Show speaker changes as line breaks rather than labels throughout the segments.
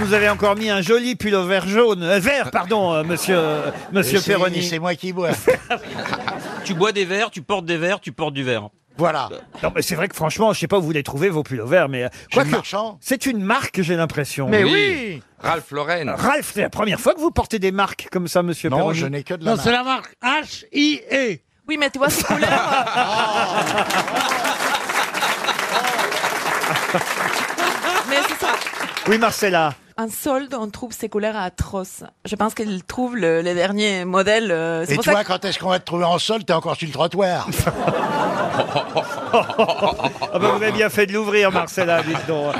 nous avez encore mis un joli pullover jaune, euh, vert, pardon, euh, monsieur, euh, monsieur
Et c'est-
Perroni.
C'est moi qui bois.
Tu bois des verres, tu portes des verres, tu portes du verre.
voilà.
Non, mais c'est vrai que franchement, je sais pas où vous les trouvez, vos pullovers, mais euh,
Chez
quoi
le
que-
marchand.
c'est une marque, j'ai l'impression.
Mais oui,
Ralph Lauren.
Ralph, c'est la première fois que vous portez des marques comme ça, monsieur
Non,
Perroni.
je n'ai que de la
Non,
main.
c'est la marque
E.
H-I-E.
Oui, mais tu vois, ces couleurs, euh, mais c'est ça.
Oui, Marcella.
En solde, on trouve ces couleurs atroces. Je pense qu'ils trouvent le- les derniers modèles. euh, c'est
Et
pour
toi,
ça que-
quand est-ce qu'on va te trouver en sol T'es encore sur le trottoir.
Ah bah, vous avez bien fait de l'ouvrir, Marcella, dites donc.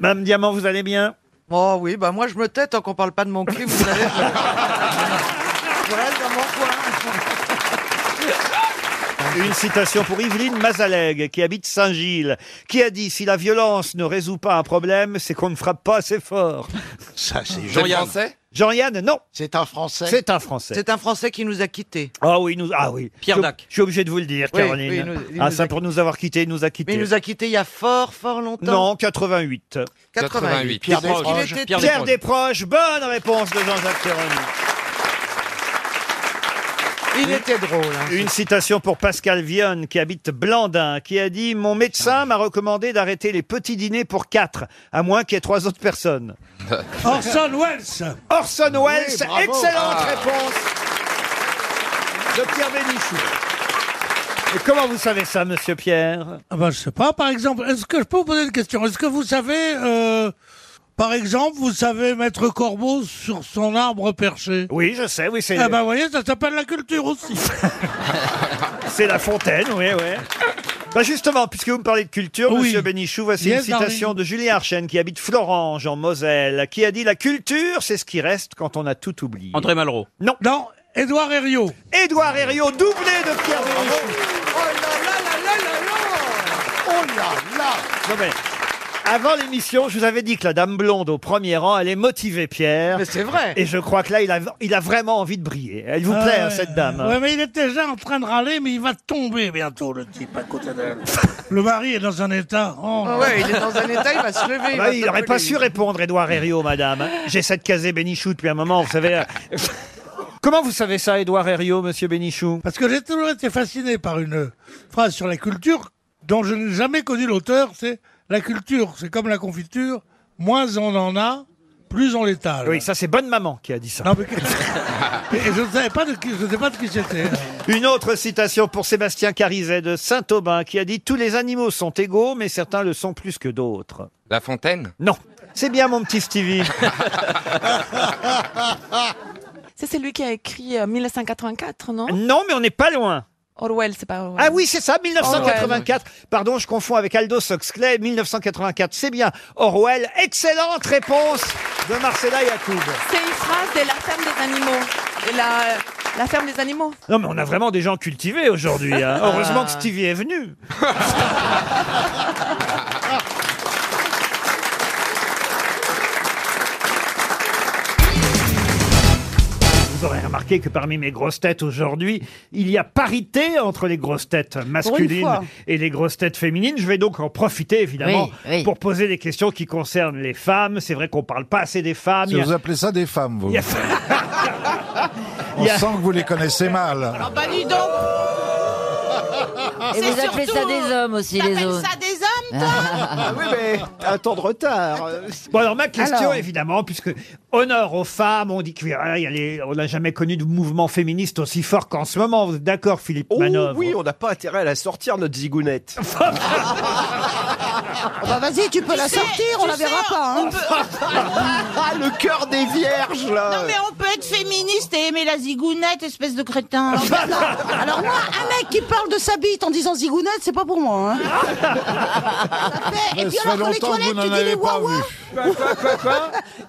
Madame Diamant, vous allez bien
Oh oui, bah moi je me tais tant qu'on parle pas de mon cul, vous savez. je- Je reste dans mon coin.
Une citation pour Yveline Mazaleg, qui habite Saint-Gilles, qui a dit « Si la violence ne résout pas un problème, c'est qu'on ne frappe pas assez fort
Ça, c'est
Jean
joli.
Français ».
Jean-Yann, non,
C'est un français.
c'est un Français.
C'est un Français qui nous a quittés.
Ah oui, nous, ah oui.
Pierre
Je-
Dac.
Je suis obligé de vous le dire,
Oui,
Caroline.
oui, il nous- il
ah,
nous
ça
a-
pour nous avoir quittés, il nous a quittés.
Mais il nous a quittés il y a fort, fort longtemps.
Non, 88.
88.
Pierre
Desproges.
Desproges.
Il était-
Pierre
Pierre
Desproges.
Desproges, bonne réponse de Jean-Jacques Perroni.
Il était drôle. hein.
Une citation pour Pascal Vionne, qui habite Blandin, qui a dit Mon médecin m'a recommandé d'arrêter les petits dîners pour quatre, à moins qu'il y ait trois autres personnes.
Orson Welles. Ah.
Orson Welles,
bravo.
excellente réponse de Pierre Bénichou. Et comment vous savez ça, monsieur Pierre
Ah ben, je sais pas, par exemple, est-ce que je peux vous poser une question Est-ce que vous savez, euh, par exemple, vous savez mettre corbeau sur son arbre perché
Oui, je sais, oui, c'est
Ah ben, vous voyez, ça s'appelle la culture aussi.
c'est la fontaine, oui, oui. Bah justement, puisque vous me parlez de culture,
Oui.
monsieur Bénichou, voici
Yes,
une citation
darling.
de Julien Archen, qui habite Florange, en Moselle, qui a dit La culture, c'est ce qui reste quand on a tout oublié.
André Malraux.
non, Édouard Herriot.
Édouard Herriot, doublé de Pierre
Ah
Bénichou.
Oh là là là là là là
Oh là là
Non, mais avant l'émission, je vous avais dit que la dame blonde au premier rang allait motiver Pierre.
Mais c'est vrai.
Et je crois que là, il a, il a vraiment envie de briller. Elle vous plaît, hein, cette dame.
Ah Euh, Ouais, mais il est déjà en train de râler, mais il va tomber bientôt, le type à côté d'elle. le mari est dans un état. oh.
Ah Ouais, il est dans un état, il va se lever.
Ah bah
va
oui,
s'appeler.
il n'aurait pas su répondre, Édouard Herriot, madame. J'ai cette casée Bénichou depuis un moment, vous savez. euh. Comment vous savez ça, Édouard Herriot, monsieur Bénichou
Parce que j'ai toujours été fasciné par une phrase sur la culture dont je n'ai jamais connu l'auteur, c'est la culture, c'est comme la confiture, moins on en a, plus on l'étale.
Oui, ça, c'est Bonne Maman qui a dit ça.
Non, mais que- Et je ne savais pas de qui, je ne sais pas de qui c'était.
Une autre citation pour Sébastien Carizet de Saint-Aubin qui a dit Tous les animaux sont égaux, mais certains le sont plus que d'autres.
La Fontaine
Non. C'est bien, mon petit Stevie.
c'est celui qui a écrit euh, 1984, non
non, mais on n'est pas loin.
Orwell, c'est pas Orwell.
Ah oui, c'est
Oh,
ça, 1984. Pardon, je confonds avec Aldo Soxley, 1984. C'est bien. Orwell, excellente réponse de Marcella Yacoub.
C'est une phrase de la ferme des animaux. Et la, euh, la ferme des animaux.
Non, mais on a vraiment des gens cultivés aujourd'hui. hein. Heureusement que Stevie est venu. Vous aurez remarqué que parmi mes grosses têtes aujourd'hui, il y a parité entre les grosses têtes masculines
fois.
et les grosses têtes féminines. Je vais donc en profiter évidemment
Oui, oui.
pour poser des questions qui concernent les femmes. C'est vrai qu'on parle pas assez des femmes. Il y a-
Vous appelez ça des femmes, vous
Ah, il y a-
On
il y a-
sent que vous les connaissez mal.
Ah bah dis donc
Et
C'est
vous appelez ça
surtout,
des hommes aussi, les
T'appelles
autres.
ça des hommes
Bon alors ma question évidemment, puisque honneur aux femmes, on dit que voilà, il y a les- on n'a jamais connu de mouvement féministe aussi fort qu'en ce moment. Vous êtes d'accord, Philippe Manœuvre
Oh oui, on n'a pas intérêt à la sortir, notre zigounette.
Bah vas-y, tu peux la sortir, on la verra pas. hein.
Ah, le cœur des vierges, là
Non mais on peut être féministe et aimer la zigounette, espèce de crétin. Bah Alors moi, un mec qui parle de sa bite en disant zigounette, c'est pas pour moi. hein. Ça fait- Et
Ça
puis
fait
alors dans les
longtemps que vous
toilettes, tu
n'en
dis les
avez pas
wawa.
vu.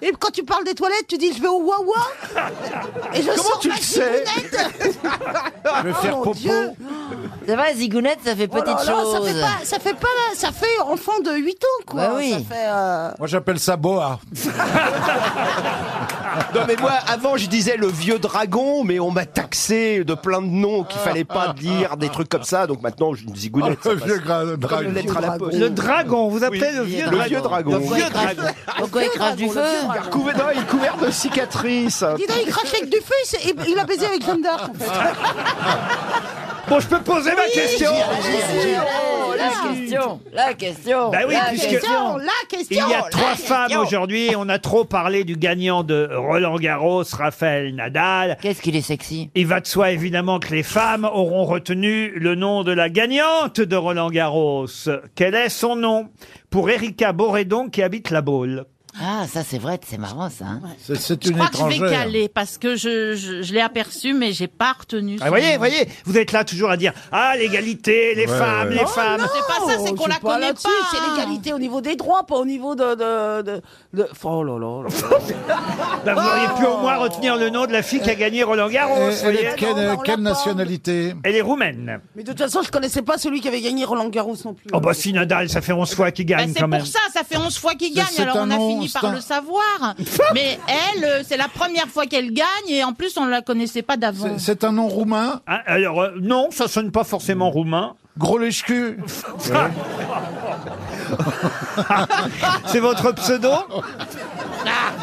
Et quand tu parles des toilettes, tu dis je vais au wawa. Et je
Comment
sors
tu
ma
le sais
zigounette.
Je vais faire
Oh mon
popo.
Dieu
Ça va, Ah. zigounette, ça fait
Oh là
petite
là,
chose.
Ça fait pas, ça fait pas, ça fait enfant de 8 ans, quoi.
Bah oui.
Ça fait, euh,
Moi, j'appelle ça boa.
Non mais moi avant je disais le vieux dragon mais on m'a taxé de plein de noms qu'il fallait pas dire des trucs comme ça donc maintenant je dis zigounette.
Oh, le
ça
vieux
passe.
gra-
Comme
dragon.
une lettre à la poste.
Le dragon, vous appelez le vieux dragon.
vieux dragon.
Le vieux dragon.
Pourquoi il crache du feu
Car couvé- non, il est couvert de cicatrices.
Dis donc, il crache avec du feu, il s'est- il a baisé avec Jeanne d'Arc, en fait.
Bon, je peux poser ma question
Ah, Oh, La question, la question.
Bah oui,
la
puisque-
question.
Oh, La question
Il y a
la
trois
question.
femmes aujourd'hui. On a trop parlé du gagnant de Roland Garros, Raphaël Nadal.
Qu'est-ce qu'il est sexy
Il va de soi évidemment que les femmes auront retenu le nom de la gagnante de Roland Garros. Quel est son nom Pour Erika Borédon qui habite la Baule.
Ah, ça c'est vrai, c'est marrant ça. hein.
C'est- C'est
Je
une
crois que je vais
étrangère.
caler parce que je, je, je l'ai aperçu, mais j'ai pas retenu.
Ah,
son
voyez,
nom.
voyez, vous êtes là toujours à dire ah l'égalité, les
Ouais,
femmes,
ouais.
les
Oh,
femmes.
C'est pas ça, c'est qu'on
Je
la
suis pas
connaît
là-dessus,
pas.
C'est l'égalité au niveau des droits, pas au niveau de. de, de, de- Oh là là là.
Bah, vous auriez pu au moins retenir le nom de la fille qui a gagné Roland Garros.
Et-
vous
Euh, Elle
voyez.
est de quelle,
Non, on l'a
quelle
pas.
nationalité
Elle est roumaine.
Mais de toute façon, je connaissais pas celui qui avait gagné Roland Garros non plus.
Oh bah si Nadal, ça fait 11 fois qu'il
Bah,
gagne
c'est
quand
pour
même.
ça, ça fait 11 fois qu'il gagne,
c'est
alors
un hein.
on a
nom,
fini
c'est
par
un-
le savoir. Mais elle, euh, c'est la première fois qu'elle gagne, et en plus on la connaissait pas d'avant.
C'est- C'est un nom roumain
Ah, alors euh, non, ça sonne pas forcément roumain.
Gros lèche-cul
C'est votre pseudo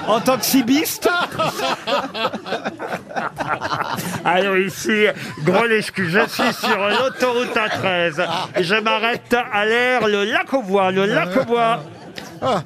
En tant que cibiste Alors ici, gros excuse, je suis sur l'autoroute A13. Je m'arrête à l'air le lac au bois, le lac au bois.
ah.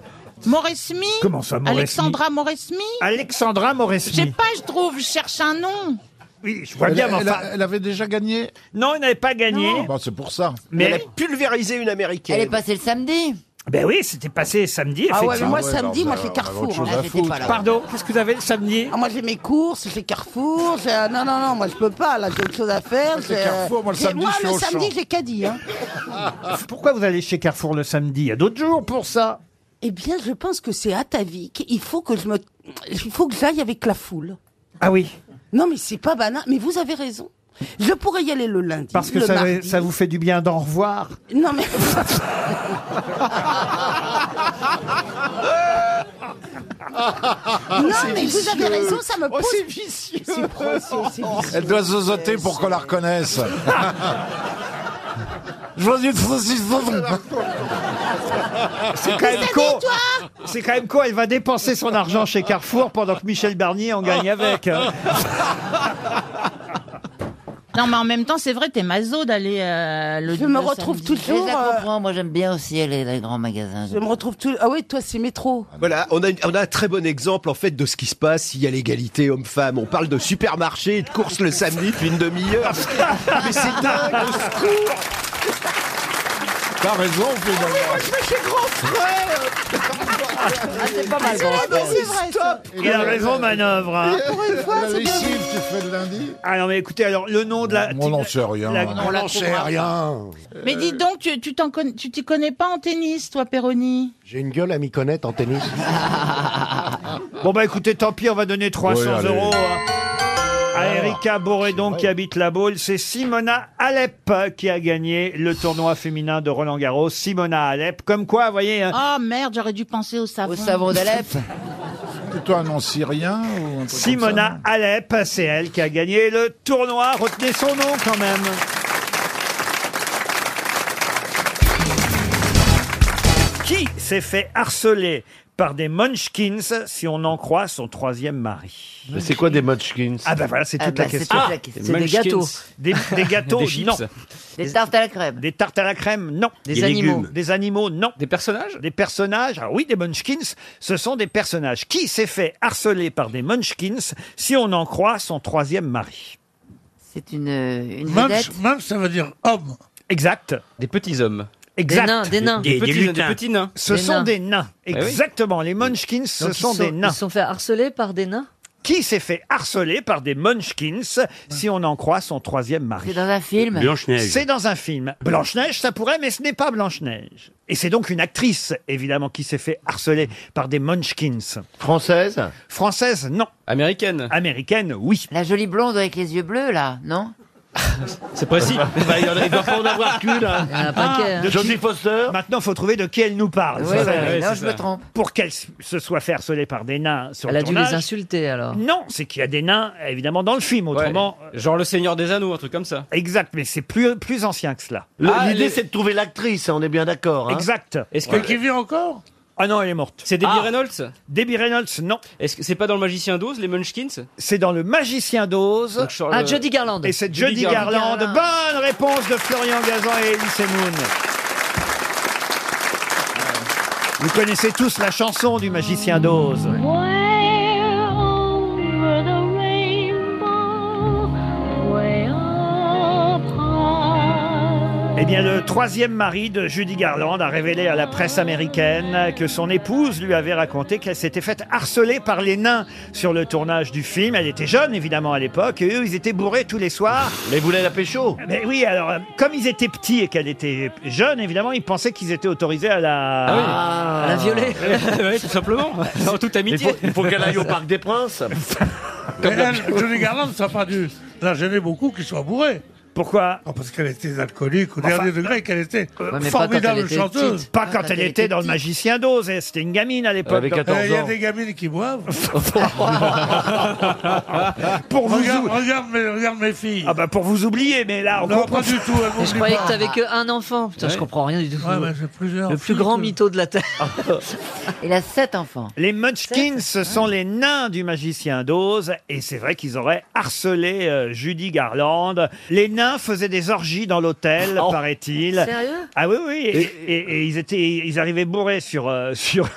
Mauresmi
Comment ça, Mauresmi
Alexandra Mauresmi
Alexandra
Je sais
Mauresmi.
pas, je trouve, je cherche un nom.
Oui, je vois
elle,
bien, mais
elle a-
enfin...
elle avait déjà gagné
Non, il n'avait pas gagné,
Bon, Bah, C'est pour ça.
Elle a
mais...
pulvérisé une
Elle est
américaine.
passée le samedi.
Ben oui, c'était passé samedi,
Ah
effectivement.
ouais, mais moi,
Ah ouais,
samedi,
non,
moi, je
bah,
fais
on avait autre
Carrefour.
chose
hein.
à
j'étais
foutre.
pas là.
Pardon, qu'est-ce que vous avez le samedi
Ah, moi, j'ai mes courses, j'ai Carrefour. j'ai- ah, Non, non, non, moi, je peux pas. Là, j'ai autre chose à faire.
Chez
j'ai- euh,
Carrefour, moi, le
j'ai-
samedi, je suis
le
au
samedi,
champ.
j'ai Caddy. Hein.
Pourquoi vous allez chez Carrefour le samedi Il y a d'autres jours pour ça.
Eh bien, je pense que c'est Atavik. Il faut que je me, il faut que j'aille avec la foule.
Ah oui,
Non, mais c'est pas banal. Mais vous avez raison. Je pourrais y aller le lundi.
parce que
le
ça,
mardi.
ça vous fait du bien d'en revoir.
Non, mais. non, mais vous avez raison, ça me pose.
Oh, C'est vicieux.
Oh, C'est pro- c'est- c'est vicieux.
Elle doit zozoter pour qu'on la reconnaisse. Je vois une saucisse.
C'est quand même con. C'est quand même con. Elle va dépenser son argent chez Carrefour pendant que Michel Barnier en gagne avec. hein.
Non, mais en même temps, c'est vrai, t'es mazo d'aller euh, le
Je me
le
retrouve
samedi.
Je
toujours.
la
euh,
comprends, moi j'aime bien aussi aller dans les grands magasins.
je me retrouve toujours. Ah oui, toi, c'est métro.
Voilà, on a, une- on a un très bon exemple en fait de ce qui se passe s'il y a l'égalité homme-femme. On parle de supermarché et de courses le samedi depuis une demi-heure. Ah, Mais c'est dingue, au secours
T'as raison, on fait dans le-
Je vais chez Grand Frère
C'est pas mal.
Ah, mais c'est vrai. ça.
Il a raison, manœuvre. hein.
Pour une fois,
La
c'est bien.
lessive, tu fais le lundi
Ah non, mais écoutez, alors le nom de la.
Moi, on n'en sait rien.
la-
On n'en sait
Ah.
rien.
Mais
Euh.
dis donc, tu tu t'en connais- tu t'y connais pas en tennis, toi, Péroni
J'ai une gueule à m'y connaître en tennis.
Bon bah écoutez, tant pis, on va donner 300
Oui, allez.
euros. hein, À Erika Borédon qui habite la Baule, c'est Simona Alep qui a gagné le tournoi féminin de Roland Garros. Simona Alep, comme quoi, vous voyez,
Euh.
hein,
Oh merde, j'aurais dû penser au savon.
Au savon d'Alep.
Plutôt un nom syrien ou un truc
Simona Alep, c'est elle qui a gagné le tournoi. Retenez son nom quand même. Qui s'est fait harceler par des Munchkins si on en croit son troisième mari
C'est quoi des Munchkins
Ah ben voilà, c'est toute
Ah bah,
la
c'est
question.
toute la question.
des gâteaux.
Des, des gâteaux,
Des chips.
non.
Des tartes à la crème.
Des tartes à la crème, non.
Des Des animaux. légumes.
Des animaux, non.
Des personnages
Des personnages, alors oui, des Munchkins, ce sont des personnages. Qui s'est fait harceler par des Munchkins si on en croit son troisième mari
C'est une,
Euh,
une
Munch,
vedette.
Munch, ça veut dire homme.
Exact.
Des petits hommes.
Exact.
des nains.
Des, petits,
lutins.
des petits nains.
Ce
Des
sont
nains.
des nains.
oui.
Exactement. Les Munchkins, ce sont, des nains.
sont fait harceler par des nains
Qui s'est fait harceler par des Munchkins si on en croit son troisième
C'est
mari
dans un film.
C'est dans un film. Blanche-Neige, ça pourrait, mais ce n'est pas Blanche-Neige. Et c'est donc une actrice, évidemment, qui s'est fait harceler par des Munchkins.
Française
Française, non.
Américaines.
Américaine, oui.
La jolie blonde avec les yeux bleus, là, non
C'est
précis. Bah, il y en a- il doit pas en avoir qu'une, hein.
Il y en a
Ah,
un paquet. hein.
Josie
Foster. Maintenant, faut trouver de qui elle nous parle.
Oui,
C'est
oui,
ça.
oui, Ah, non, je me trompe.
Pour qu'elle s- se soit fait harceler par des nains sur
Elle
le
a dû
tournage.
les
insulter alors. Non, c'est qu'il y a des nains évidemment dans le film. Autrement,
Genre le Seigneur des Anneaux, un truc comme ça.
Exact, mais c'est plus, plus ancien que cela.
Le- Ah, l'idée,
l'idée
les- c'est de trouver l'actrice, on est bien d'accord.
hein. Exact.
Est-ce
Ouais. Qui
vit encore
Ah non, elle est morte.
C'est Debbie
Ah.
Reynolds
Debbie Reynolds, non.
Est-ce que c'est pas dans le Magicien d'Oz, les Munchkins
C'est dans le Magicien d'Oz.
Donc, sur
Ah,
le-
Judy Garland. Et c'est Judy Garland. Bonne réponse de Florian Gazan et Elie Semoun. Vous connaissez tous la chanson du Magicien d'Oz. Eh bien, le troisième mari de Judy Garland a révélé à la presse américaine que son épouse lui avait raconté qu'elle s'était faite harceler par les nains sur le tournage du film. Elle était jeune, évidemment, à l'époque, et eux, ils étaient bourrés tous les soirs.
Mais ils voulaient la pécho
Mais oui, alors, euh, comme ils étaient petits et qu'elle était jeune, évidemment, ils pensaient qu'ils étaient autorisés à la...
Ah oui. À la violer. Ouais, tout simplement. En toute
Il
amitié.
faut- il faut qu'elle aille au Parc
des Princes.
Mais elle, Johnny Garland, ça n'a pas dû la gêner beaucoup qu'il soit bourré. Ah,
Pourquoi
Parce qu'elle était alcoolique au
Enfin,
dernier degré, qu'elle était
mais pas
formidable
quand elle était
chanteuse.
petite. Pas
Ah,
quand elle était dans le Magicien d'Oz. et C'était une gamine à l'époque.
Eh, Il y a des gamines qui boivent.
Ah, Pour vous
regarde,
ou-
regarde mes, regarde mes filles.
Ah bah pour vous oublier, mais là on
Non,
comprend
pas du tout. elles
Mais je
m'oublient
croyais
pas.
que t'avais que un enfant. Putain, je
Ouais.
comprends rien du tout.
Ouais, mais j'ai plusieurs
le plus
filles
grand
que-
mytho de la Terre. Il a sept enfants.
Les Munchkins ce sont les nains du magicien d'Oz et c'est vrai qu'ils auraient harcelé euh, Judy Garland. Les nains faisaient des orgies dans l'hôtel, paraît-il.
Sérieux
Ah oui oui. Et, et- et ils étaient, ils arrivaient bourrés sur euh, sur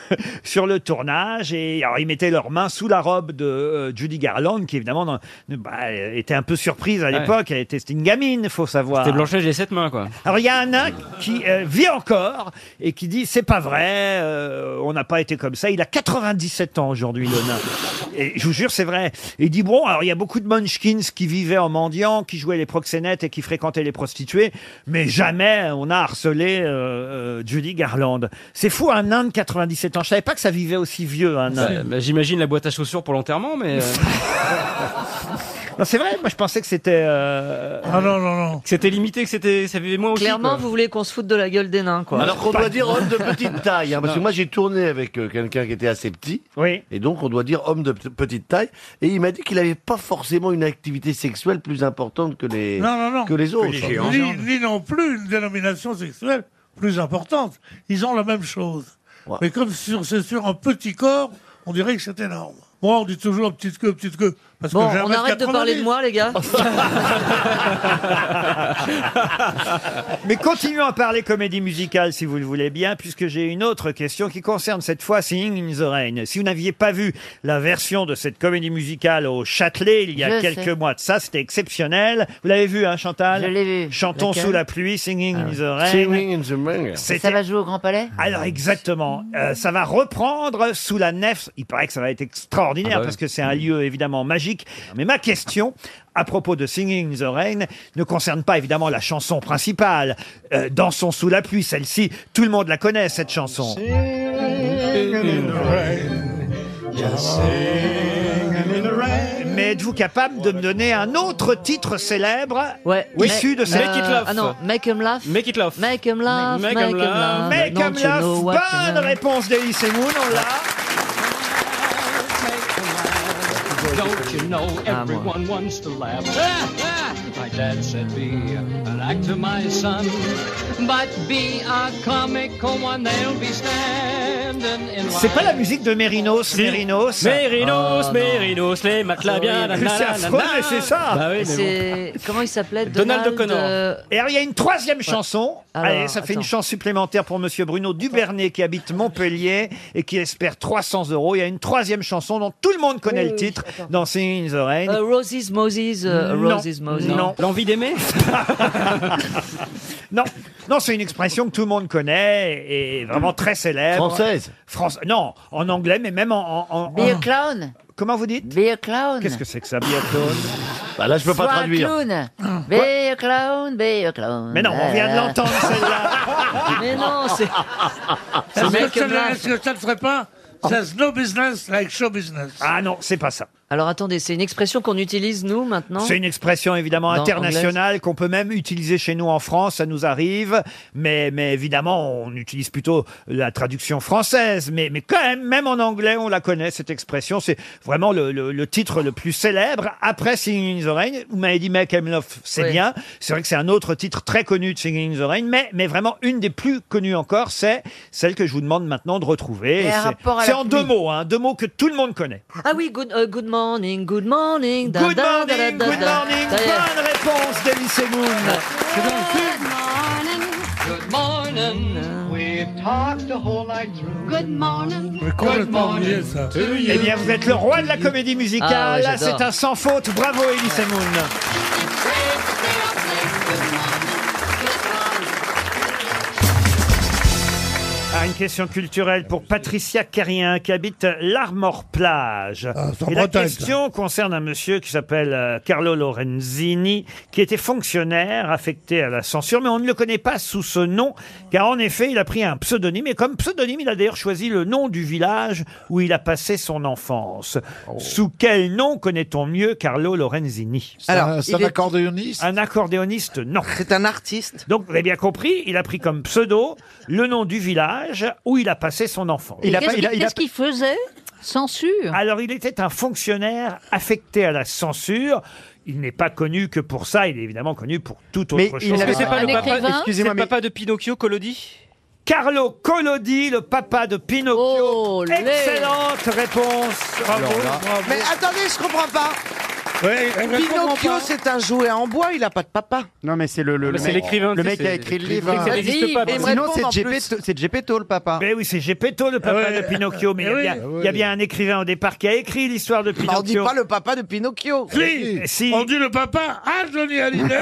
sur le tournage et alors ils mettaient leurs mains sous la robe de euh, Judy Garland qui évidemment n'en- bah, était un peu surprise à
Ouais.
l'époque. Elle était c'était une gamine, faut savoir.
C'était Blanchet, j'ai sept mains, quoi.
Alors il y a un nain qui euh, vit encore et qui dit c'est pas vrai, euh, on n'a pas été comme ça. Il a 97 ans aujourd'hui le nain. Et je vous jure c'est vrai. Et il dit bon alors il y a beaucoup de munchkins qui vivaient en mendiant, qui jouaient les proxénètes et qui fréquentaient les prostituées, mais jamais on a harcelé euh, euh, Judy Garland. C'est fou un nain de 97 ans. Je savais pas que ça vivait aussi vieux un nain.
Bah, bah, J'imagine la boîte à chaussures pour l'enterrement, mais. euh.
Non, c'est vrai, moi je pensais que c'était. euh,
Ah non, non, non.
Que c'était limité, que c'était, ça vivait moins aussi.
Clairement, vous voulez qu'on se foute de la gueule des nains, quoi.
Alors qu'on doit dire homme de
petite
petite taille, hein, parce que
Non.
moi j'ai tourné avec euh, quelqu'un qui était assez petit,
oui.
et donc on doit dire homme de p- petite taille, et il m'a dit qu'il n'avait pas forcément une activité sexuelle plus importante que les,
Non, non, non.
Que les autres.
Ni, ni non plus une dénomination sexuelle plus importante. Ils ont la même chose. Mais comme sur, c'est sur un petit corps, on dirait que c'est énorme. Moi, on dit toujours petite queue, petite queue. Parce
Bon,
que j'ai
on arrête de
1m90.
parler de moi, les gars.
Mais continuons à parler comédie musicale si vous le voulez bien, puisque j'ai une autre question qui concerne cette fois Singing in the Rain. Si vous n'aviez pas vu la version de cette comédie musicale au Châtelet il y a
Je
quelques
sais.
mois de ça, c'était exceptionnel. Vous l'avez vu, hein, Chantal
Je l'ai vu.
Chantons
Laquelle
sous la pluie, Singing in the Rain.
Ah. Singing in the rain.
C'était-
Ça va jouer au Grand Palais
alors exactement, Euh, ça va reprendre sous la nef. Il paraît que ça va être extraordinaire
Ah bah.
parce que c'est un lieu évidemment magique. Mais ma question à propos de Singing in the Rain ne concerne pas évidemment la chanson principale, Euh, Dansons sous la pluie. Celle-ci, tout le monde la connaît cette chanson. Mais êtes-vous capable de me donner un autre titre célèbre
Ouais.
issu de
Mais-
cette
euh, Ah non, Make 'em laugh.
Make it love.
Make 'em laugh.
Make
Make
'em
'em
laugh.
laugh.
Make 'em
Don't you
laugh.
know what you
Bonne
know.
réponse d'Elise Moon, on l'a.
Don't you know
Ah, moi.
everyone wants to laugh? My dad said be an actor, my son, but be a comical one. They'll be standing in line.
C'est pas la musique de Mérinos, Mérinos.
Mérinos, Mérinos, les matelas bien.
Que
nanana,
c'est affreux,
nanana.
mais c'est ça.
Ah Bah oui, mais
C'est- Comment il s'appelait
Donald O'Connor.
euh,
Et alors, il y a une troisième chanson.
Alors,
Allez, ça fait
attends.
une chance supplémentaire pour Monsieur Bruno Dubernay qui habite Montpellier et qui espère 300 euros. Il y a une troisième chanson dont tout le monde connaît
Oui,
le
oui,
titre, dans Singing in the Rain.
euh, Roses, Moses, euh,
Non.
Roses, Moses.
Non.
L'envie d'aimer
Non, non, c'est une expression que tout le monde connaît et vraiment très célèbre.
Française
France. Non, en anglais, mais même en. en- en-
Be a
en-
clown.
Comment vous dites
Be a clown.
Qu'est-ce que c'est que ça, be a clown
Bah là, je peux pas
Sois un
traduire.
clown. Be a clown, be a clown.
Ah. Mais non, on vient de
Euh.
l'entendre
celle-là. Mais non, c'est.
Est-ce
Make
que,
'em
ça-
laugh.
est-ce que ça ne ferait pas There's no business like show business.
Ah non, c'est pas ça.
Alors attendez, c'est une expression qu'on utilise nous maintenant
C'est une expression évidemment
Dans-
internationale qu'on peut même utiliser chez nous en France, ça nous arrive, mais, mais évidemment on utilise plutôt la traduction française, mais, mais quand même, même en anglais on la connaît cette expression, c'est vraiment le, le- le titre le plus célèbre après Singing in the Rain, vous m'avez dit Make Him Love, c'est
Oui.
bien, c'est vrai que c'est un autre titre très connu de Singing in the Rain, mais, mais vraiment une des plus connues encore, c'est celle que je vous demande maintenant de retrouver,
Et un
C'est-
rapport à
c'est
la
en deux
pluie.
mots, hein, deux mots que tout le monde connaît.
Ah oui, good, euh, good morning, good morning. da,
Good
da, da,
morning,
da,
good
da.
morning,
Ça y est.
bonne réponse d'Elie
Good morning. We've talked the whole night through. Good morning.
Eh bien, vous êtes le roi de la comédie musicale.
Ah ouais, j'adore.
c'est un sans faute. Bravo, Elie Semoun. Ah, une question culturelle pour Patricia Carrien qui habite l'Armor Plage.
Ah, c'est en
Et la
Bretagne, ça.
question concerne un monsieur qui s'appelle euh, Carlo Lorenzini, qui était fonctionnaire affecté à la censure, mais on ne le connaît pas sous ce nom, car en effet, il a pris un pseudonyme, et comme pseudonyme, il a d'ailleurs choisi le nom du village où il a passé son enfance.
Oh.
Sous quel nom connaît-on mieux Carlo Lorenzini
C'est Alors, un- c'est il un est- accordéoniste
Un accordéoniste, non.
C'est un artiste.
Donc, vous avez bien compris, il a pris comme pseudo le nom du village où il a passé son enfance.
Et Qu'est-ce qu'il- qu'est-ce qu'il faisait Censure.
Alors, il était un fonctionnaire affecté à la censure. Il n'est pas connu que pour ça, il est évidemment connu pour toute autre
Mais
chose.
il Est-ce que c'est pas le Un papa- écrivain excusez-moi, c'est le mais- papa de Pinocchio, Collodi
Carlo Collodi, le papa de Pinocchio.
Oh,
Excellente réponse. Bravo,
Alors là-
bravo.
Mais attendez, je comprends pas. Pinocchio, c'est un jouet en bois, il a pas de papa.
Non, mais c'est le, le,
Mais
le
c'est
mec,
l'écrivain,
le
tu sais,
mec qui a écrit le
c'est-
livre.
c'est- ça n'existe pas, Et il me
Sinon,
répond en
c'est
plus.
Gepetto- c'est Gepetto, le papa.
Mais oui, c'est Gepetto, le papa
Ouais.
de Pinocchio. Mais il y, a
Eh
bien-
oui. Ah,
il y a bien un écrivain au départ qui a écrit l'histoire de Pinocchio.
on dit pas le papa de Pinocchio.
Si, si.
On dit le papa à Johnny Hallyday.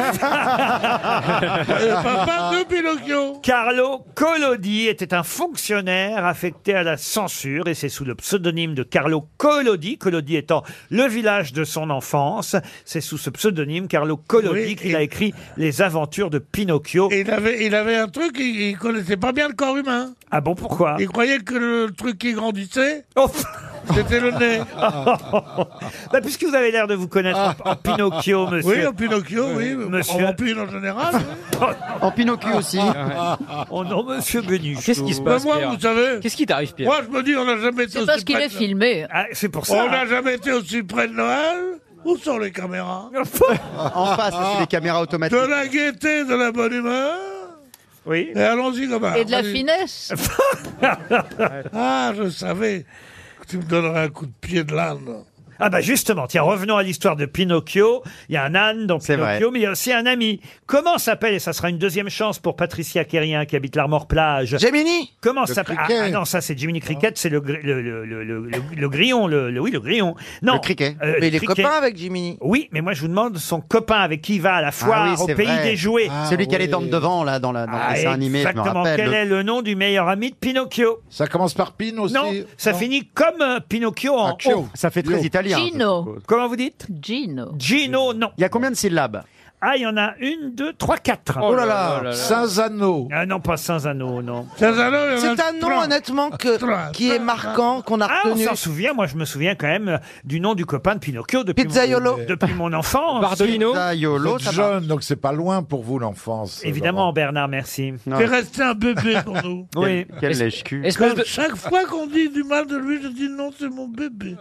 le papa de Pinocchio.
Carlo Collodi était un fonctionnaire affecté à la censure et c'est sous le pseudonyme de Carlo Collodi, Collodi étant le village de son enfance, c'est sous ce pseudonyme Carlo Collodi
Oui,
qu'il a écrit Les aventures de Pinocchio.
Et il avait, il avait un truc, il, il connaissait pas bien le corps humain.
Ah bon, pourquoi Oh.
Il croyait que le truc qui grandissait,
c'était
le nez.
Bah, puisque vous avez l'air de vous connaître en, en Pinocchio, monsieur. Euh,
Oui, en Pinocchio, oui.
Monsieur.
En vampire en général. Ah,
En Pinocchio aussi.
Oh non, monsieur Benichou.
Qu'est-ce qui se passe,
Bah, moi,
Pierre
vous
savez.
Qu'est-ce qui t'arrive, Pierre
Moi, je me dis, on n'a jamais été
C'est
aussi
parce qu'il
près
est
de-
filmé.
Ah, c'est pour
On n'a jamais été aussi près de Noël. Où sont les caméras
En face, ça, c'est des caméras automatiques.
De la gaieté, de la bonne humeur.
Oui.
Et allons-y, Gobard.
Et de la
Euh,
Vas-y.
finesse.
ah, je savais que tu me donnerais un coup de pied de l'âne.
Ah bah justement, tiens, revenons à l'histoire de Pinocchio. Il y a un âne dans
C'est vrai.
Pinocchio, mais il y a aussi un ami. Comment s'appelle, et ça sera une deuxième chance pour Patricia Quérien qui habite l'Armor-Plage. Gemini Comment
Le
s'appelle ah,
criquet.
ah non, ça c'est Jiminy Cricket,
Ah.
c'est le, gri- le, le, le, le- le- le grillon, le, le- oui, le grillon. Non,
Le criquet.
euh,
mais
le
il est
criquet.
copain avec Jiminy.
Oui, mais moi je vous demande son copain avec qui il va à la foire,
Ah oui,
au
c'est
pays
vrai.
des jouets.
Celui qui a les dents de devant, là, dans, la, dans
Ah,
le dessin animé, je me
exactement.
rappelle.
Quel est le nom du meilleur ami de Pinocchio Ça commence par Pin aussi Non, ça finit comme euh, Pinocchio en
Accio.
O.
Ça fait très italien, je Gino. suppose.
Comment vous dites
Gino.
Gino, non.
Il y a combien de syllabes
Ah, il y en a une, deux, trois, quatre.
Oh là là, Oh là là.
Saint-Zano. Ah non, pas Saint-Zano, non.
C'est un nom, honnêtement, que, qui est marquant, qu'on a
Ah, on
retenu.
s'en souvient. Moi, je me souviens quand même euh, du nom du copain de Pinocchio depuis,
Pizzaiolo.
Mon, depuis mon enfance.
Vous êtes jeune, donc c'est pas loin pour vous l'enfance.
Évidemment, Bernard, merci.
C'est resté un bébé pour nous.
Oui.
Quel lèche-cul.
Comme Chaque fois qu'on dit du mal de lui, je dis non, c'est mon bébé.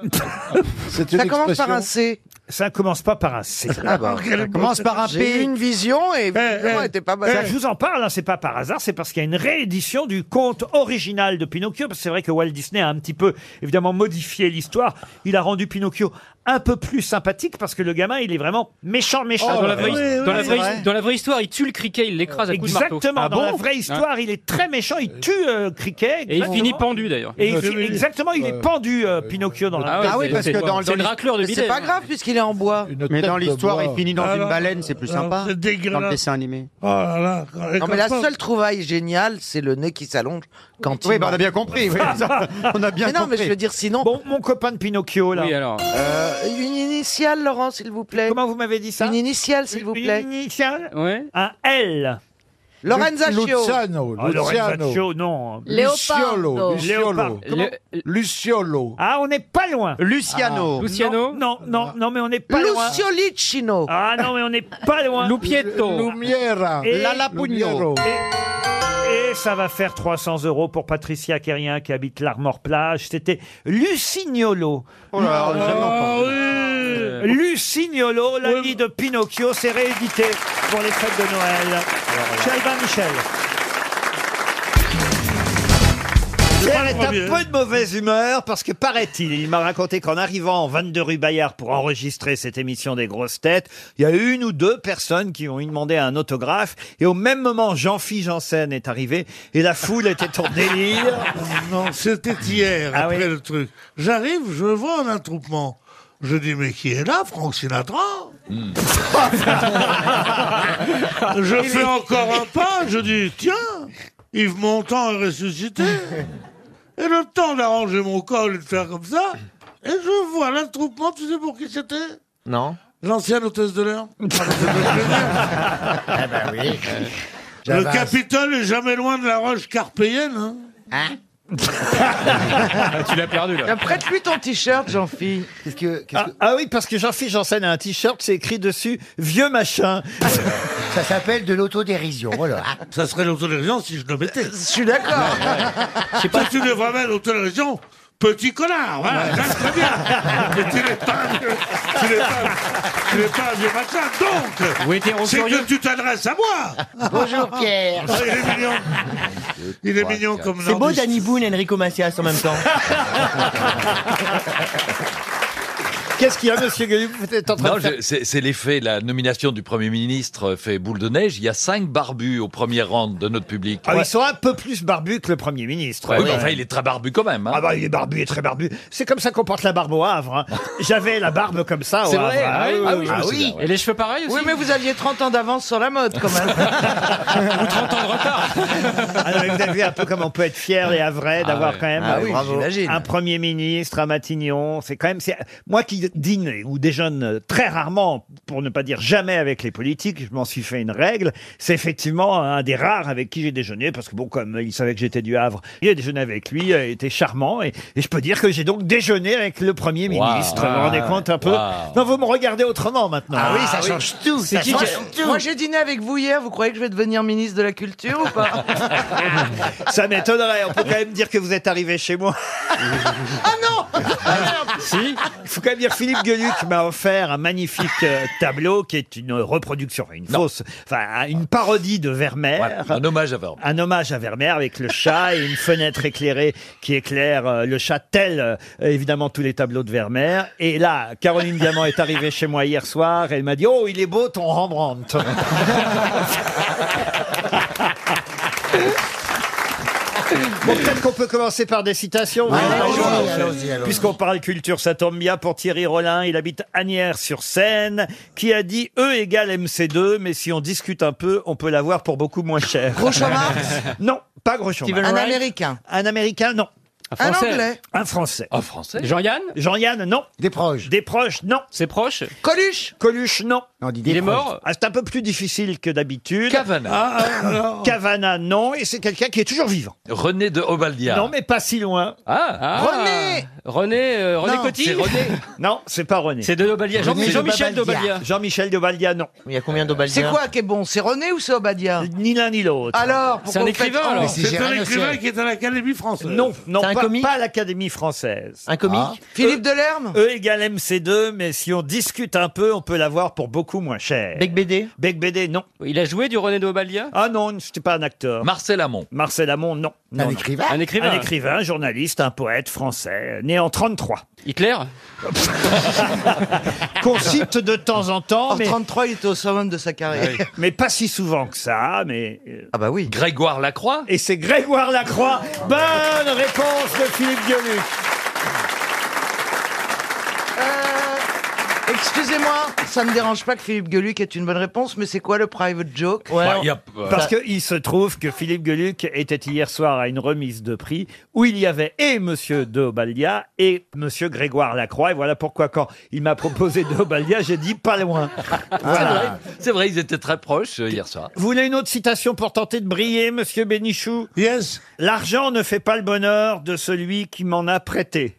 C'est
une Ça commence expression. par un C.
Ça commence pas par un C.
Ah bah, ça commence par un P. J'ai eu une vision
Eh,
et visiblement, elle était pas bonne.
Ça, Eh, je vous en parle, hein, c'est pas par hasard, c'est parce qu'il y a une réédition du conte original de Pinocchio. Parce que c'est vrai que Walt Disney a un petit peu, évidemment, modifié l'histoire. Il a rendu Pinocchio un peu plus sympathique parce que le gamin, il est vraiment méchant, méchant.
Ah, dans, la vraie, dans, la vraie- dans la vraie histoire, Ah il tue le criquet, il l'écrase à coups de marteau. Hein
Exactement, dans la vraie histoire, il est très méchant, il tue euh, Criquet.
Et il
exactement.
finit pendu d'ailleurs.
Et il fi- exactement, il est pendu, euh, Pinocchio, dans la
Ah oui, parce que dans- dans l'histoire-
Mais C'est pas grave puisqu'il est en bois.
Mais dans l'histoire, il finit dans
Ah,
une
non.
baleine, c'est plus
Alors,
sympa.
c'est dégueulasse.
Dans le dessin animé.
Oh là là. Non, mais la seule trouvaille géniale, c'est le nez qui s'allonge quand
Oui,
il
bah, on a
mange.
bien compris, oui. On a bien
mais non, mais
compris.
je veux dire, sinon.
Bon, mon copain de Pinocchio, là.
Oui, alors.
Euh, une initiale, Laurent, s'il vous plaît.
Comment vous m'avez dit ça
Une initiale, s'il vous plaît.
Une initiale
Ouais.
Un L.
Lorenzaccio.
Luciano, Ah, Lorenzaccio, non. Léopardo. Léopardo. Comment
Luciolo.
Ah, on n'est pas loin. Ah.
Luciano.
Luciano Non, non, non, mais on n'est pas loin.
Luciolicino.
Ah non, mais on n'est pas loin.
Lupietto.
Lumière.
Et-
Lalapugno.
Et ça va faire 300 euros pour Patricia Kérien qui habite l'Armor-Plage. C'était Lucignolo.
Oh là là, on l'a jamais entendu.
Euh, Lucignolo, l'ami de Pinocchio, c'est réédité pour les fêtes de Noël. Chez Albin Michel. Pierre est un peu de mauvaise humeur parce que paraît-il, il m'a raconté qu'en arrivant en 22 rue Bayard pour enregistrer cette émission des grosses têtes, il y a une ou deux personnes qui ont eu demandé un autographe et au même moment Jean-Philippe Janssen est arrivé et la foule était en délire.
Non, c'était hier,
Ah
après le truc. J'arrive, je vois un attroupement. Je dis, mais qui est là, Franck Sinatra Je
Il
fais
est-
encore un pas, je dis, tiens, Yves Montand est ressuscité. Et le temps d'arranger mon col et de faire comme ça, et je vois l'attroupement, tu sais pour qui c'était
Non.
L'ancienne hôtesse de l'air.
Eh
Ah
ben
bah oui.
euh,
Le Capitole est jamais loin de la roche carpéenne. Hein,
Ah, tu l'as perdu là.
Prête-lui ton t-shirt, Jean-Phi. Qu'est-ce que.
Ah, ah oui, parce que Jean-Philippe Janssen a un t-shirt, c'est écrit dessus vieux machin.
Ça s'appelle de l'autodérision, voilà.
Ça serait l'autodérision si je le mettais. Je
suis d'accord.
Toi, tu devrais mettre l'autodérision petit connard. Voilà, ça, très bien. Mais tu n'es pas, un vieux- tu n'es pas, tu n'es pas un vieux machin. Donc,
Oui, t'es
c'est
curieux.
que tu t'adresses à moi.
Bonjour, Pierre.
Oh,
Ah, il
Euh.
est mignon. Il est mignon comme
C'est beau
Nordiste.
Danny Boone et Enrico Macias en même temps.
Qu'est-ce qu'il y a, monsieur Guillaume Vous êtes en train
Non,
de faire-
je- c'est c'est l'effet, la nomination du Premier
euh,
ministre fait boule de neige. Il y a cinq barbus au premier rang de notre public.
Ah, Ils sont un peu plus barbus que le Premier ministre.
Ouais,
Ouais.
mais enfin, il est très barbu quand même. hein.
Ah bah il est barbu, il est très barbu. C'est comme ça qu'on porte la barbe au Havre. hein. J'avais la barbe comme ça au
C'est
Havre. hein.
vrai, ah oui, ah oui, je me souviens,
Et les cheveux pareils aussi
Oui, mais vous aviez 30 ans d'avance sur la mode, quand même.
Ah non, mais vous avez vu un peu comme on peut être fier et à vrai d'avoir
ouais.
quand même
Ah
euh,
oui,
bravo,
j'imagine.
un premier ministre à Matignon. C'est quand même c'est moi qui dîne ou déjeune euh, très rarement, pour ne pas dire jamais avec les politiques. Je m'en suis fait une règle. C'est effectivement un des rares avec qui j'ai déjeuné parce que bon, comme il savait que j'étais du Havre, il a déjeuné avec lui, euh, il était charmant et, et je peux dire que j'ai donc déjeuné avec le premier ministre. Vous vous rendez compte un peu
Ah, Waouh.
Non, vous me regardez autrement maintenant.
Ah oui, ça change tout,
C'est
ça
qui
change
j'ai-
Moi, j'ai dîné avec vous hier. Vous croyez que je vais devenir ministre de la Culture ou pas
Ça m'étonnerait. On peut quand même dire que vous êtes arrivé chez moi.
Ah non
si. Il faut quand même dire Philippe Gueluc m'a offert un magnifique euh, tableau qui est une reproduction, enfin, une fausse, enfin une parodie de Vermeer.
Un hommage à Vermeer.
Un hommage à Vermeer avec le chat et une fenêtre éclairée qui éclaire euh, le chat tel euh, évidemment tous les tableaux de Vermeer. Et là, Caroline Diamant est arrivée chez moi hier soir et elle m'a dit "Oh, il est beau ton Rembrandt." Bon, peut-être qu'on peut commencer par des citations.
allons-y, allons-y, allons-y.
Puisqu'on parle culture, ça tombe bien pour Thierry Rollin. Il habite Agnières-sur-Seine, qui a dit E égale MC2, mais si on discute un peu, on peut l'avoir pour beaucoup moins cher.
Groucho Marx
Non, pas Groucho
Un
Marx.
Américain.
Un Américain, non.
Un Français. Anglais.
Un Français.
Un Français.
Jean-Yann
Jean-Yann, non. Des proches. Des proches, non.
Ses proches
Coluche
Coluche, non.
des Il est proches. mort
Ah, C'est un peu plus difficile que d'habitude.
Cavana.
Ah, ah, non.
Cavana, non. Et c'est quelqu'un qui est toujours vivant.
René de Obaldia.
Non, mais pas si loin.
Ah,
René
René, euh, René
Non,
Coty
c'est René. Non, c'est pas René.
C'est de Dobalia. Jean-
René
Jean-Michel
de Babalia.
Dobalia.
Jean-Michel Dobalia, non.
Il y a combien d'Obadiens
C'est quoi qui est bon C'est René ou c'est Obadia
Ni l'un ni l'autre.
Alors, pourquoi vous faites- Oh, mais
C'est un écrivain qui est à l'Académie française.
Non, Euh, non,
C'est
pas,
un comique
pas l'Académie française.
Un comique
Philippe Delerme
Ah. E égale MC2, mais si on discute un peu, on peut l'avoir pour beaucoup moins cher. Bec
BD
Bec BD, non.
Il a joué du René de Obalia
Ah non, c'était pas un acteur.
Marcel Amont.
Marcel Amont, non. Non, non.
écrivain Un écrivain.
Un écrivain, un journaliste, un poète français, né en 33.
Hitler
Qu'on cite de temps en temps,
En
mais,
33, il était au summum de sa carrière.
mais pas si souvent que ça. Mais... euh,
Ah bah oui.
Grégoire Lacroix.
Et c'est Grégoire Lacroix. Bonne réponse de Philippe Gueluc.
Euh, Excusez-moi, ça ne me dérange pas que Philippe Gueluc ait une bonne réponse, mais c'est quoi le private joke
Bah, Parce qu'il se trouve que Philippe Gueluc était hier soir à une remise de prix où il y avait et Monsieur Dobalia et Monsieur Grégoire Lacroix. Et voilà pourquoi quand il m'a proposé Dobalia, j'ai dit pas loin.
C'est
Voilà.
vrai, C'est vrai, ils étaient très proches euh, hier soir.
Vous voulez une autre citation pour tenter de briller, Monsieur Bénichou Yes. L'argent ne fait pas le bonheur de celui qui m'en a prêté.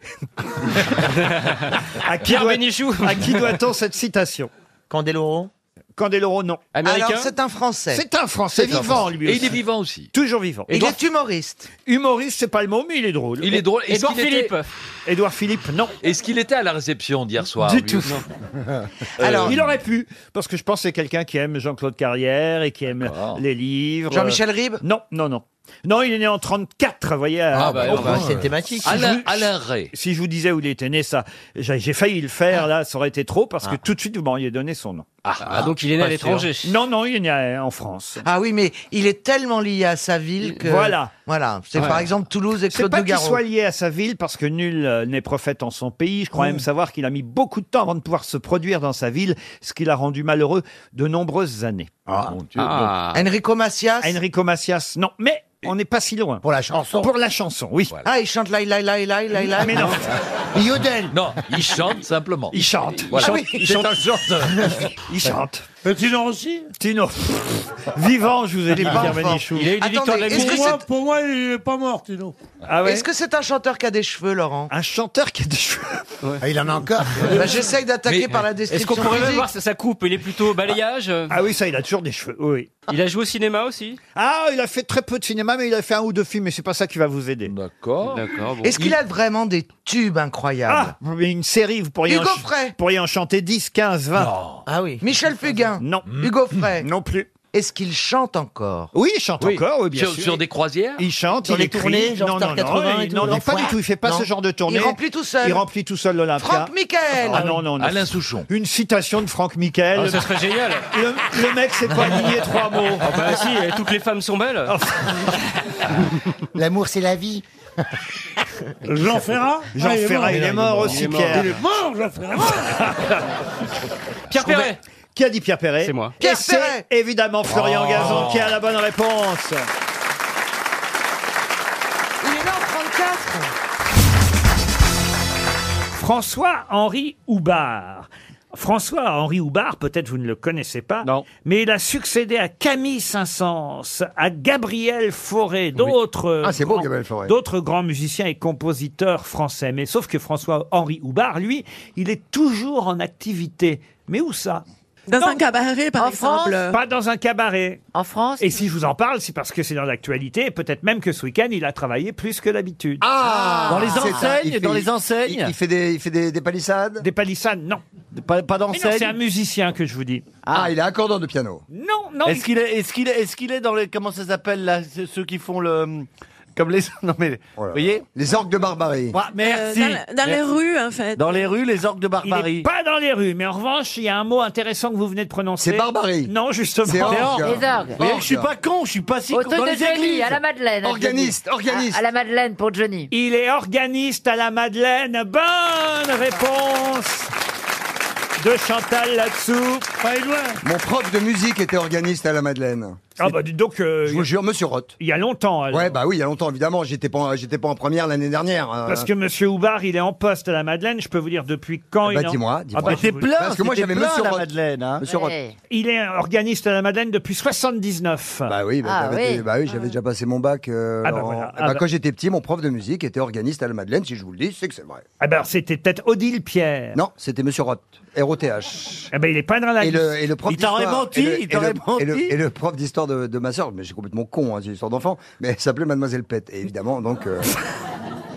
à qui
Pierre
doit-
Bénichou.
À qui doit-on cette citation Candeloro Candeloro, non.
Américain Alors, c'est un Français.
C'est un Français
C'est un
vivant,
Français.
lui
Et
aussi.
il est
vivant aussi.
Toujours vivant.
Il est humoriste.
Humoriste, c'est pas le mot, mais il est drôle.
Il est drôle. Est-ce
Édouard
qu'il était-
Édouard Philippe, non.
Est-ce qu'il était à la réception d'hier soir
Du
lui
tout.
Ah.
Non.
Alors,
Euh,
il aurait pu, parce que je pense que c'est quelqu'un qui aime Jean-Claude Carrière et qui aime les livres.
Jean-Michel
Ribes Non, non, non. Non, il est né en 34, vous voyez.
Ah
à-
bah,
oh,
au
bah,
point.
c'est thématique.
Si je
Alain-
vous-
Alain
Ray.
Si je vous disais où il était né, ça, j'ai j'ai failli le faire, là, ça aurait été trop, parce que tout de suite, vous m'auriez donné son nom.
ah, donc il est né à
Pas
l'étranger.
sûr. Non, non, il est né à- en France.
Ah oui, mais il est tellement lié à sa ville que.
Voilà.
Voilà. C'est
Ouais.
par exemple Toulouse et
C'est
Claude
pas
de
qu'il
Garros.
soit lié à sa ville, parce que nul euh, n'est prophète en son pays.
Mm.
Je crois même savoir qu'il a mis beaucoup de temps avant de pouvoir se produire dans sa ville, ce qui l'a rendu malheureux de nombreuses années.
Ah. Enrico Macias
Enrico Macias, non. Mais on n'est pas si loin. Pour la chanson Pour la chanson, oui.
Ah, il chante la la la la la la.
Ah, Mais non.
Yodel.
Non, il chante simplement.
Il chante.
Voilà.
Il chante.
C'est
Il chante.
un chanteur.
Il chante.
Tino aussi
Tino. Vivant, je vous ai dit, Pierre Benichou.
pour, moi, pour moi, il est pas mort, Tino.
Ah ouais
Est-ce que c'est un chanteur qui a des cheveux, Laurent
Un chanteur qui a des cheveux
Il en a encore. J'essaye d'attaquer
Mais,
par la
euh,
description.
Est-ce qu'on pourrait
physique.
voir sa- sa coupe Il est plutôt au balayage euh,
Ah oui, ça, il a toujours des cheveux, oui.
Il a joué au cinéma aussi
Ah, il a fait très peu de cinéma, mais il a fait un ou deux films, mais c'est pas ça qui va vous aider.
D'accord.
D'accord, bon.
Est-ce qu'il a vraiment des tubes incroyables
Ah, mais une série, vous pourriez,
Hugo
en, ch-
Frey.
vous pourriez en chanter 10, 15, 20.
Ah oui. Michel Fugain
Non.
Hugo Frey
Non plus.
Est-ce qu'il chante encore
Oui, il chante
Oui.
encore, oui, bien
sur,
sûr.
sur des croisières
Il chante,
Sur
il
les
écrit.
tournées, genre
non,
Star
non,
80
non,
et
il-
tout,
non,
des
non, pas
fois.
du tout. Il fait pas
Non.
ce genre de tournée.
Il remplit tout seul.
Il remplit tout seul l'Olympia.
Franck Michael
Ah non, non, non.
Alain Souchon.
Une citation de Franck Michael.
Ah, ça serait génial.
Le, le mec sait pas lier trois mots.
Ah bah si, euh, toutes les femmes sont belles.
L'amour, c'est la vie.
Jean Ferrat
Jean
Ah, il est
Ferrat,
mort.
il est mort aussi, Pierre.
Il est mort, Jean Ferrat.
Pierre Perret.
Qui a dit Pierre Perret C'est
moi.
Et c'est évidemment Florian
Oh.
Gazan qui a la bonne réponse.
Il est né en 34.
François-Henri Houbard. François-Henri Houbard, peut-être vous ne le connaissez pas, mais il a succédé à Camille Saint-Saëns, à Gabriel Fauré, d'autres
Ah, c'est beau,
grands-
Gabriel Fauré.
d'autres grands musiciens et compositeurs français. Mais sauf que François-Henri Houbard, lui, il est toujours en activité. Mais où ça
Dans un cabaret, par
en
exemple.
France, pas dans un cabaret. En France. Et si je vous en parle, c'est parce que c'est dans l'actualité. et Peut-être même que ce week-end, il a travaillé plus que d'habitude.
Ah
Dans les
C'est un-
enseignes,
il fait-
dans les enseignes.
Il, il fait des, il fait des, des palissades
Des palissades, non.
pas pas
Mais non,
d'enseignes
c'est un musicien que je vous dis.
Ah, il est accordant de piano.
Non, non.
Est-ce qu'il est, est-ce qu'il est, est-ce qu'il est dans les, comment ça s'appelle là, ceux ceux qui font le, comme les, non mais, vous voyez
Oh Les orgues de barbarie.
Ouais, merci.
Euh, dans la- dans les
Merci.
rues, en
euh,
fait.
Dans les rues, les orgues de
Il n'est
barbarie.
pas dans les rues, mais en revanche, il y a un mot intéressant que vous venez de prononcer.
C'est barbarie.
Non, justement.
C'est orgue.
Les orgues.
Vous voyez que je suis pas con, je suis pas si
Au
con.
truc
Dans
de
les
Johnny,
églises.
à la Madeleine. à Johnny.
Organiste, organiste.
À, à la Madeleine pour Johnny.
Il est organiste à la Madeleine. Bonne réponse de Chantal là-dessous. Pas loin.
Mon prof de musique était organiste à la Madeleine.
Ah bah dites donc. euh,
Je vous jure, Monsieur Roth.
Il y a longtemps. alors.
Ouais, bah oui, il y a longtemps, évidemment. J'étais pas, en- Euh, j'étais pas en première l'année dernière. euh.
Parce que Monsieur Houbard, il est en poste à la Madeleine. Je peux vous dire depuis quand
Ah
il
bah
est. en-
dis-moi, dis-moi.
Ah bah,
Mais
je
t'es
vous- Eh.
plein, Parce que moi, t'es j'avais plein, Monsieur la Roth.
Madeleine, hein.
Monsieur Roth.
Il est organiste à la Madeleine depuis 79.
Bah oui, bah,
Ah
t'avais
oui.
été- bah oui, j'avais déjà passé mon bac. euh,
Ah bah
en-
voilà.
Eh
Ah
bah
bah-
Quand j'étais petit, mon prof de musique était organiste à la Madeleine. Si je vous le dis, c'est que c'est vrai.
Ah bah, alors, c'était peut-être Odile Pierre.
Non, c'était Monsieur Roth, R.O.T.H.
Ah bah, il est pas dans la
Et le,
liste.
et le prof
Il t'aurait
d'histoire-
menti,
et le-
il
et
t'aurait
le- et le-
menti.
Et le prof d'histoire de, de ma soeur, mais j'ai complètement con, hein, c'est une histoire d'enfant, mais elle s'appelait Mademoiselle Pet. Et évidemment, donc, euh,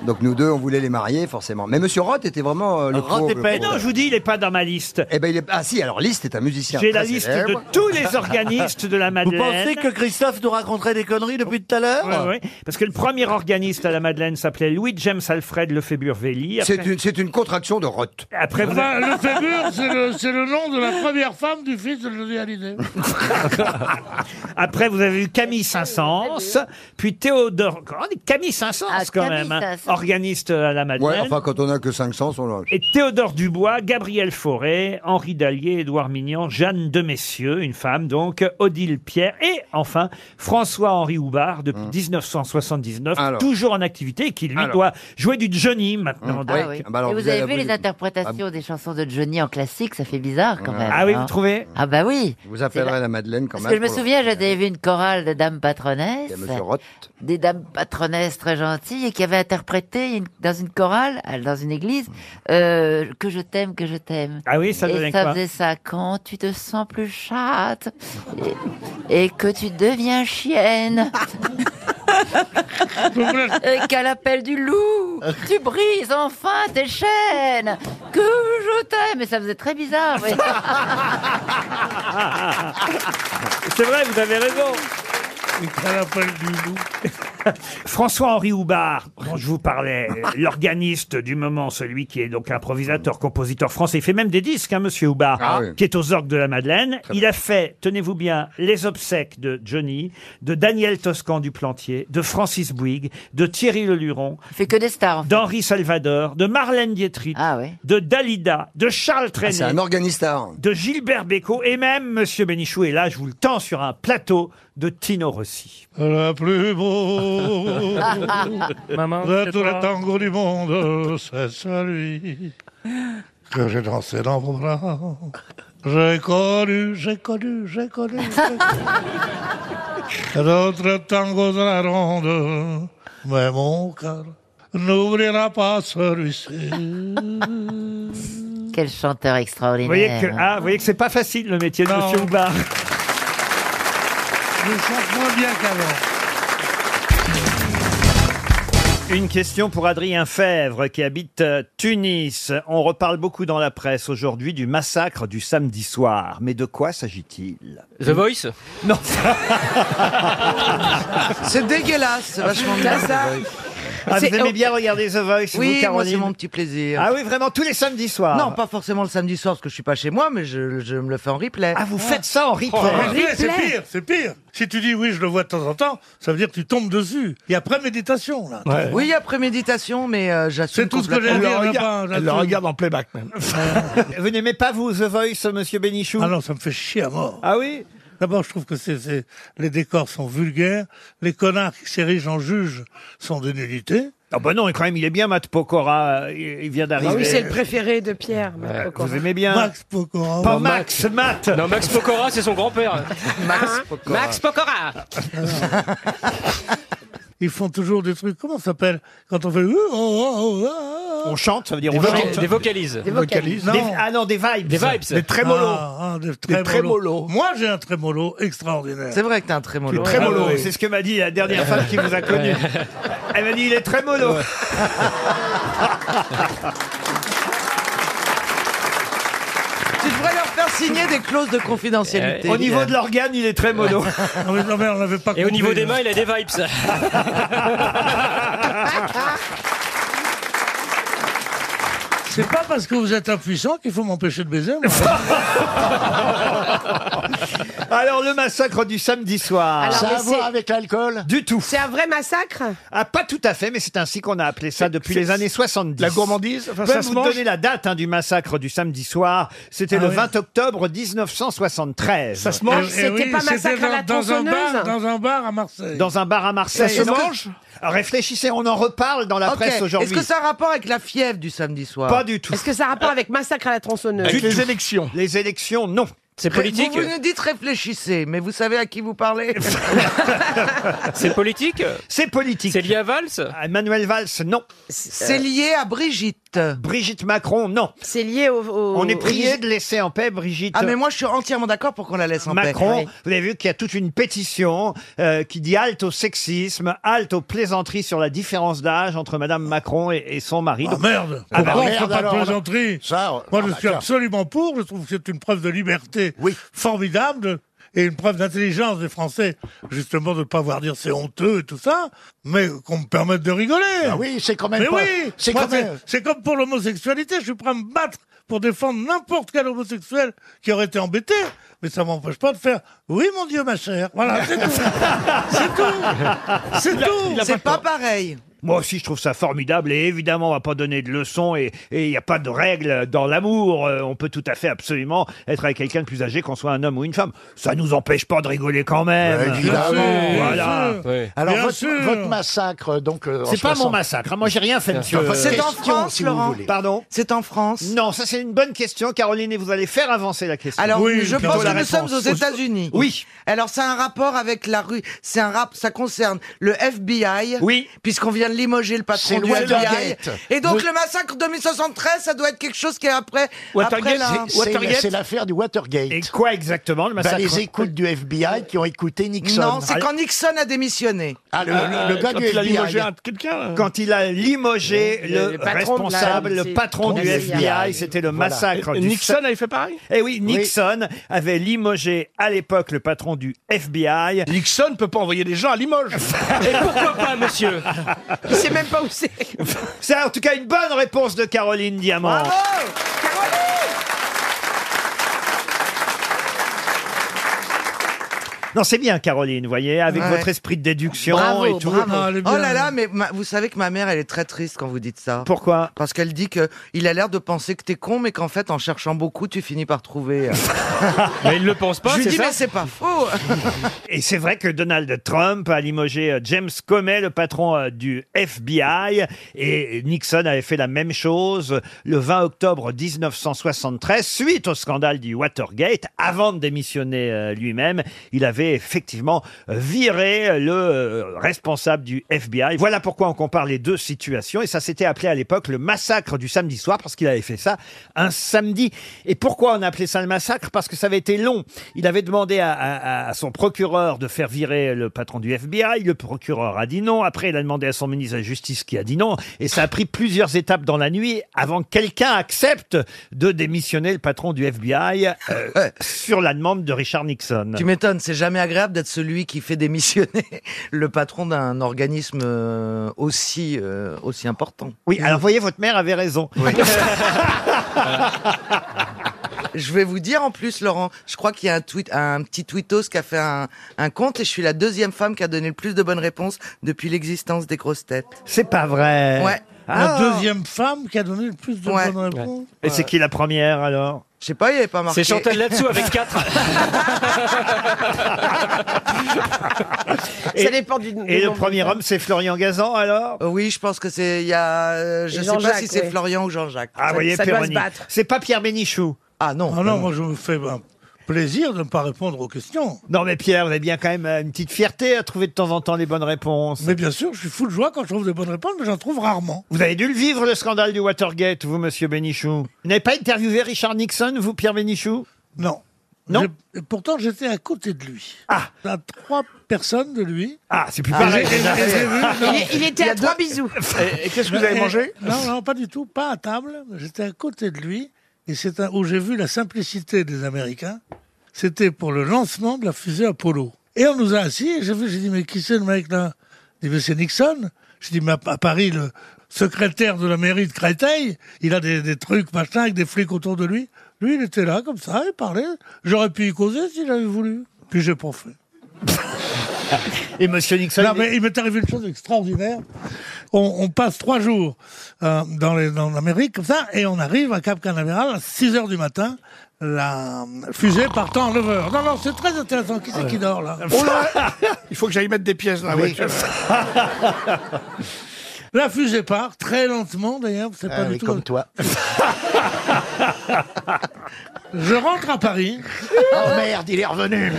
donc nous deux, on voulait les marier, forcément. Mais Monsieur Roth était vraiment euh, le
Roth
pro.
et
le
Pet.
pro.
Non, je vous dis, il est pas dans ma liste.
Eh ben, il est... Ah si, alors Liszt est un musicien.
J'ai la
très
liste de
célèbre.
tous les organistes de la
Vous
Madeleine.
pensez que Christophe nous raconterait des conneries depuis tout à l'heure
Ouais, ouais. Parce que le premier organiste à la Madeleine s'appelait Louis James Alfred Lefebvre-Velly. Après-
C'est une, c'est une contraction de Roth.
Après, vous-
Enfin, le Fébure, c'est le, c'est le nom de la première femme du fils de Johnny Hallyday.
après, vous avez eu Camille Saint-Saëns, puis Théodore Grand. Camille Saint-Saëns,
Ah,
quand
Camille
même. hein.
Saint-Saëns.
organiste à la Madeleine.
Ouais, enfin, quand on a que 500, on l'a.
Et Théodore Dubois, Gabriel Fauré, Henri Dallier, Édouard Mignon, Jeanne de Messieux, une femme donc, Odile Pierre et enfin François-Henri Houbard depuis 1979, toujours en activité et qui lui
Alors.
doit jouer du Johnny
Hein
maintenant.
Ah
donc.
oui.
bah
Et vous avez vu les interprétations des chansons de Johnny en classique, ça fait bizarre quand même.
Ah oui, vous
hein.
trouvez
Ah bah oui.
Vous appellerez la Madeleine quand
Parce
même.
que je me
pour-
souviens, j'avais vu une chorale de dames
Il
patronesses,
y a Monsieur Roth.
des dames patronesses très gentilles et qui avaient interprété une- dans une chorale, euh, dans une église, euh, que je t'aime, que je t'aime.
Mm. Ah oui, ça
Et
donnait
ça
quoi
faisait ça quand tu te sens plus chatte et, et que tu deviens chienne. Et qu'à l'appel du loup, tu brises enfin tes chaînes. Que je t'aime. Mais ça faisait très bizarre. oui.
C'est vrai, vous avez raison. François-Henri Houbard, dont je vous parlais, l'organiste du moment, celui qui est donc improvisateur, compositeur français, il fait même des disques, hein, monsieur Houbard,
Ah oui.
qui est aux orgues de la Madeleine. il a fait, tenez-vous bien, les obsèques de Johnny, de Daniel Toscan du Plantier, de Francis Bouygues, de Thierry Leluron.
fait Ah que des stars.
D'Henri Salvador, de Marlène Dietrich, de Dalida, de Charles Trenet.
Ah, c'est un
organistar. De Gilbert Bécaud et même monsieur Bénichou. Et là, je vous le tends sur un plateau de Tino Rossi.
La plus beau
Maman,
de
c'est
tous les
toi.
tangos du monde, c'est celui que j'ai dansé dans vos bras. J'ai connu, j'ai connu, j'ai connu, j'ai connu d'autres tangos de la ronde, mais mon cœur n'oubliera pas celui-ci.
Quel chanteur
Vous voyez
extraordinaire.
que, ah, vous voyez que c'est pas facile le métier de
Non.
monsieur Houbard.
Je chante moins bien qu'avant.
Une question pour Adrien Fèvre qui habite euh, Tunis. On reparle beaucoup dans la presse aujourd'hui du massacre du samedi soir. Mais de quoi s'agit-il
The Voice
Non.
C'est dégueulasse, c'est vachement bien.
Ah, vous
C'est- oh.
aimez bien regarder The Voice, vous,
Oui, moi,
Caroline
c'est mon petit plaisir.
Ah oui, vraiment, tous les samedis soirs
Non, pas forcément le samedi soir, parce que je suis pas chez moi, mais je, je me le fais en replay.
Ah, vous faites ça en
Oh, replay, c'est pire, c'est pire. Si tu dis oui, je le vois de temps en temps, ça veut dire que tu tombes dessus. Il y a préméditation, là.
Oui, après méditation, mais euh, j'assume
C'est tout ce que
complètement.
j'ai à dire, là-bas, j'assume.
en playback même. vous n'aimez pas, vous, The Voice, euh, monsieur Bénichou
Ah non, ça me fait chier à mort.
Ah oui
D'abord, je trouve que c'est- c'est- les décors sont vulgaires. Les connards qui s'érigent en juges sont de nullité.
Ah bah non, et quand même, il est bien, Matt Pokora. euh, Il il vient
Ah
Ah
d'arriver.
préféré de Pierre.
Vous aimez bien
Max Pokora.
Pas Max, Matt.
Non, Max Pokora, c'est son grand-père. Max Pokora. Max Pokora.
Ils font toujours des trucs, comment ça s'appelle Quand on fait... Oh, oh, oh, oh, oh.
On chante, ça veut dire
Des
on
voca-
chante.
des vocalises. Des vocalises.
Des-
Non.
ah non, des vibes.
Des trémolos. des trémolos. Moi, j'ai un trémolo extraordinaire.
C'est vrai que t'es un trémolo.
Très mollo, c'est ce que m'a dit la dernière femme qui vous a connu. Elle m'a dit il est très mollo.
Tu devrais leur faire signer des clauses de confidentialité.
Au niveau de l'organe, il est très mollo.
Eh, non, mais, non, mais on n'avait pas
Et au
compris,
niveau des
hein.
mains, il a des vibes.
C'est pas parce que vous êtes impuissant qu'il faut m'empêcher de baiser. moi.
Alors, le massacre du samedi soir.
Alors, Ça a mais à voir c'est-
avec l'alcool Du tout.
C'est un vrai massacre
Ah, pas tout à fait, mais c'est ainsi qu'on a appelé ça depuis
c'est-
les années 70.
La gourmandise
Je
Enfin,
peux
ça se
vous
mange
donner la date hein, du massacre du samedi soir. C'était
Ah
le
oui.
20 octobre 1973.
Ça se mange
Eh, eh oui, c'était dans, dans un bar, dans un bar à Marseille.
Dans un bar à Marseille.
Ça se
Non.
mange
Alors, Réfléchissez, on en reparle dans la
Ok.
presse aujourd'hui.
Est-ce que ça a rapport avec la fièvre du samedi soir
Pas du tout.
Est-ce que ça a rapport avec massacre à la tronçonneuse
élections. Les élections, non. C'est
Vous, vous nous dites réfléchissez, mais vous savez à qui vous parlez
C'est politique
C'est politique.
C'est lié à Valls
Manuel Valls, non.
C'est lié à Brigitte.
Brigitte Macron, non.
C'est lié au.
On est prié de laisser en paix Brigitte.
Ah mais moi je suis entièrement d'accord pour qu'on la laisse en
Macron,
paix. Ah
vous avez vu qu'il y a toute une pétition euh, qui dit halte au sexisme, halte aux plaisanteries sur la différence d'âge entre Madame Macron et, et son mari.
Ah merde
Ah bah
Pourquoi on
merde,
fait pas de
alors,
plaisanterie
ah,
Moi,
bah,
je suis absolument pour. Je trouve que c'est une preuve de liberté formidable de- et une preuve d'intelligence des Français, justement, de ne pas voir dire c'est honteux et tout ça, mais qu'on me permette de rigoler.
Ah oui, c'est quand même
Mais
pas-
oui
c'est
Moi,
quand même-
C'est comme pour l'homosexualité. Je suis prêt à me battre pour défendre n'importe quel homosexuel qui aurait été embêté. Mais ça m'empêche pas de faire « Oui, mon Dieu, ma chère ». Voilà, c'est tout. c'est tout. C'est
Il a-
tout.
il a pas C'est pas tort. pareil.
Moi aussi, je trouve ça formidable. Et évidemment, on va pas donner de leçons et et il n'y a pas de règles dans l'amour. Euh, on peut tout à fait, absolument, être avec quelqu'un de plus âgé, qu'on soit un homme ou une femme. Ça nous empêche pas de rigoler quand même.
Bah, évidemment. Bien sûr,
Voilà.
bien sûr. Ouais. Alors, Bien votre- sûr. votre massacre, donc. euh,
C'est pas mon massacre. hein. Moi, j'ai rien fait, monsieur.
Enfin, c'est en
Question,
France,
vous
Laurent.
voulez. Pardon C'est en France Non, ça, c'est une bonne question, Caroline, et vous allez faire avancer la question.
Alors, je pense que
la
nous sommes
réponse.
aux États-Unis.
Oui.
Alors, c'est un rapport avec la rue. C'est un rap. Ça concerne le FBI.
Oui.
Puisqu'on vient de limoger le patron
C'est
du
Watergate.
FBI. Et donc,
Vous-
le massacre de 1973, ça doit être quelque chose qui est après. après la...
C'est l'affaire du Watergate. Et
quoi exactement le Ah,
massacre
Les écoutes du FBI qui ont écouté Nixon.
Ah,
Non, c'est quand Nixon a démissionné.
Ah, le- le- le gars du FBI.
Quand il a limogé
Le-
le,
le patron de la-
responsable, le
c'est-
patron du
Voilà.
FBI, c'était le
Voilà.
massacre
Et- et
du...
Nixon
avait fait pareil Eh oui, Nixon avait limogé à l'époque le patron du FBI. Nixon ne peut pas envoyer des gens à Limoges
Et pourquoi pas, monsieur
Il sait même pas où c'est C'est en tout cas une bonne réponse de Caroline Diamant Non, c'est bien, Caroline, vous voyez, avec
Ouais.
votre esprit de déduction et tout. Ah,
Oh là là, mais ma- vous savez que ma mère, elle est très triste quand vous dites ça.
Pourquoi
Parce qu'elle dit que il a l'air de penser que t'es con, mais qu'en fait, en cherchant beaucoup, tu finis par trouver. euh.
Mais il le pense
Je lui dis, mais c'est pas faux.
Et c'est vrai que Donald Trump a limogé euh, James Comey, le patron euh, du FBI, et Nixon avait fait la même chose le 20 octobre 1973, suite au scandale du Watergate. Avant de démissionner euh, lui-même, il avait effectivement euh, viré le euh, responsable du FBI. Voilà pourquoi on compare les deux situations, et ça s'était appelé à l'époque le massacre du samedi soir, parce qu'il avait fait ça un samedi. Et pourquoi on a appelé ça le massacre Parce que ça avait été long. Il avait demandé à, à- à son procureur de faire virer le patron du FBI. Le procureur a dit non. Après, il a demandé à son ministre de la Justice qui a dit non. Et ça a pris plusieurs étapes dans la nuit avant que quelqu'un accepte de démissionner le patron du FBI euh, sur la demande de Richard Nixon.
Tu m'étonnes, c'est jamais agréable d'être celui qui fait démissionner le patron d'un organisme euh, aussi, euh, aussi important.
Oui, alors voyez, votre mère avait raison.
Je vais vous dire en plus, Laurent, je crois qu'il y a un, tweet, un petit tweetos qui a fait un, un compte et je suis la deuxième femme qui a donné le plus de bonnes réponses depuis l'existence des grosses têtes.
C'est pas vrai.
Ouais.
Ah.
Eh. La deuxième femme qui a donné le plus de
Ouais.
bonnes réponses.
Et c'est qui la première alors
Je sais pas, il n'y avait pas marqué.
C'est Chantal là-dessous avec 4.
Et-
Ça dépend du.
Et le premier homme, c'est Florian Gazan, alors
Oui, je pense que c'est. Il y a. euh, Je
Et
sais pas
Jean-Jacques,
si c'est
ouais.
Florian ou Jean-Jacques.
Ah, vous voyez, Péroni. C'est pas Pierre Bénichou.
Ah non.
Ah non, moi je me fais un plaisir de ne pas répondre aux questions.
Non, mais Pierre, vous avez bien quand même euh, une petite fierté à trouver de temps en temps les bonnes réponses.
Mais bien sûr, je suis fou de joie quand je trouve des bonnes réponses, mais j'en trouve rarement.
Vous avez dû le vivre, le scandale du Watergate, vous, monsieur Bénichou. Vous n'avez pas interviewé Richard Nixon, vous, Pierre Bénichou
Non.
Non
Et pourtant, j'étais à côté de lui.
Ah
À trois personnes de lui.
Ah, c'est plus
Ah,
pareil.
j'ai- j'ai- j'ai vu, non.
Il était à trois bisous.
Et,
qu'est-ce que vous avez mangé
Non, non, pas du tout, pas à table. J'étais à côté de lui et c'est un- où j'ai vu la simplicité des Américains. C'était pour le lancement de la fusée Apollo. Et on nous a assis et j'ai vu, j'ai dit, mais qui c'est le mec là Il dit, mais c'est Nixon. J'ai dit, mais à, à Paris, le secrétaire de la mairie de Créteil, il a des, des trucs, machin, avec des flics autour de lui. Lui, il était là, comme ça, il parlait. J'aurais pu y causer s'il avait voulu. Puis j'ai pas fait.
Et Monsieur Nixon.
Non, mais il m'est arrivé une chose extraordinaire. On, on passe trois jours euh, dans les- dans l'Amérique comme ça, et on arrive à Cap Canaveral à 6 heures du matin. La euh, fusée partant à 9 heures. Non, non, c'est très intéressant. Qui c'est qui dort là
Oh Il faut que j'aille mettre des pièces dans la voiture.
La fusée part très lentement d'ailleurs. C'est pas
Ah
du
oui,
tout
comme
toi. Je rentre à Paris.
Oh merde, il est revenu.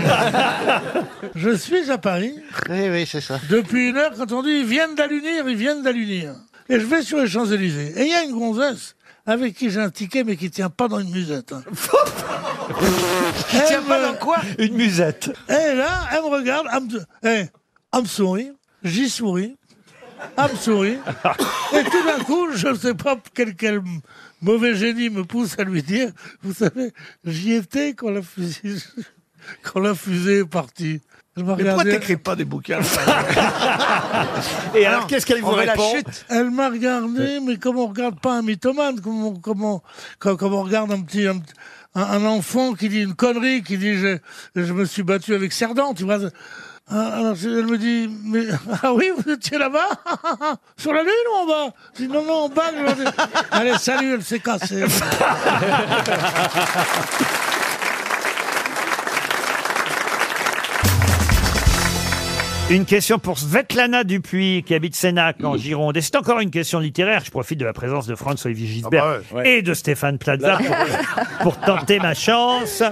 Je suis à Paris.
Oui, oui, c'est ça.
Depuis une heure, quand on dit ils viennent d'Alunir, ils viennent d'Alunir. Et je vais sur les Champs-Élysées. Et il y a une gonzesse avec qui j'ai un ticket, mais qui tient pas dans une musette. hein.
Qui tient pas dans quoi
Une musette.
Et Eh, là, elle me regarde, elle me, eh, elle me sourit, j'y souris, elle me sourit. Et tout d'un coup, je ne sais pas quel, quel mauvais génie me pousse à lui dire, vous savez, j'y étais quand la fusée, quand la fusée est partie. Elle m'a
Mais pourquoi
regardé-
t'écris pas des bouquins
Ah
Et alors, qu'est-ce qu'elle vous répond
Elle m'a regardé, mais comme on regarde pas un mythomane, comme on, comme on- comme- comme on regarde un petit, un, un enfant qui dit une connerie, qui dit je, je me suis battu avec Cerdan, tu vois. Ah, Alors je- elle me dit, mais ah oui, vous étiez là-bas Sur la lune ou en bas Je dis, non, non, en bas. je leur dis. Allez, salut, elle s'est cassée.
Une question pour Svetlana Dupuis, qui habite Sénac, en Gironde. Et c'est encore une question littéraire. Je profite de la présence de Franz-Olivier Gisbert
Ah bah ouais.
et de Stéphane Plaza pour, pour tenter ma chance.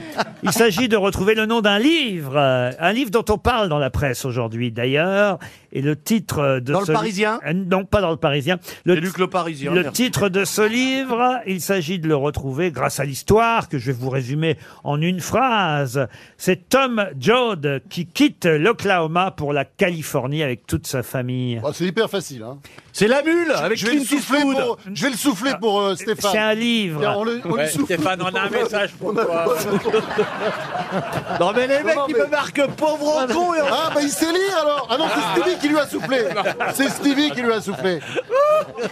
Il s'agit de retrouver le nom d'un livre, euh, un livre dont on parle dans la presse aujourd'hui d'ailleurs. Et le titre euh, de
Dans le
ce li-
Parisien
Euh, Non, pas dans le Parisien. Le
lu que le Parisien,
Le
merci.
titre de ce livre, il s'agit de le retrouver grâce à l'histoire que je vais vous résumer en une phrase. C'est Tom Joad qui quitte l'Oklahoma pour la Californie avec toute sa famille.
Bah, c'est hyper facile. Hein.
C'est la mule avec
je vais, le
Clint
souffler
Eastwood.
pour, je vais le souffler pour euh, Stéphane.
C'est un livre.
Tiens, on le- on le
Ouais,
souffle.
Stéphane, on a un message
pour toi.
Non, mais les mecs, ils me
marquent pauvre con. Ah bah il sait lire alors. Ah non, c'est Stevie qui lui a soufflé. C'est Stevie qui lui a soufflé.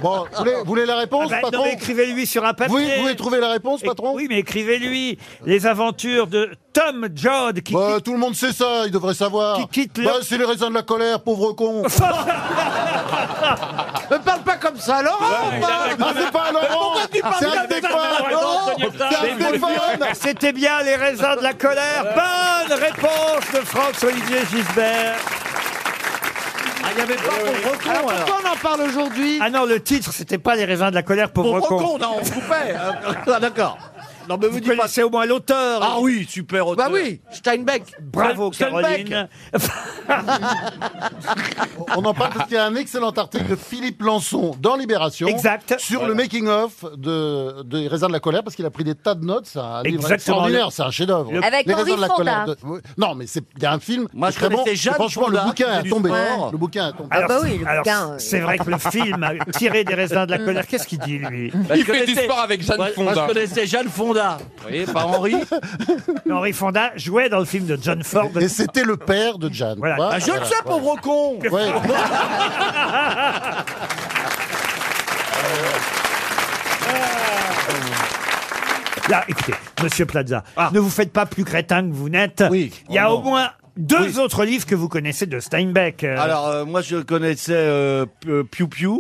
Bon, vous voulez, vous voulez la réponse,
Ah bah, non,
patron
mais écrivez-lui sur un papier.
Oui, vous pouvez trouver la réponse, patron
Oui, mais écrivez-lui les aventures de Tom Joad qui
Bah, tout le monde sait ça, il devrait savoir.
Qui quitte le-
bah, c'est les raisins de la colère, pauvre con.
Ne parle pas comme ça, Laurent
Ah, c'est pas Laurent
Pourquoi tu parles
C'est un
comme ça,
Stéphane
Laurent
Laurent C'est un
Mais
Stéphane
C'était bien les raisins de la colère. Bonne réponse de Franck-Olivier Gisbert. Ah, il n'y avait pas
Euh,
pauvre con.
Alors, pourquoi on en parle aujourd'hui
Ah non, le titre, c'était pas les raisins de la colère pauvre,
Pauvre
con.
con, non, on
coupait. Ah, d'accord. Non, mais vous, connaissez au moins l'auteur. Ah oui, super auteur. Bah oui, Steinbeck. Bravo,
Steinbeck.
Caroline.
On en parle parce qu'il y a un excellent article de Philippe Lançon dans Libération.
Exact.
Sur
Voilà.
le making-of de, des raisins de la colère parce qu'il a pris des tas de notes. C'est un livre
Exactement.
extraordinaire, c'est un chef-d'œuvre.
Le- Avec
Les raisins
Henri
de la
Fonda.
colère de- Oui. Non, mais c'est- il y a un film.
Moi,
c'est
je
très bon.
connaissais Jeanne
Et Franchement, le
Fonda, qui
bouquin
fait
est
du
tombé. Ah,
sport.
Le bouquin est tombé.
Alors, alors, c'est vrai que le film a tiré des raisins de la colère. Qu'est-ce qu'il dit, lui
Bah, Il je fait du connaissais- sport avec Jeanne
Moi,
Fonda.
moi, je connaissais
Jeanne Fonda.
Oui, par Henri.
Henri Fonda jouait dans le film de John Ford.
Et c'était le père de Jeanne.
Voilà.
Voilà,
Ah, je le
voilà,
sais,
voilà.
pauvre con.
Ouais.
Là, écoutez, monsieur Plaza, ne vous faites pas plus crétin que vous n'êtes. Il y a
Oh
au
non.
moins deux autres livres que vous connaissez de Steinbeck. euh,
Alors, euh, moi, je connaissais euh, P- euh, Piu Piu.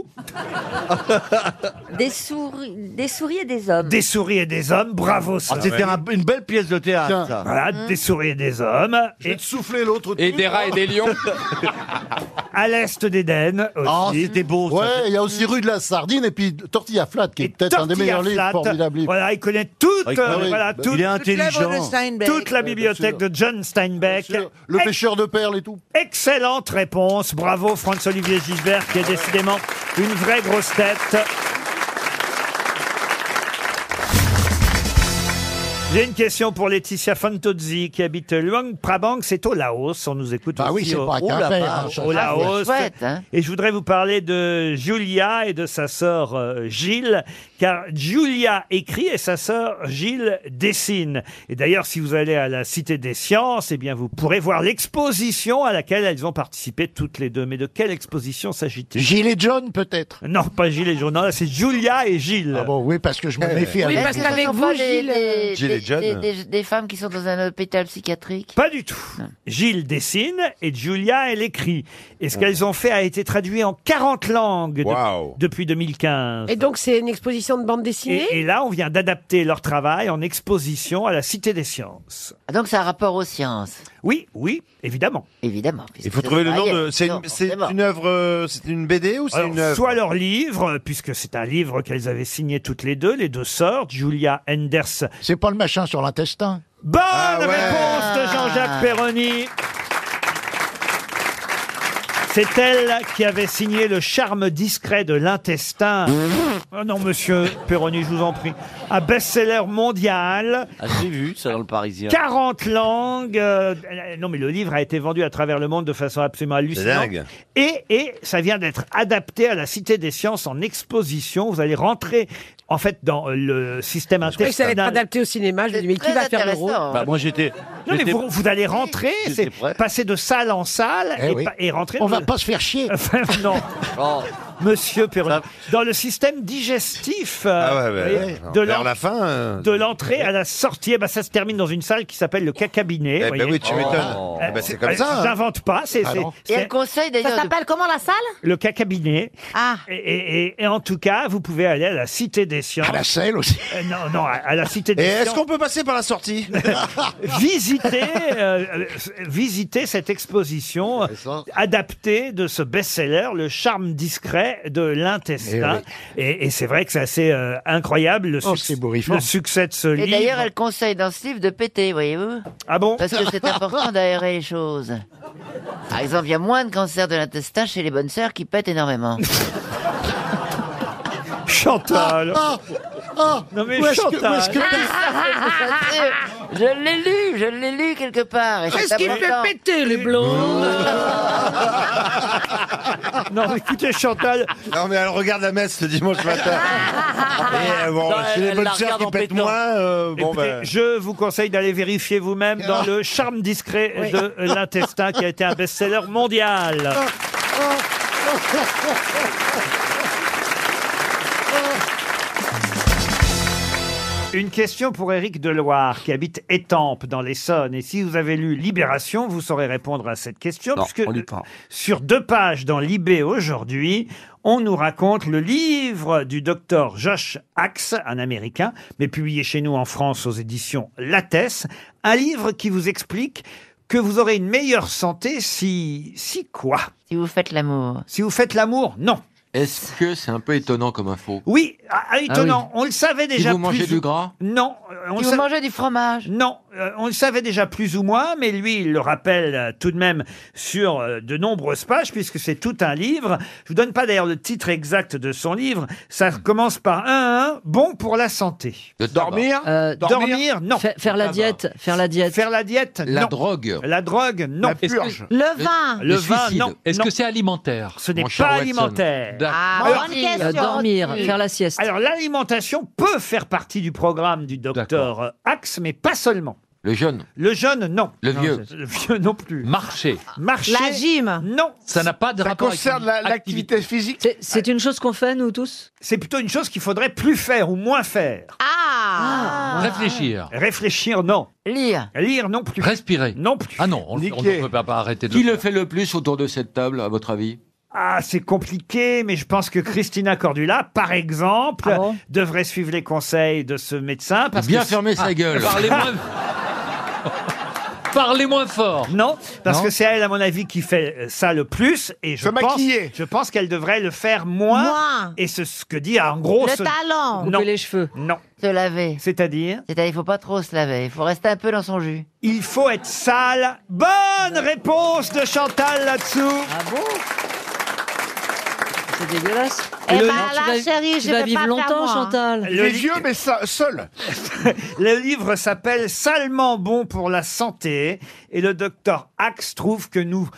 Des, souris, des souris et des hommes.
Des souris et des hommes, bravo ça.
Ah, c'était un- une belle pièce de théâtre,
Tiens.
ça.
Voilà,
Mm.
des
Hum.
souris et des hommes.
Ah,
Je vais
et
te
souffler l'autre.
Et des rats et des lions.
à l'est d'Éden.
Ah,
c'était beau.
Ouais, il y a aussi Rue de la Sardine et puis Tortilla Flat, qui est peut-être un des meilleurs livres, formidable livre.
Voilà, il connaît toute,
Ah, il connaît.
voilà,
Il
toute-
est intelligent. Toute l'œuvre de Steinbeck.
toute la
Ouais, bien
bibliothèque
sûr.
de John Steinbeck.
Le
Ex-
pêcheur de perles et tout.
Excellente réponse. Bravo, Franz-Olivier Gisbert, qui est décidément une vraie grosse tête. J'ai une question pour Laetitia Fantozzi qui habite Luang Prabang, c'est au Laos. On nous
Bah
écoute
Ah oui,
aussi
c'est
au,
pas à
Oh,
au
Quimper,
Laos.
hein, ça,
au
c'est
Laos.
chouette, hein.
Et je voudrais vous parler de Julia et de sa sœur euh, Gilles, car Julia écrit et sa sœur Gilles dessine. Et d'ailleurs, si vous allez à la Cité des Sciences, eh bien, vous pourrez voir l'exposition à laquelle elles ont participé toutes les deux. Mais de quelle exposition s'agit-il Gilles et John, peut-être Non, pas Gilles et John. Non, là, c'est Julia et Gilles. Ah bon, oui, parce que je me méfie.
Est-ce que ce sont pas des- des-
Gilles
des-
et John.
des- des- des femmes qui sont dans un hôpital psychiatrique
Pas du tout. Gilles dessine et Julia, elle écrit. Et ce qu'elles ont fait a été traduit en 40 langues de- depuis 2015.
Et donc, c'est une exposition de bande dessinée
Et, et là, on vient d'adapter leur travail en exposition à la Cité des Sciences.
Ah, Donc, ça a rapport aux sciences.
Oui, oui, évidemment.
Évidemment.
Il faut trouver le nom de. C'est une, c'est une œuvre. euh, C'est une BD ou c'est
Alors,
une œuvre
soit leur livre, puisque c'est un livre qu'elles avaient signé toutes les deux, les deux sœurs, Julia Enders.
C'est pas le machin sur l'intestin.
Bonne
Ah,
Ah,
réponse de Jean-Jacques Perroni. C'est elle qui avait signé le charme discret de l'intestin. Oh non, monsieur Perroni, je vous en prie. Un best-seller mondial.
Ah, j'ai vu ça dans le Parisien.
40 langues. euh, euh, non, mais le livre a été vendu à travers le monde de façon absolument hallucinante.
dingue.
Et, et ça vient d'être adapté à la Cité des Sciences en exposition. Vous allez rentrer, en fait, dans euh, le système
Je croyais que ça allait être
intestinal.
adapté au cinéma. Je me dis, mais qui va faire le rôle
Bah, moi, j'étais.
Non, mais
j'étais-
vous, vous allez rentrer, c'est passer de salle en salle
Eh
et,
oui.
pa- et rentrer.
On
dans
va
le-
pas
Oh.
se faire chier.
non. Monsieur Perroni. Dans le système digestif euh,
Ah ouais, ouais,
vous voyez,
ouais.
de
Vers
l'en-
la fin, euh,
de l'entrée à la sortie, eh ben, ça se termine dans une salle qui s'appelle le cacabinet. vous
ben
voyez.
oui, tu m'étonnes. Oh. Eh ben, c'est comme ça, hein.
J'invente pas, c'est
Ah
c'est-
non.
c'est
conseille
d'ailleurs de-
Ça s'appelle comment la salle
le cacabinet.
Ah.
Et, et- et- et en tout cas, vous pouvez aller à la Cité des Sciences. À la
Selle aussi.
non, non, à, à la Cité des
Et
Sciences.
est-ce qu'on peut passer par la sortie
visiter, euh, euh, visiter cette exposition euh, adaptée de ce best-seller, Le charme discret de l'intestin.
Eh
Et, et c'est vrai que c'est assez euh, incroyable
Oh,
le, succ- le succès de ce
Et
livre.
d'ailleurs, elle conseille dans ce livre de péter, voyez-vous
Ah bon
Parce que c'est important d'aérer les choses. Par exemple, il y a moins de cancer de l'intestin chez les bonnes sœurs qui pètent énormément.
Chantal Non mais Ah, Où est-ce que- Chantal. où est-ce
Ah,
que-
Je l'ai lu, je l'ai lu quelque part. et c'est
Qu'est-ce qui fait
important.
péter, les blondes Non, mais écoutez, Chantal.
Non, mais elle regarde la messe le dimanche matin. Et euh, bon,
Non,
si
elle-
les
elle
bonnes
la
sœurs
regarde
qui
en
pètent
pétant.
moins, euh, bon,
Écoutez,
ben.
Je vous conseille d'aller vérifier vous-même dans le charme discret
Oui.
de l'intestin qui a été un best-seller mondial. Une question pour Éric Deloire qui habite Étampes dans l'Essonne. Et si vous avez lu Libération, vous saurez répondre à cette question
Non,
puisque
on lit pas.
sur deux pages dans l'IB aujourd'hui, on nous raconte le livre du docteur Josh Axe, un Américain, mais publié chez nous en France aux éditions Lattès, un livre qui vous explique que vous aurez une meilleure santé si si quoi
Si vous faites l'amour.
Si vous faites l'amour, non.
Est-ce que c'est un peu étonnant comme info
Oui, ah, ah, étonnant. On le savait
Si
déjà.
vous mangez
plus
du
ou-
gras
Non. euh, On
Si
le
vous
sa-
mangez du fromage.
Non, euh, on le savait déjà plus ou moins, mais lui, il le rappelle euh, tout de même sur euh, de nombreuses pages, puisque c'est tout un livre. Je vous donne pas d'ailleurs le titre exact de son livre. Ça
Hmm.
commence par un, un, bon pour la santé.
Dormir
Euh, dormir, non. Faire,
la tabac. diète,
faire la diète. Faire la diète,
La
non.
drogue.
La drogue, non.
La Est-ce que- purge.
Le vin.
Le vin, non.
Est-ce
Non.
que c'est alimentaire
Ce n'est
Mon
pas
cher Watson.
alimentaire.
D'accord.
Ah,
Alors,
bonne question.
la sieste. Alors l'alimentation peut faire partie du programme du docteur euh, Axe, mais pas seulement.
Le jeune.
Le jeune, non.
Le
Non,
vieux.
c'est- Le vieux non plus.
Marché.
Marcher.
La gym.
Non.
Ça n'a pas de
Ça
rapport
concerne
avec une
la-
activité.
physique. C'est une chose qu'on fait, nous tous C'est plutôt une chose qu'il faudrait plus faire ou moins faire.
Ah.
Réfléchir.
Réfléchir, non.
Lire.
Lire, non plus.
Respirer.
Non plus.
Ah non, on on ne peut pas, pas arrêter de Qui le fait le plus autour de cette table, à votre avis
Ah, c'est compliqué, mais je pense que Christina Cordula, par exemple, devrait suivre les conseils de ce médecin. Parce
Bien
que- Ah.
fermer sa gueule. Parlez moins-
Parlez moins fort. Non, parce
Non.
que c'est elle, à mon avis, qui fait euh, ça le plus. Et je
Se
pense,
maquiller.
je pense qu'elle devrait le faire moins.
Moins.
Et c'est ce que dit, ah, en gros,
Le
ce-
talent.
Non.
Couper les
cheveux. Non.
Se laver.
C'est-à-dire
C'est-à-dire, il faut pas trop se laver. Il faut rester un peu dans son jus.
Il faut être sale. Bonne réponse de Chantal là-dessous.
Ah bon
C'est dégueulasse.
Eh
Le-
ben
tu
là,
vas-
chérie,
tu
je
vas
vais
vivre
pas faire
longtemps,
moi, hein.
Chantal.
Le
Les
li-
vieux, mais ça, seul.
le livre s'appelle Salement bon pour la santé et le docteur Axe trouve que nous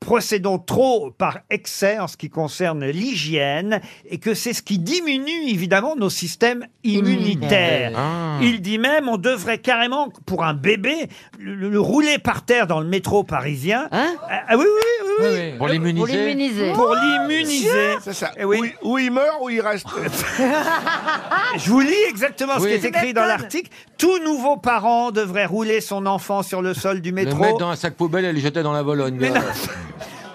procédons trop par excès en ce qui concerne l'hygiène et que c'est ce qui diminue évidemment nos systèmes immunitaires.
Ah.
Il dit même on devrait carrément pour un bébé le, le- le rouler par terre dans le métro parisien. ah ah oui oui oui, oui.
Pour l'immuniser.
Pour l'immuniser.
C'est ça.
Eh oui.
Ou, il- ou il meurt ou il reste.
Je vous lis exactement ce
Oui.
qui est écrit dans l'article. Tout nouveau parent devrait rouler son enfant sur le sol du
Le mettre
métro
dans un sac poubelle et le jeter dans la Euh, Vologne.
Mais non.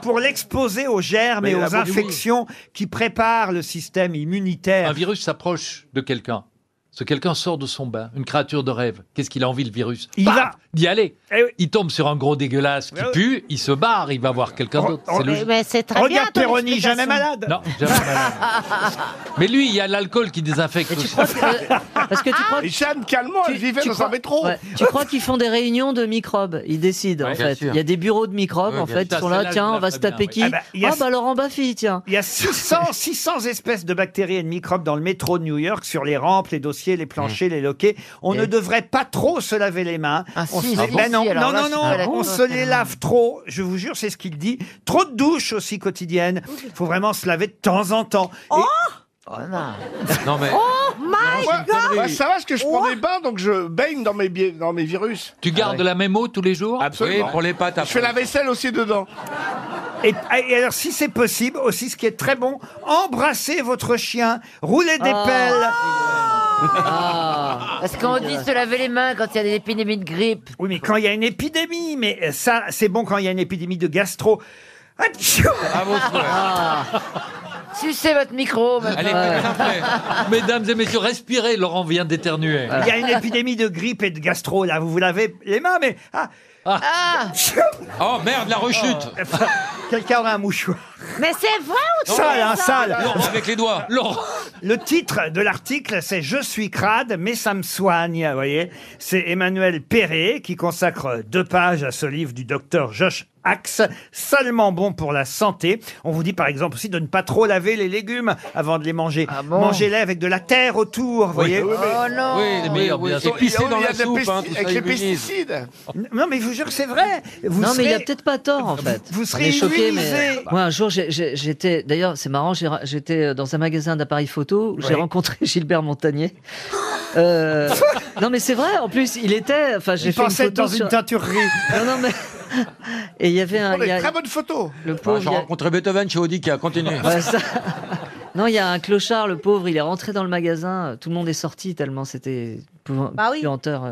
pour l'exposer aux germes
Mais
et
la
aux
bonne-
infections qui préparent le système immunitaire.
Un virus s'approche de quelqu'un. Ce quelqu'un sort de son bain, une créature de rêve. Qu'est-ce qu'il a envie, le virus
Il
Paf
va-
d'y aller.
Eh oui.
Il tombe sur un gros dégueulasse qui
Eh oui. Oh, eh
pue, il se barre, il va voir quelqu'un d'autre. C'est
Mais,
logique.
ben,
mais c'est très bien.
Regarde
ton
Péroni,
explication.
jamais malade.
Non, jamais malade. Mais lui, il y a l'alcool qui désinfecte aussi.
Parce que tu crois
Et Jeanne, calmement, elle vivait
tu
dans
crois-
un métro.
Ouais. Tu crois qu'ils font des réunions de microbes Ils décident, en
Ouais, bien
fait.
sûr.
Il y a des bureaux de microbes,
Ouais,
en
bien
fait.
sûr.
Ils sont
Ça,
là,
celle-là,
tiens,
je
on
la
va se
ferai
taper
bien,
qui
oui. Ah bah, il y a-
Ah bah Laurent Baffy, tiens.
Il y a 600, 600 espèces de bactéries et de microbes dans le métro de New York, sur les rampes, les dossiers, les planchers, les loquets. On ne devrait pas trop se laver les mains.
Ah
on
si,
se...
ah
Ben
bon
non,
Si, alors
non,
là,
non,
je suis pas
non,
d'accord.
on se les lave trop. Je vous jure, c'est ce qu'il dit. Trop de douches aussi quotidiennes. Il faut vraiment se laver de temps en temps. Et-
Oh non.
Non, mais
Oh my
Moi,
god
Ah,
moi, ça va parce que je prends des bains, donc je baigne dans mes, biais- dans mes virus.
Ah Tu gardes la même eau tous les jours
oui, pour les pattes
Je fais
après.
la vaisselle aussi dedans.
Et, et alors, si c'est possible, aussi ce qui est très bon, embrassez votre chien, roulez des
Ah.
pelles.
Parce Ah. qu'on dit se laver les mains quand il y a des épidémies de grippe.
Oui, mais quand il y a une épidémie, mais ça, c'est bon quand il y a une épidémie de gastro. Atchou
Ah. Sucez votre micro. maintenant.
Allez, Mesdames et messieurs, respirez, Laurent vient d'éternuer.
Il y a une épidémie de grippe et de gastro, là, vous vous lavez les mains, mais... Ah, Atchou
Oh merde, la rechute
Quelqu'un aurait un mouchoir.
Mais c'est vrai ou tu
Sale,
fais
hein,
ça
sale
Laurent, avec les doigts Laurent
Le titre de l'article, c'est Je suis crade, mais ça me soigne. Vous voyez, c'est Emmanuel Perret qui consacre deux pages à ce livre du docteur Josh. Axe, salement bon pour la santé. On vous dit par exemple aussi de ne pas trop laver les légumes avant de les manger. Mangez-les avec de la terre autour, vous voyez.
oui, mais- Ah Oh non.
Oui, les meilleurs, bien sûr.
Épicé dans la soupe, hein, tout ça, ils mûrissent.
Non, mais je vous jure que c'est vrai. Vous
non, mais il a
serez-
peut-être pas tort, en fait.
Vous
On
serez
est choqués, euh,
immunisé.
Moi, un jour, j'ai- j'ai- j'étais. D'ailleurs, c'est marrant, j'ai- j'étais euh, dans un magasin d'appareils photo. où J'ai
Oui.
rencontré Gilbert Montagnier. Euh, non, mais c'est vrai, en plus, il était. Enfin, j'ai
Il
fait une
pensait
photo
être dans une
sur-
teinturerie.
Non, non, mais. Et il y avait un.
Oh,
il y a-
des très bonnes photos.
Le
Ah,
pauvre,
J'ai
il y a-
rencontré Beethoven chez Audica, continue.
Ouais, ça- Non, il y a un clochard, le pauvre, il est rentré dans le magasin, tout le monde est sorti tellement c'était épouvant-
Bah oui.
puanteur. euh.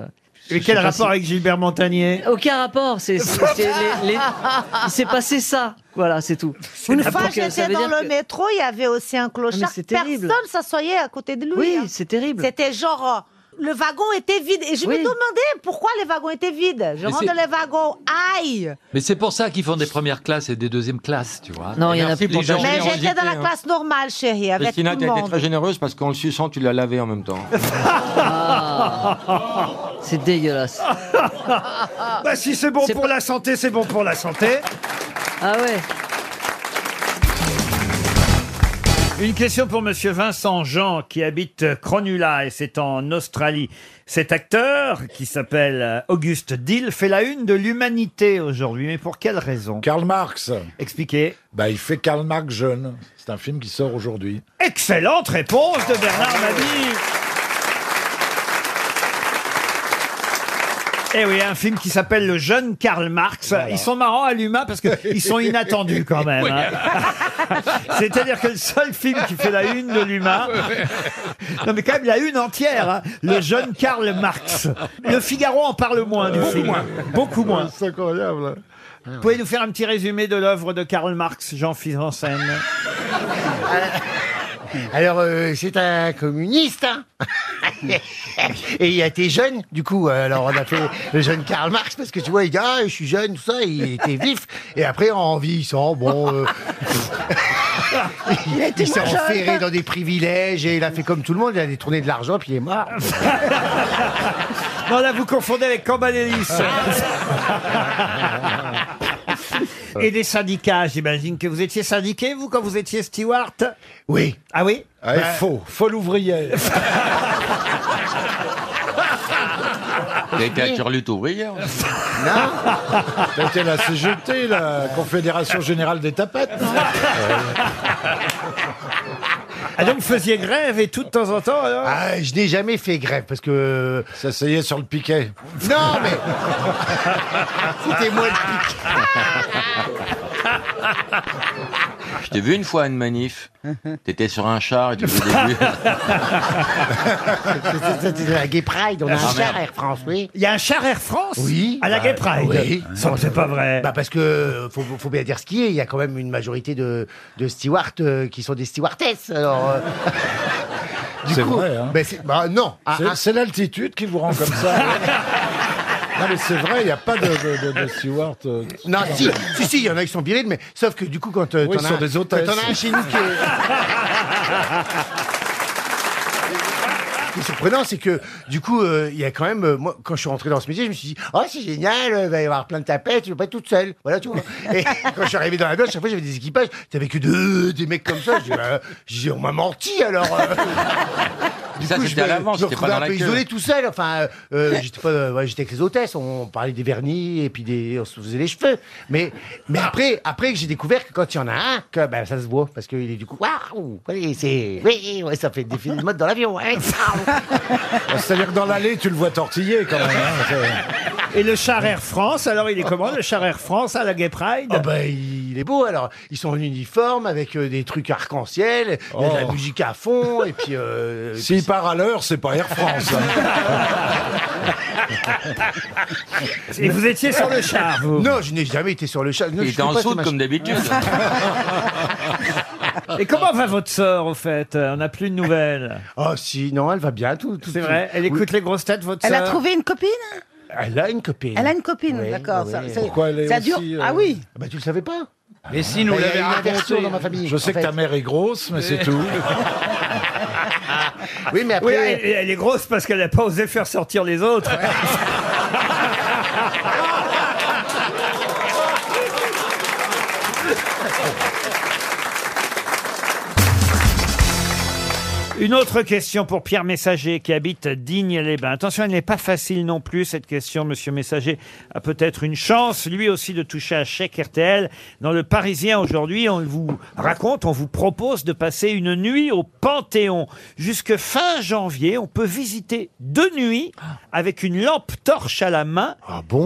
Et
Je
quel
sais pas
rapport
si-
avec Gilbert Montagnier
Aucun rapport, c'est c'est- c'est les- les- il s'est passé ça, voilà, c'est tout.
Une
Ah,
fois,
donc, euh, ça
j'étais
veut
dans
dire
le
que-
métro, il y avait aussi un
Ah,
clochard.
mais c'est terrible.
Personne s'assoyait à côté de lui.
Oui,
hein.
c'est terrible.
C'était genre. euh, Le wagon était vide. Et je me demandais pourquoi les wagons étaient vides. Je
Mais
rentre
c'est-
dans les wagons. Aïe
Mais c'est pour ça qu'ils font des premières classes et des deuxièmes classes, tu vois.
Non, il y en a
plus.
Merci plus. pour ta
gens...
générosité.
Mais
Générosité,
j'étais dans la
hein.
classe normale, chérie, avec
Christina,
tout
t'as
le
été
monde.
très généreuse parce qu'en le suçant, tu l'as lavé en même temps.
C'est dégueulasse.
Bah si c'est bon pour la santé, c'est bon pour la santé.
Ah ouais.
Une question pour Monsieur Vincent Jean qui habite Cronulla et c'est en Australie. Cet acteur qui s'appelle euh, Auguste Dill fait la une de l'humanité aujourd'hui, mais pour quelle raison
Karl Marx.
Expliquez.
Bah, il fait Karl Marx jeune. C'est un film qui sort aujourd'hui.
Excellente réponse de Bernard Mabille. Eh oui, un film qui s'appelle Le jeune Karl Marx. Ils sont marrants à l'humain parce qu'ils sont inattendus quand même. hein. C'est-à-dire que le seul film qui fait la une de l'humain. Non, mais quand même la une entière. hein. Le jeune Karl Marx. Le Figaro en parle moins du
Beaucoup
film.
moins.
Beaucoup moins.
C'est incroyable.
Pouvez nous faire un petit résumé de l'œuvre de Karl Marx, Jean-Philippe Janssen
Alors, euh, c'est un communiste, hein Et il a été jeune, du coup. euh, Alors, on a fait le jeune Karl Marx, parce que tu vois, il dit « Ah, je suis jeune », tout ça, il était vif. Et après, en vieillissant, bon... euh,
Il a été
il s'est
moins jeune.
enferré dans des privilèges, et il a fait comme tout le monde, il a détourné de l'argent, puis il est mort.
Non, là, vous confondez avec Cambalélis.
Ah.
Et des syndicats, j'imagine que vous étiez syndiqué, vous, quand vous étiez steward
Oui.
Ah oui
Ouais, faux, folle ouvrière.
T'as été à hein. Curlut ouvrière.
C'était la CGT, la Confédération Générale des Tapettes. non
Ah donc, vous faisiez grève et tout de temps en temps alors
Ah, je n'ai jamais fait grève, parce que... euh,
S'asseyait sur le piquet.
Non, mais... Foutez-moi le pic.
Je t'ai vu une fois à une manif. T'étais sur un char et tu faisais des
C'était la Gay Pride, on a
Ah,
un
merde.
char Air France, oui.
Il y a un char Air France
Oui. Bah,
À la Gay Pride
Oui.
Ça, c'est pas vrai.
Bah parce que euh, faut, faut bien dire ce qui est. Il y a quand même une majorité de, de stewards euh, qui sont des stewardesses. Alors. euh, du
C'est
coup,
vrai, hein.
ben, c'est- bah, non. Ah,
C'est-
ah,
C'est l'altitude qui vous rend comme ça. non, mais c'est vrai, il n'y a pas de, de, de- de steward. euh, qui-
non, si, si, si, il y en a qui sont viriles, mais sauf que du coup, quand euh,
Oui,
t'en
ce sont
as,
des
quand
hôtesses.
t'en as un chez nous qui est. Ce qui est surprenant, c'est que du coup, euh, il y a quand même. euh, moi, quand je suis rentré dans ce métier, je me suis dit, oh, c'est génial, euh, il va y avoir plein de tapettes, je vais pas être toute seule. Voilà, tu vois. Et quand je suis arrivé dans la loge, chaque fois, j'avais des équipages, t'avais que deux, des mecs comme ça. Je dis, bah, je dis, on m'a menti alors. euh. Du
Ça,
coup,
c'était à
me-
l'avance,
je me
c'était pas
retrouvais
dans
un
la
peu
queue.
isolé tout seul. Enfin, euh, euh, j'étais pas, euh, ouais, j'étais avec les hôtesses. On parlait des vernis et puis des, on se faisait les cheveux. Mais, mais après, après que j'ai découvert que quand il y en a un, que ben, ça se voit parce qu'il est du coup, waouh, allez, c'est, oui, ouais, ça fait des défiler de mode dans l'avion. ouais, waouh.
C'est-à-dire que dans l'allée, tu le vois tortiller quand même. hein, c'est-
Et le char Air France, alors il est comment, le char Air France à la Gay Pride
Ah ben, il il est beau. Alors, ils sont en uniforme avec euh, des trucs arc-en-ciel, il y a de la
Oh.
musique à fond, et puis. euh, et
S'il
puis-
part à l'heure, c'est pas Air France. hein.
Et vous étiez sur le char, vous
Non, je n'ai jamais été sur le char. Non,
Il
je fais
était en
pas ce
soude
machin.
comme d'habitude.
Et comment va votre sœur, au fait On n'a plus de nouvelles.
Oh si, non, elle va bien. Tout, tout-
C'est vrai Elle écoute les grosses têtes, votre
Elle a
sœur
trouvé une copine
Elle a une copine.
Elle a une copine,
Oui,
d'accord.
oui.
ça- c'est- ça dure.
euh,
euh,
Ah oui Oh.
Bah tu le savais pas
Mais
si, nous l'avait raconté.
Je sais que ta mère est grosse, mais c'est tout.
Oui, mais
Oui, elle, elle est grosse parce qu'elle n'a pas osé faire sortir les autres. Une autre question pour Pierre Messager qui habite Digne-les-Bains. Attention, elle n'est pas facile non plus cette question. Monsieur Messager a peut-être une chance, lui aussi, de toucher à chèque RTL. Dans le Parisien aujourd'hui, on vous raconte, on vous propose de passer une nuit au Panthéon. Jusque fin janvier, on peut visiter deux nuits avec une lampe torche à la main.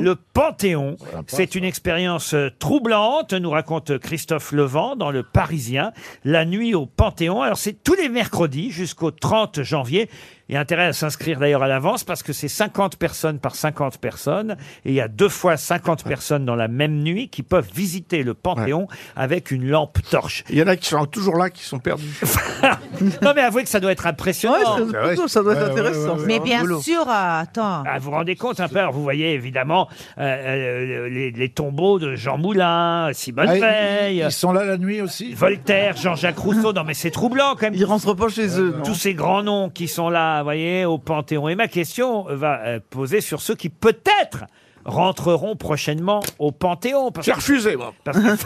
Le Panthéon. C'est une expérience euh, troublante, nous raconte Christophe Levent dans Le Parisien. La nuit au Panthéon. Alors, c'est tous les mercredis jusqu'au 30 janvier. Il y a intérêt à s'inscrire d'ailleurs à l'avance parce que c'est 50 personnes par 50 personnes. Et il y a deux fois 50 personnes dans la même nuit qui peuvent visiter le Panthéon avec une lampe torche. Il y en a qui sont toujours là, qui sont perdus. Ah non, mais avouez que ça doit être impressionnant.
Ah Ouais, ça- plutôt, ça doit être Ouais, ouais, intéressant. ouais, ouais,
Mais bien sûr, euh, attends.
Ah, vous vous rendez compte un peu Alors, Vous voyez évidemment euh, euh, les, les tombeaux de Jean Moulin, Simone
Ah, ils-
Veil.
ils sont là la nuit aussi
Voltaire, Jean-Jacques Rousseau. Non, mais c'est troublant quand même. Ils rentrent pas chez eux. Tous ces grands noms qui sont là, vous voyez, au Panthéon. Et ma question va euh, poser sur ceux qui peut-être rentreront prochainement au Panthéon. Parce
J'ai
que-
refusé, moi.
Parce que, vous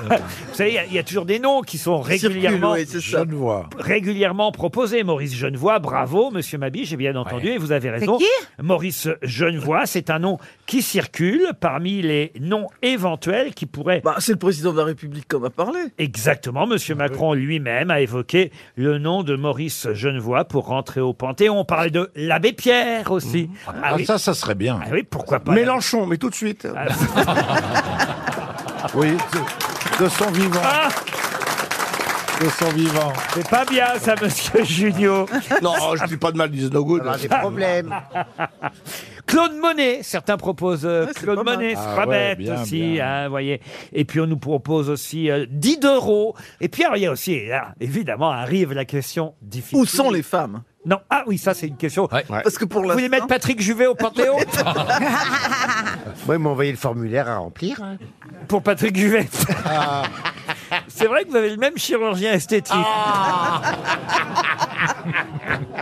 savez, il y a- il y, a toujours des noms qui sont régulièrement
Circulent, oui, c'est ça. Genevois.
régulièrement proposé. Maurice Genevois, bravo, monsieur Mabi, j'ai bien entendu et vous avez raison.
qui
Maurice Genevois, c'est un nom qui circule parmi les noms éventuels qui pourraient. Bah, c'est le président de la République qu'on a parlé. Exactement, monsieur
Ah
Macron lui-même a évoqué le nom de Maurice Genevois pour rentrer au Panthéon. On parlait de l'abbé Pierre aussi.
Ah, ça, ça serait bien.
Ah oui, pourquoi pas
Mélenchon, mais tout de suite.
Ah,
oui, de, de son vivant. De son vivant.
Ah. C'est pas bien ça, monsieur Junio.
Non, je dis pas de mal du no
Ah,
good.
des problèmes. Claude Monet, certains proposent euh, Claude
mal.
Monet, c'est
Ah
pas
ouais,
bête
bien,
aussi, hein, vous voyez. Et puis on nous propose aussi euh, Diderot. Et puis alors, il y a aussi, et là, évidemment, arrive la question difficile.
Où sont les femmes
Non, ah oui, ça c'est une question.
Parce que pour
Vous voulez mettre Patrick Juvet au Panthéon
Moi, ils m'ont envoyé le formulaire à remplir.
Pour Patrick Juvet.
Ah.
C'est vrai que vous avez le même chirurgien esthétique.
Ah,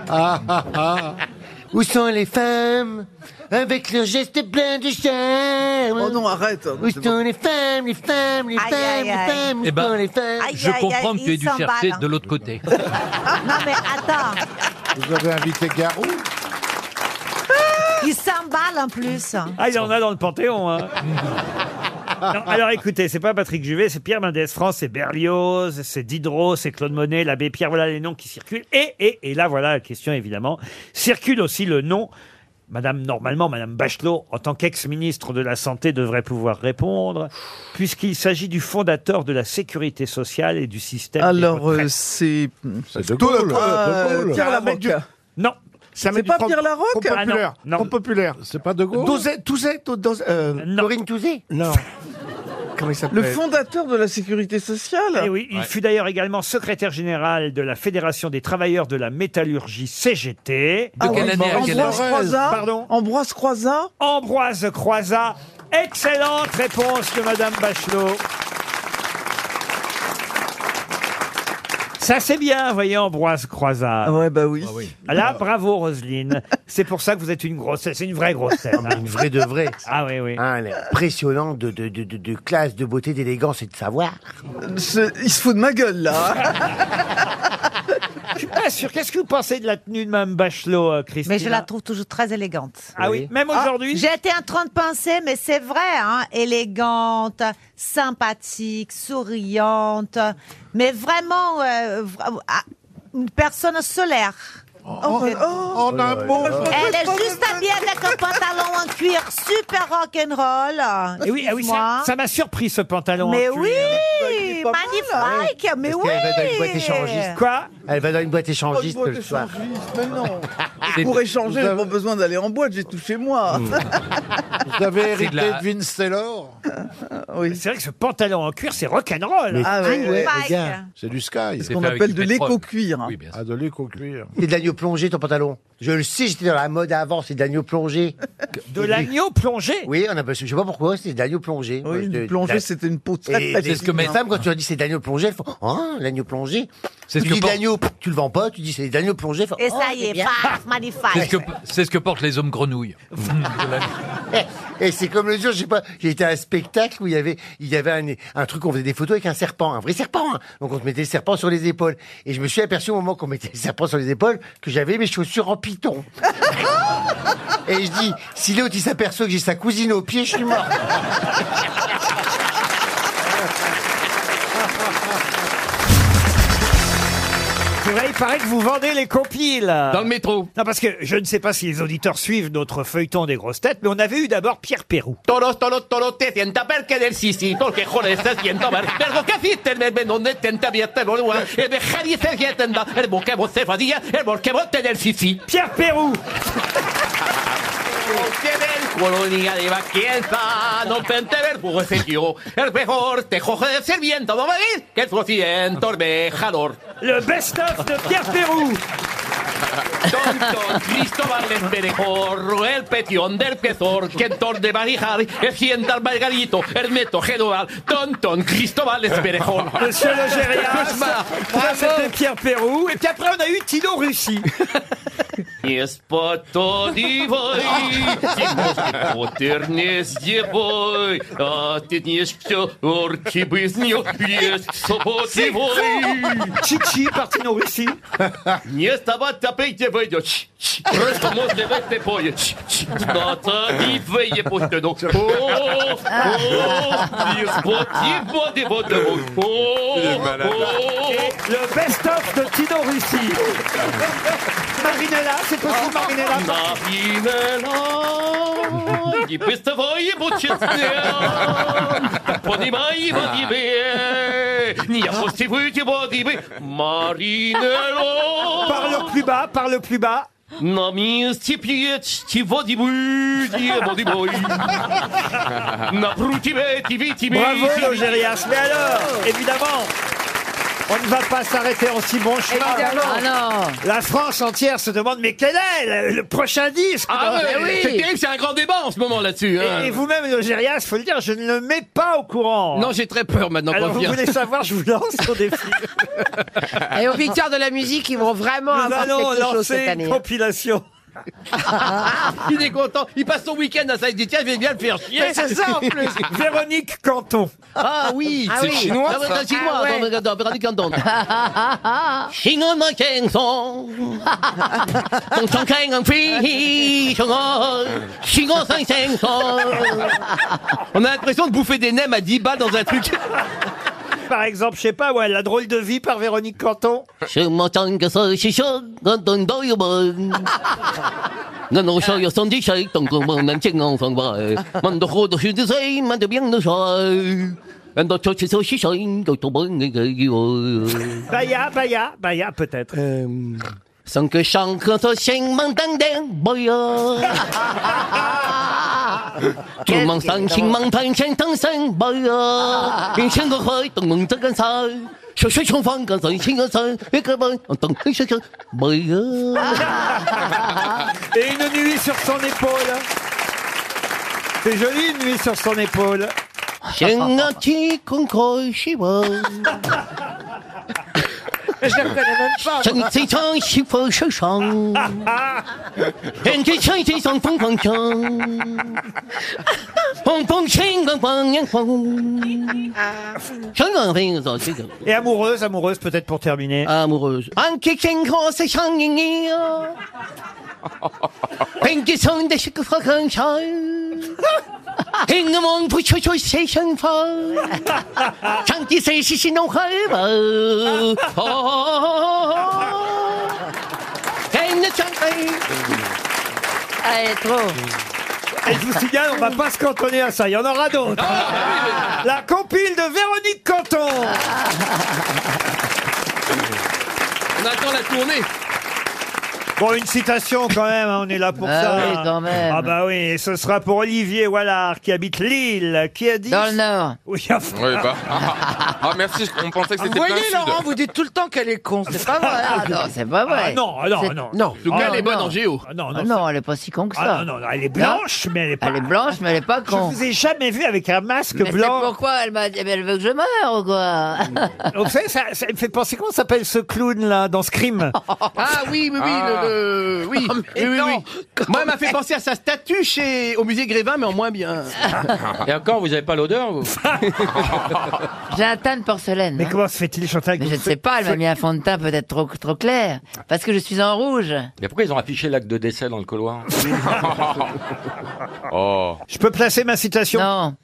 ah, ah. Où sont les femmes avec leurs gestes pleins de charme
Oh non, arrête.
Où sont les femmes, les femmes, les
Aïe,
femmes,
aïe, aïe.
les femmes,
Eh
où
ben,
sont les femmes
je Aïe, aïe, comprends aïe, que tu aies il dû s'emballe, chercher hein. de
l'autre côté.
Non, mais attends,
hein.
Vous avez invité Garou
il s'emballe en plus.
Ah, il y en a dans le Panthéon. hein. Non,
Ah.
alors écoutez, c'est pas Patrick Juvet, c'est Pierre Mendès France, c'est Berlioz, c'est Diderot, c'est Claude Monet, l'abbé Pierre, voilà les noms qui circulent. Et, et, et là, voilà la question évidemment. Circule aussi le nom. Madame, normalement, Madame Bachelot, en tant qu'ex-ministre de la Santé, devrait pouvoir répondre, puisqu'il s'agit du fondateur de la sécurité sociale et du système. des
Alors, euh,
retraites.
c'est.
De Gaulle.
Ah,
De Gaulle.
Pierre
Laroque.
Laroque.
Non.
C'est pas Pierre Laroque
Ah non, non.
populaire.
C'est pas de Gaulle
Touzet, Touzet,
euh,
Dorine Touzet Non.
Comment
Le
il s'appelle
fondateur de la sécurité sociale
Eh oui, il fut d'ailleurs également secrétaire général de la Fédération des travailleurs de la métallurgie CGT.
Ah ouais, Ambroise Croizat Ambroise Croizat
Ambroise Croizat. Excellente réponse de Madame Bachelot. Ça, c'est bien, voyez, Ambroise Croizat. Ah
ouais, bah oui.
Là, bravo, Roselyne. C'est pour ça que vous êtes une grosse C'est une vraie grosse tête, hein.
Une vraie de vraie.
Ah oui, oui.
Hein, elle est impressionnante de, de, de, de- de classe, de beauté, d'élégance et de savoir.
Il se fout de ma gueule, là.
Je suis pas sûr. Qu'est-ce que vous pensez de la tenue de Mme Bachelot, euh, Christine
Mais je la trouve toujours très élégante.
Ah oui, même aujourd'hui
J'ai été en train de penser, mais c'est vrai, hein, élégante, sympathique, souriante, mais vraiment euh, vra- ah, une personne solaire.
en un mot.
Elle est juste à habillé avec un pantalon en cuir super rock'n'roll.
Et oui, ah oui, ça
Excuse-moi.
ça m'a surpris ce pantalon. hein, en
Mais
cuir.
oui, magnifique, mais oui.
Elle va dans une boîte échangiste.
Quoi
Elle va dans une boîte échangiste
boîte
le soir.
Mais non.
Ah.
Pour échanger, j'ai pas besoin d'aller en boîte, j'ai tout chez moi.
Mmh. Vous avez
C'est
hérité
de
de,
la-
Vince Taylor
C'est vrai que ce pantalon en cuir, c'est rock'n'roll.
Mais Ah ouais,
roll
ouais, les gars, c'est du sky.
C'est qu'on fait avec appelle du de pétrole.
l'éco-cuir.
ah, de l'éco-cuir.
C'est de l'agneau plongé ton pantalon. Je le sais, j'étais dans la mode avant, c'est de l'agneau plongé.
De l'agneau plongé
Oui, on appelle, je sais pas pourquoi, c'est de l'agneau plongé.
Oui, une
de-
plongée,
la-
c'était une peau
Et
très hein.
C'est ce que mes femmes, quand tu leur dis c'est de l'agneau plongé, elles font Ah, l'agneau plongé. C'est ce tu que dis de l'agneau, tu le vends pas, tu dis c'est de l'agneau plongé. elles font,
Et
Ah,
ça y
c'est
est,
bien.
paf, magnifique.
C'est ce, que, c'est ce que portent les hommes grenouilles.
Et c'est comme le jour, je sais pas, j'ai été à un spectacle où il y avait, il y avait un, un truc où on faisait des photos avec un serpent, un vrai serpent. hein. Donc on se mettait le serpent sur les épaules. Et je me suis aperçu au moment qu'on mettait le serpent sur les épaules que j'avais mes chaussures en python. Et je dis, si l'autre il s'aperçoit que j'ai sa cousine au pied, je suis mort.
C'est vrai, il paraît que vous vendez les copiles. Dans le métro. Non, parce que je ne sais pas si les auditeurs suivent notre feuilleton des grosses têtes, mais on avait eu d'abord Pierre Pérou.
Toros, toros, toros, te sienta ver que del sisi, porque joder, se sienta ver. Vergo que hiciste, el verbo donde tenta abierta, el verbo, el dejar y se sienta, el boque vos se fadilla, el boque vos te del sisi.
Pierre Perú.
Colonia de vaquienza, no pente ver fuego ese yo, el mejor te coge de servienta, no me dis que es siento el mejador.
Le best-of de Pierre Perú.
Tonto Cristóbal les perejorro, el petión del pezor, que entor de barijar, el sienta al margarito, el meto gedoval, tonton Cristóbal les perejorro.
Monsieur Logérias.
Cauchemar.
Ça, c'était Pierre Pérou. Et puis après, on a eu Tino Russi.
Yes, пото дивой, Тимошки потернес дивой, а ты днешь все орки бызнью, yes, сопотивой.
Chichi, partino Russi.
Не оставаться пейте выйдет, просто можно в это поле. Ната дивое пустено, о, о, yes, поти воды воды, о, о,
Le best-of de Tino Russi. Marinella, c'est possible, Marinella
Marinella, и без того ему честным, поднимай его дивы, не
Ah.
опустивай его дивы, Маринелло.
Parle plus bas, parle plus bas.
На месте пьете воды не воды бой. Напротив эти витими.
Bravo, Logérias. Mais alors, évidemment. On ne va pas s'arrêter en si bon chemin.
Évidemment.
Ah non. La France entière se demande, mais quel est le, le prochain disque
Ah
dans-
ouais, c'est terrible, c'est un grand débat en ce moment là-dessus. hein.
Et, et vous-même, Logérias, faut le dire, je ne le mets pas au courant.
Non, j'ai très peur maintenant qu'on
Alors, vous
vient.
voulez savoir, je vous lance au défi.
Et aux victoires de la musique, ils vont vraiment
Nous
avoir
allons
quelque chose
lancer
cette
une
année. hein.
compilation.
Il est content, il passe son week-end à ça, il se dit tiens, je vais bien le faire chier.
Mais c'est ça, en plus. Véronique Canton.
Ah oui,
Ah c'est oui. chinois,
Ah, ouais,
ça.
c'est chinois.
Ah ouais.
Attends, attends, attends, Véronique Canton. Chinois, mon Keng Song. Song, Song, Keng, un fils, Song, oh. Chinois, Song, Keng Song. On a l'impression de bouffer des nems à 10 balles dans un truc.
Par exemple, je sais pas, ouais, La drôle de vie par Véronique Canton.
Je m'entends que ça, c'est chaud, quand on dort, il y a bon. Non, non, ça, il y a son déchet, donc on va même tiens, on s'en va. Man, de gros, de chute, de sein, man, de bien, de ça. Un de chou, c'est ça, c'est ça, donc on va, euh, euh, euh.
Baya, Baya, Baya, peut-être.
Sans que chante, ça, c'est un mandang, ding, boy, euh. Tout le monde s'en chine, man, pain, chien, tant, sang, boy, euh. Une chaîne de roi, tout le monde, c'est comme ça. Je suis son fan, quand ça, c'est comme ça. Et que bon, on t'en fait, c'est ça, boy, euh.
Et une nuit sur son épaule. C'est joli, une nuit sur son épaule.
Shengati Kunkoi Shiva.
Je la connais même pas.
Shengti Chang Shiva Shishang. Shengti Chang Shishang Feng Feng Chang. Feng Feng Sheng Feng Feng Yang Feng. Sheng Feng Feng Zhao Shi Zhao.
Et amoureuse, amoureuse, peut-être pour terminer.
Ah,
Amoureuse. Anki Sheng Ho Se Shang Ying Yi. Benki Song De Shi Fa Kang Shang. Hing Mong Pu Chu Chu Se Sheng Fa. Chanti Se Shi Shi No Hai Ba. Oh. Hing Ne Chang Hai.
Allez, trop. Et je vous signale, on va pas se cantonner à ça. Il y en aura d'autres. La compile de Véronique Canton.
On attend la tournée.
Bon, une citation quand même, hein, on est là pour
Ah
ça.
oui, quand même.
Ah bah oui, et ce sera pour Olivier Wallard qui habite Lille, qui a dit...
Dans le Nord.
Oui, enfin.
Oui, bah. Ah, ah, merci, on pensait que
Vous
c'était plein
voyez,
sud.
Laurent, vous dites tout le temps qu'elle est con. C'est pas vrai.
Ah non, c'est pas vrai.
Ah non, ah non,
C'est-
non.
non.
En tout cas, elle est bonne
non.
en géo. Ah non, non,
Ah non, elle est pas si con que ça.
Ah non, non, non, elle est blanche, mais elle est pas...
Elle est blanche, mais elle est pas
Je
con.
vous ai jamais vu avec un masque
Mais
blanc.
c'est pourquoi elle m'a dit, mais elle veut que je meure ou quoi
Vous savez, ça, ça me fait penser comment s'appelle ce clown là dans Scream
Ah oui, oui, oui,
Ah.
le- le- oui,
Oh,
oui,
mais
oui,
non,
oui. Moi, elle m'a fait penser à sa statue chez, au musée Grévin, mais en moins bien.
Et encore, vous avez pas l'odeur, vous
J'ai un teint de porcelaine.
Mais
hein.
comment se fait-il chanter avec
Mais
vous
je ne sais pas, elle m'a mis un fond de teint peut-être trop, trop clair. Parce que je suis en rouge.
Mais pourquoi ils ont affiché l'acte de décès dans le couloir Oh.
Je peux placer ma citation
Non.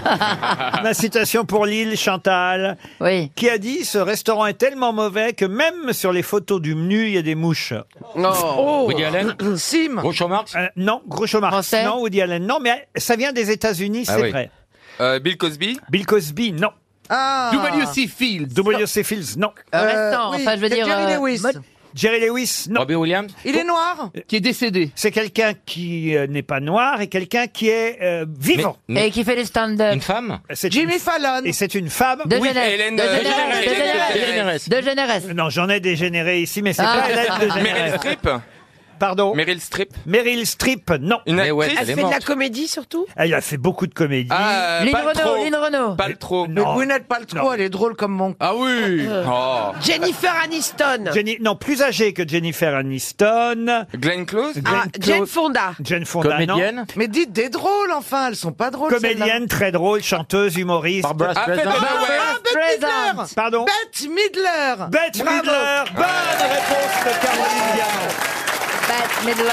ma citation pour Lille, Chantal.
Oui.
Qui a dit ce restaurant est tellement mauvais que même sur les photos du menu, il y a des mouches.
Non. Oh. Woody Allen
Sim.
Groucho Marx
Euh, Non, Groucho Marx.
Français
Non, Woody Allen. Non, mais euh, ça vient des États-Unis,
Ah
c'est
oui.
vrai.
Euh, Bill Cosby
Bill Cosby, non.
Ah.
W.C. Fields.
W.C. Fields, non.
Euh, restant, oui, enfin, je veux c'est dire, Jerry euh, Lewis. mode-
Jerry Lewis, non.
Robbie Williams
Il est noir.
Qui est décédé. C'est quelqu'un qui euh, n'est pas noir et quelqu'un qui est euh, vivant.
Et qui fait les stand-up.
Une femme
Jimmy Fallon. Et c'est une femme.
Euh, De Genève. de Genève. De Genève. De Genève.
Non, j'en ai dégénéré ici, mais c'est
Ah.
pas Hélène de
Meryl Streep
Pardon
Meryl Streep
Meryl Streep, non.
Une actrice
Elle fait de la comédie surtout.
Elle a fait beaucoup de comédies.
Ah, euh,
Lynn
Paltrow.
Renaud, Lynn
Renaud.
Paltrow.
Mais Gwyneth Paltrow, elle est drôle comme mon.
Ah oui
Euh.
Oh.
Jennifer Aniston.
Jenny- non, plus âgée que Jennifer Aniston.
Glenn Close
Ah, Jane
Close.
Fonda.
Jane Fonda, non.
Mais dites des drôles enfin, elles sont pas drôles.
Comédienne très drôle, chanteuse, humoriste.
Barbara Ah, Streisand. Barbara Streisand. celles-là.
Pardon
Bette Midler.
Bette
Bravo.
Midler,
Ah.
bonne réponse de Caroline Diamant.
Bette Midler.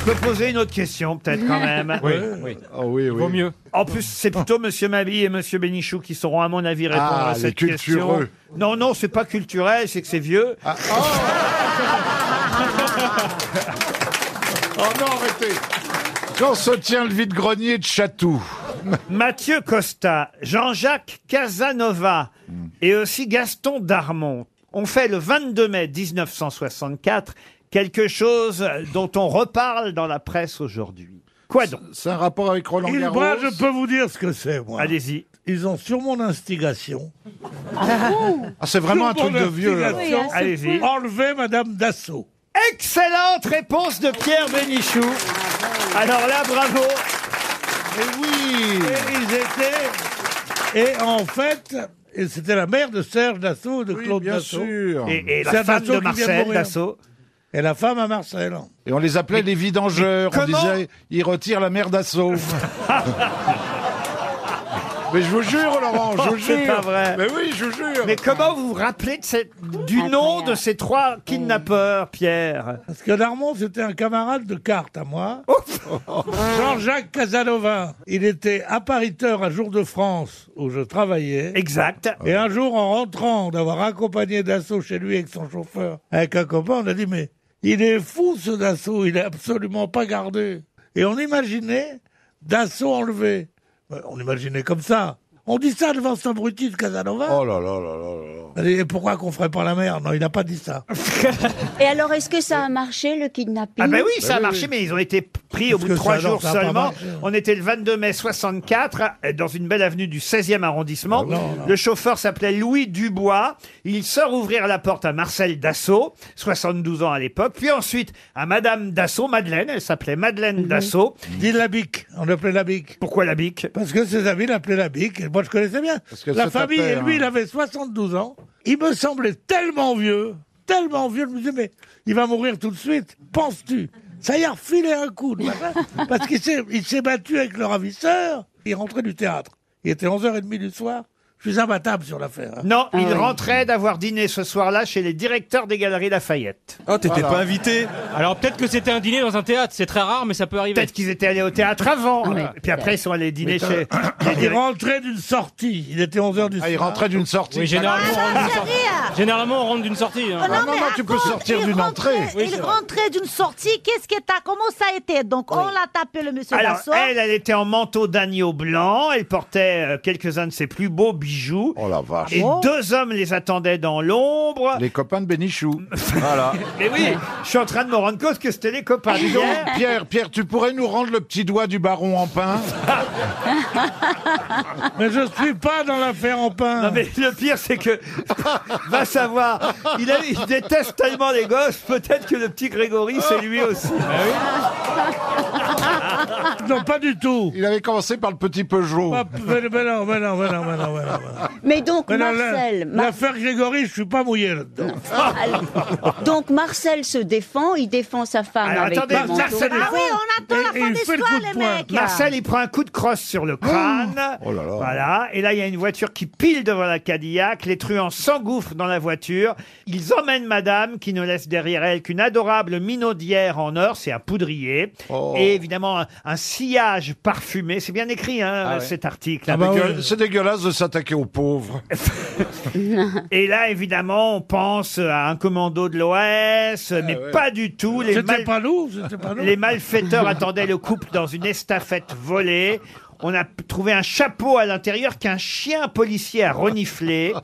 Je peux poser une autre question, peut-être quand même.
Oui, oui. Vaut mieux.
En plus, c'est plutôt Monsieur Mabi et Monsieur Bénichou qui sauront, à mon avis, répondre
Ah,
à
les
cette
cultureux. Ah,
question. Non, non, c'est pas culturel, c'est que c'est vieux.
Oh non, arrêtez Quand se tient le vide-grenier de Chatou
Mathieu Costa, Jean-Jacques Casanova
Hmm.
et aussi Gaston Darmon ont fait le 22 mai 1964 quelque chose dont on reparle dans la presse aujourd'hui. Quoi donc
C'est un rapport avec Roland
Il-
Garros
moi, je peux vous dire ce que c'est, moi.
Allez-y.
Ils ont sur mon instigation.
Ah, c'est vraiment
sur
un truc
mon
de vieux, là.
instigation,
Oui, à ce Allez-y. point.
Enlevé Madame Dassault.
Excellente réponse de Pierre Bénichou. Alors là, bravo.
oui Et ils étaient. Et en fait. et C'était la mère de Serge Dassault, de Claude
bien
Dassault.
sûr.
Et- et la
Serge
femme de
Dassault qui vient
Marcel
mourir.
Dassault.
Et la femme à Marcel.
Et on les appelait les vidangeurs. Euh, On
comment-
disait, ils retirent la merde d'assaut. Mais je vous jure, Laurent, je vous jure.
C'est pas vrai.
Mais oui, je vous jure.
Mais comment vous vous rappelez de cette- du nom de ces trois kidnappeurs, Pierre
Parce que Darmon, c'était un camarade de carte à moi.
Oh.
Jean-Jacques Casanova. Il était appariteur à Jour de France, où je travaillais.
Exact.
Et un jour, en rentrant d'avoir accompagné Dassault chez lui avec son chauffeur, avec un copain, on a dit, mais il est fou ce Dassault, il est absolument pas gardé. Et on imaginait Dassault enlevé. Euh, On imaginait comme ça. On dit ça devant cet abruti de Casanova.
Oh là là là là
Elle dit, Et pourquoi qu'on ferait pas la merde Non, il n'a pas dit ça.
Et alors, est-ce que ça a marché, le kidnapping
Ah
Mmh.
ben oui, ça a marché, mais ils ont été pris
Bah
au
Parce
bout
que
de trois
ça, non,
jours
ça a pas
seulement.
marché. hein.
On était le 22 mai 64, euh, dans une belle avenue du 16e arrondissement.
Ah
Le chauffeur s'appelait Louis Dubois. Il sort ouvrir la porte à Marcel Dassault, 72 ans à l'époque. Puis ensuite à Madame Dassault, Madeleine, elle s'appelait Madeleine Dassault.
Dit la bique, on l'appelait la bique.
Pourquoi la bique
Parce que ses amis l'appelaient la bique, et moi je connaissais bien.
que
La
ça
famille,
tapait,
et lui,
hein.
il avait 72 ans. Il me semblait tellement vieux, tellement vieux, je me disais, mais il va mourir tout de suite, penses-tu Ça y a refilé un coup, le matin, parce qu'il s'est il s'est battu avec le ravisseur, il rentrait du théâtre. Il était 11h30 du soir, Je suis imbattable sur l'affaire. hein.
Non, il rentrait d'avoir dîné ce soir-là chez les directeurs des Galeries Lafayette.
Oh, t'étais
Voilà.
pas invité Alors peut-être que c'était un dîner dans un théâtre, c'est très rare, mais ça peut arriver.
Peut-être qu'ils étaient allés au théâtre avant.
Ah
Ouais.
Et puis après, ils sont allés dîner
Mais
chez.
Il rentrait d'une sortie. Il était 11h du soir.
Ah, il rentrait d'une sortie. Oui, généralement, on rentre d'une sortie. Généralement, on rentre d'une sortie. hein.
Oh,
Ah
non, mais raconte, il rentrait-
Oui,
il
c'est vrai.
rentrait d'une sortie. Qu'est-ce que t'as Comment ça a été Donc, on l'a tapé, le monsieur
Alors,
Dassault.
elle, elle était en manteau d'agneau blanc, elle portait euh, quelques-uns de ses plus beaux bijoux.
Oh la vache.
Et
Oh.
deux hommes les attendaient dans l'ombre.
Les copains de Bénichou. voilà.
Mais oui, je suis en train de me rendre compte que c'était les copains.
Dis donc, Pierre, Pierre, tu pourrais nous rendre le petit doigt du baron en pain
Mais je suis pas dans l'affaire en pain.
Non mais le pire c'est que va savoir, il, a- il déteste tellement les gosses, peut-être que le petit Grégory c'est lui aussi.
Ah Non, pas du tout.
Il avait commencé par le petit Peugeot.
Mais, mais non, mais non, mais non, mais non, mais non, mais non.
Mais donc,
Mais non, la-
Marcel. Mar-
L'affaire Grégory, je suis pas mouillé là-dedans.
donc, Marcel se défend, il défend sa femme
Alors,
avec
attendez,
le manteau.
Ah
Ah
Marcel est fou.
attend la fin de l'histoire, les mecs.
Marcel, il prend un coup de crosse sur
Oh.
le crâne. Voilà. Et là, il y a une voiture qui pile devant la Cadillac. Les truands s'engouffrent dans la voiture. Ils emmènent madame, qui ne laisse derrière elle qu'une adorable minaudière en or. C'est un poudrier.
Oh.
Et évidemment, un, un sillage parfumé. C'est bien écrit, hein,
Ah ouais.
cet article.
C'est dégueul- C'est dégueulasse de s'attaquer aux pauvres.
Et là, évidemment, on pense à un commando de l'OS, mais
Ah ouais.
pas du tout. Les
C'était
mal-
pas nous, c'était pas nous.
Les malfaiteurs attendaient le couple dans une estafette volée. On a p- trouvé un chapeau à l'intérieur qu'un chien policier a reniflé.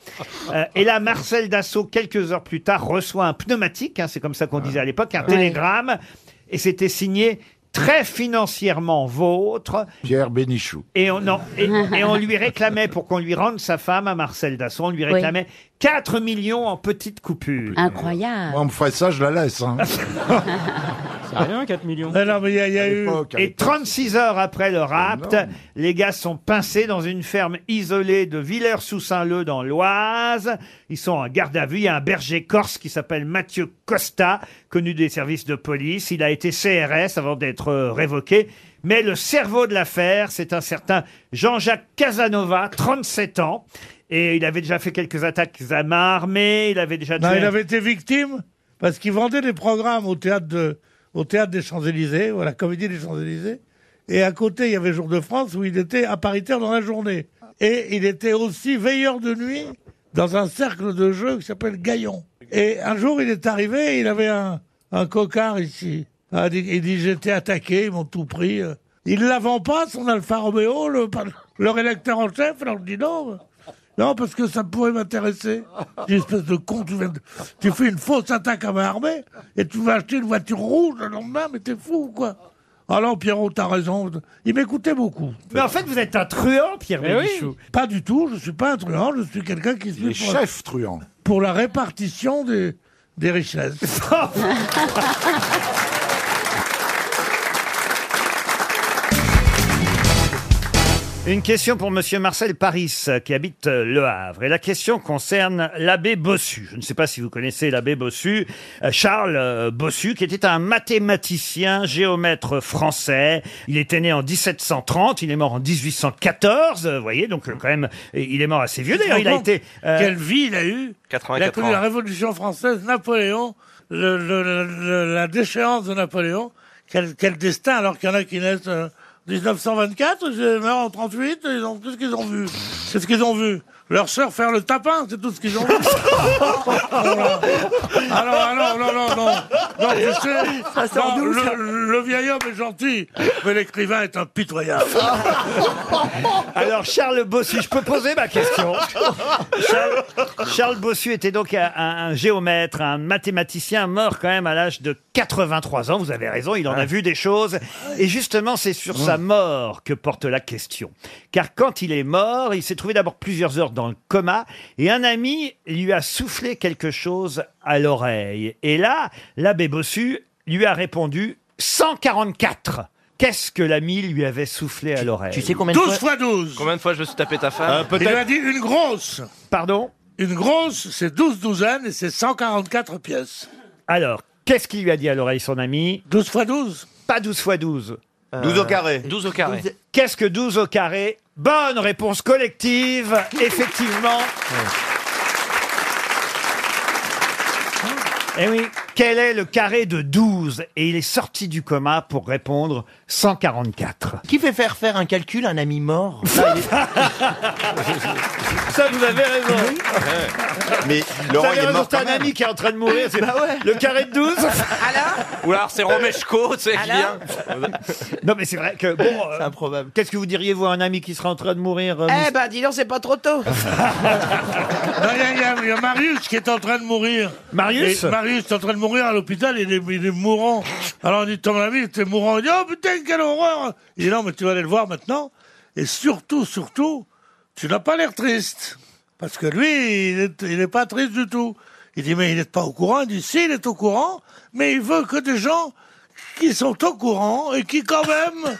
Euh, et là, Marcel Dassault, quelques heures plus tard, reçoit un pneumatique, hein, c'est comme ça qu'on disait à l'époque, un télégramme. Et c'était signé très financièrement vôtre.
Pierre Bénichou.
Et on, non, et, et on lui réclamait, pour qu'on lui rende sa femme à Marcel Dassault, on lui
Oui.
réclamait 4 millions en petites coupures.
Ah
Incroyable.
Moi, on me ferait ça, je la laisse. hein.
C'est rien, 4 millions.
non, mais il y a, il y a eu.
Et 36 heures après leur rapt, les gars sont pincés dans une ferme isolée de Villers-sous-Saint-Leu dans l'Oise. Ils sont en garde à vue. Il y a un berger corse qui s'appelle Mathieu Costa, connu des services de police. Il a été CRS avant d'être euh, révoqué. Mais le cerveau de l'affaire, c'est un certain Jean-Jacques Casanova, 37 ans. Et il avait déjà fait quelques attaques à main armée. Il avait déjà
Non,
tué-
il avait été victime parce qu'il vendait des programmes au théâtre, de- au théâtre des Champs-Élysées, ou à la Comédie des Champs-Élysées. Et à côté, il y avait Jour de France où il était à paritaire dans la journée. Et il était aussi veilleur de nuit dans un cercle de jeu qui s'appelle Gaillon. Et un jour, il est arrivé, il avait un, un cocard ici. Ah, Il dit, il dit, j'étais attaqué, ils m'ont tout pris. euh. Il ne la vend pas, son Alfa Romeo, le, leur électeur en chef. Alors je dis non, non, parce que ça pourrait m'intéresser. J'ai dit, espèce de con, tu, viens de- tu fais une fausse attaque à ma armée et tu vas acheter une voiture rouge le lendemain, mais t'es fou ou quoi Alors Pierrot, t'as raison. Il m'écoutait beaucoup.
Mais en fait, vous êtes un truand, Pierre
Mais oui.
Bénichou.
Pas du tout, je suis pas un truand, je suis quelqu'un qui
Les
suis
chefs truands.
pour la répartition des, des richesses.
Une question pour Monsieur Marcel Paris, euh, qui habite euh, Le Havre. Et la question concerne l'abbé Bossu. Je ne sais pas si vous connaissez l'abbé Bossu. Euh, Charles euh, Bossu, qui était un mathématicien, géomètre français. Il était né en 1730, il est mort en 1814. euh, Vous voyez, donc euh, quand même, euh, il est mort assez vieux. D'ailleurs, il a été... euh,
Quelle vie il a eu Il a
84
connu
ans.
la Révolution française, Napoléon, le- le- le- le- la déchéance de Napoléon. Quel, quel destin, alors qu'il y en a qui naissent euh, en 1924, ils meurent en 38, ils ont, qu'est-ce qu'ils ont vu Qu'est-ce qu'ils ont vu Leur sœur faire le tapin, c'est tout ce qu'ils ont vu. Voilà. Alors, alors, non, non, non. Non, tu sais,
Ça sort
non,
d'où, ça
le, le vieil homme est gentil, mais l'écrivain est impitoyable.
Alors Charles Bossu, je peux poser ma question Charles, Charles Bossu était donc un, un- un géomètre, un mathématicien mort quand même à l'âge de 83 ans. Vous avez raison, il en
Ah.
a vu des choses. Et justement, c'est sur
Mmh.
sa mort que porte la question. Car quand il est mort, il s'est trouvé d'abord plusieurs heures dans le coma et un ami lui a soufflé quelque chose à l'oreille. Et là, l'abbé Bossu lui a répondu 144. Qu'est-ce que l'ami lui avait soufflé à l'oreille
tu sais combien de
12 fois
fois-
12
Combien de fois je me suis tapé ta
Euh,
femme
Il lui a dit une grosse.
Pardon
Une grosse, c'est 12 douzaines et c'est 144 pièces.
Alors, qu'est-ce qu'il lui a dit à l'oreille son ami
12 fois 12
Pas 12 fois 12.
12 au carré.
12 au carré. Qu'est-ce que 12 au carré Bonne réponse collective, effectivement. Eh oui, quel est le carré de 12 Et il est sorti du coma pour répondre 144.
Qui fait faire faire un calcul à un ami mort
Ça, vous avez raison.
Mais
Vous avez raison, c'est un ami qui est en train de mourir.
Bah
Bah
c'est Le carré de 12
Ou alors c'est Romeshko, c'est qui vient
Non, mais c'est vrai que bon. C'est improbable. Qu'est-ce que vous diriez, vous, à un ami qui sera en train de mourir euh,
Eh ben, dis donc, c'est pas trop tôt.
Non, Il y, a- il y a- il y a Marius qui est en train de mourir.
Marius
Et Marius est en train de mourir à l'hôpital, il est, il est mourant. Alors on dit, ton ami, t'es mourant. Il dit, oh putain, quelle horreur Il dit, non, mais tu vas aller le voir maintenant. Et surtout, surtout, tu n'as pas l'air triste. Parce que lui, il est- il n'est pas triste du tout. Il dit, mais il n'est pas au courant. Il dit, si, il est au courant, mais il veut que des gens qui sont au courant et qui quand même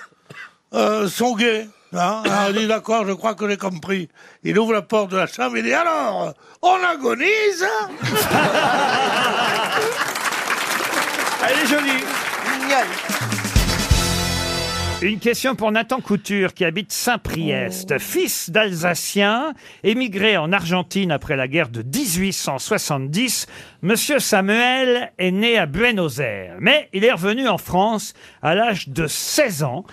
euh, sont gays. Hein Alors, il dit d'accord, je crois que j'ai compris. Il ouvre la porte de la chambre, il dit alors, on agonise
Elle est jolie. Une question pour Nathan Couture qui habite Saint-Priest. Fils d'Alsacien, émigré en Argentine après la guerre de 1870, Monsieur Samuel est né à Buenos Aires. Mais il est revenu en France à l'âge de 16 ans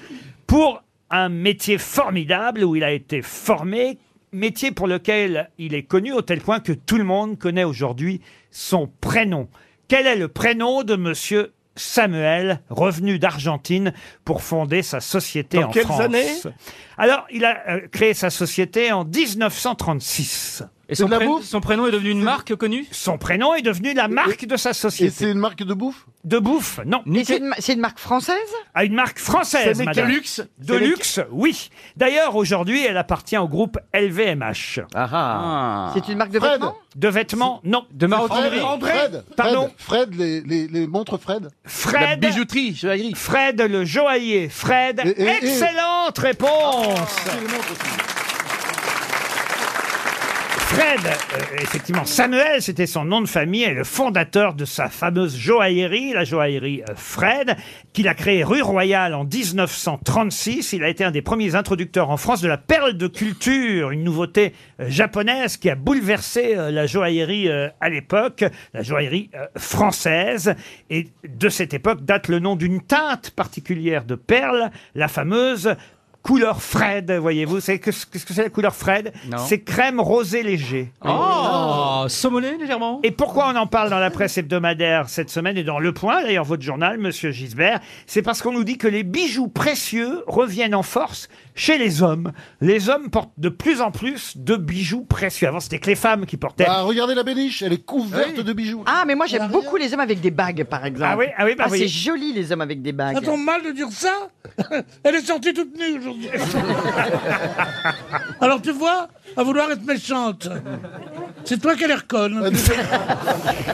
pour un métier formidable où il a été formé, métier pour lequel il est connu au tel point que tout le monde connaît aujourd'hui son prénom. Quel est le prénom de Monsieur Samuel, revenu d'Argentine pour fonder sa société
Dans
en
quelles
France
années
Alors, il a euh, créé sa société en 1936.
Et son, pré- son prénom est devenu une marque connue
Son prénom est devenu la marque de sa société. Et c'est une marque de bouffe De bouffe, non.
C'est une, ma- c'est une marque française
À une marque
C'est
française,
des
madame.
de luxe
De
C'est des-
luxe, oui. D'ailleurs, aujourd'hui, elle appartient au groupe LVMH.
C'est une marque de
Fred.
vêtements
De vêtements, non. De
Fred, Fred,
Pardon
Fred, Fred, les, les, les montres Fred.
Fred. bijouterie, Fred le joaillier. Fred,
Et- et- et-
excellente réponse Fred, euh, effectivement, Samuel, c'était son nom de famille, et le fondateur de sa fameuse joaillerie, la joaillerie euh, Fred, qu'il a créée rue Royale en 1936. Il a été un des premiers introducteurs en France de la perle de culture, une nouveauté euh, japonaise qui a bouleversé euh, la joaillerie euh, à l'époque, la joaillerie euh, française. Et de cette époque date le nom d'une teinte particulière de perle, la fameuse couleur Fred, voyez-vous. C'est que- Qu'est-ce que c'est la couleur Fred
Non.
C'est crème rosée léger.
Oh, saumonné légèrement
Et pourquoi on en parle dans la presse hebdomadaire cette semaine et dans Le Point, d'ailleurs votre journal, Monsieur Gisbert, c'est parce qu'on nous dit que les bijoux précieux reviennent en force chez les hommes. Les hommes portent de plus en plus de bijoux précieux. Avant, c'était que les femmes qui portaient.
Bah, regardez la béniche, elle est couverte de bijoux.
Ah, mais moi j'aime beaucoup les hommes avec des bagues, par exemple.
Ah oui, ah oui, bah
c'est
voyez.
joli les hommes avec des bagues.
Ça tombe mal de dire ça Elle est sortie toute nue aujourd'hui. Alors tu vois, à vouloir être méchante, c'est toi qui as l'air conne.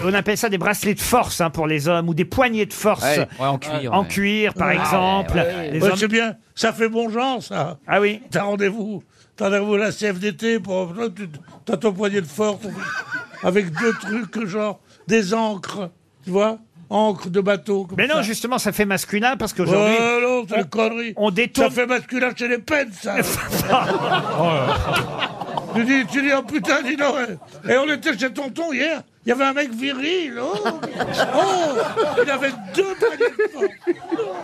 On appelle ça des bracelets de force hein, pour les hommes ou des poignées de force.
Ouais, ouais, en cuir,
En
ouais. Ah,
cuir, par exemple. Les
Ouais,
hommes-
C'est bien, ça fait bon genre, ça.
Ah oui
T'as rendez-vous, t'as rendez-vous à la CFDT, pour, tu- t'as ton poignet de force avec deux trucs, genre des encres, tu vois Encre de bateau.
Mais non, justement, ça fait masculin parce qu'aujourd'hui.
Oh non, c'est une connerie.
On détourne. Oh
Ça fait masculin chez les peines, ça. tu dis, tu dis, oh putain, dis donc. eh. Et on était chez Tonton hier. Il y avait un mec viril. Oh, Oh, il avait deux poignées de force.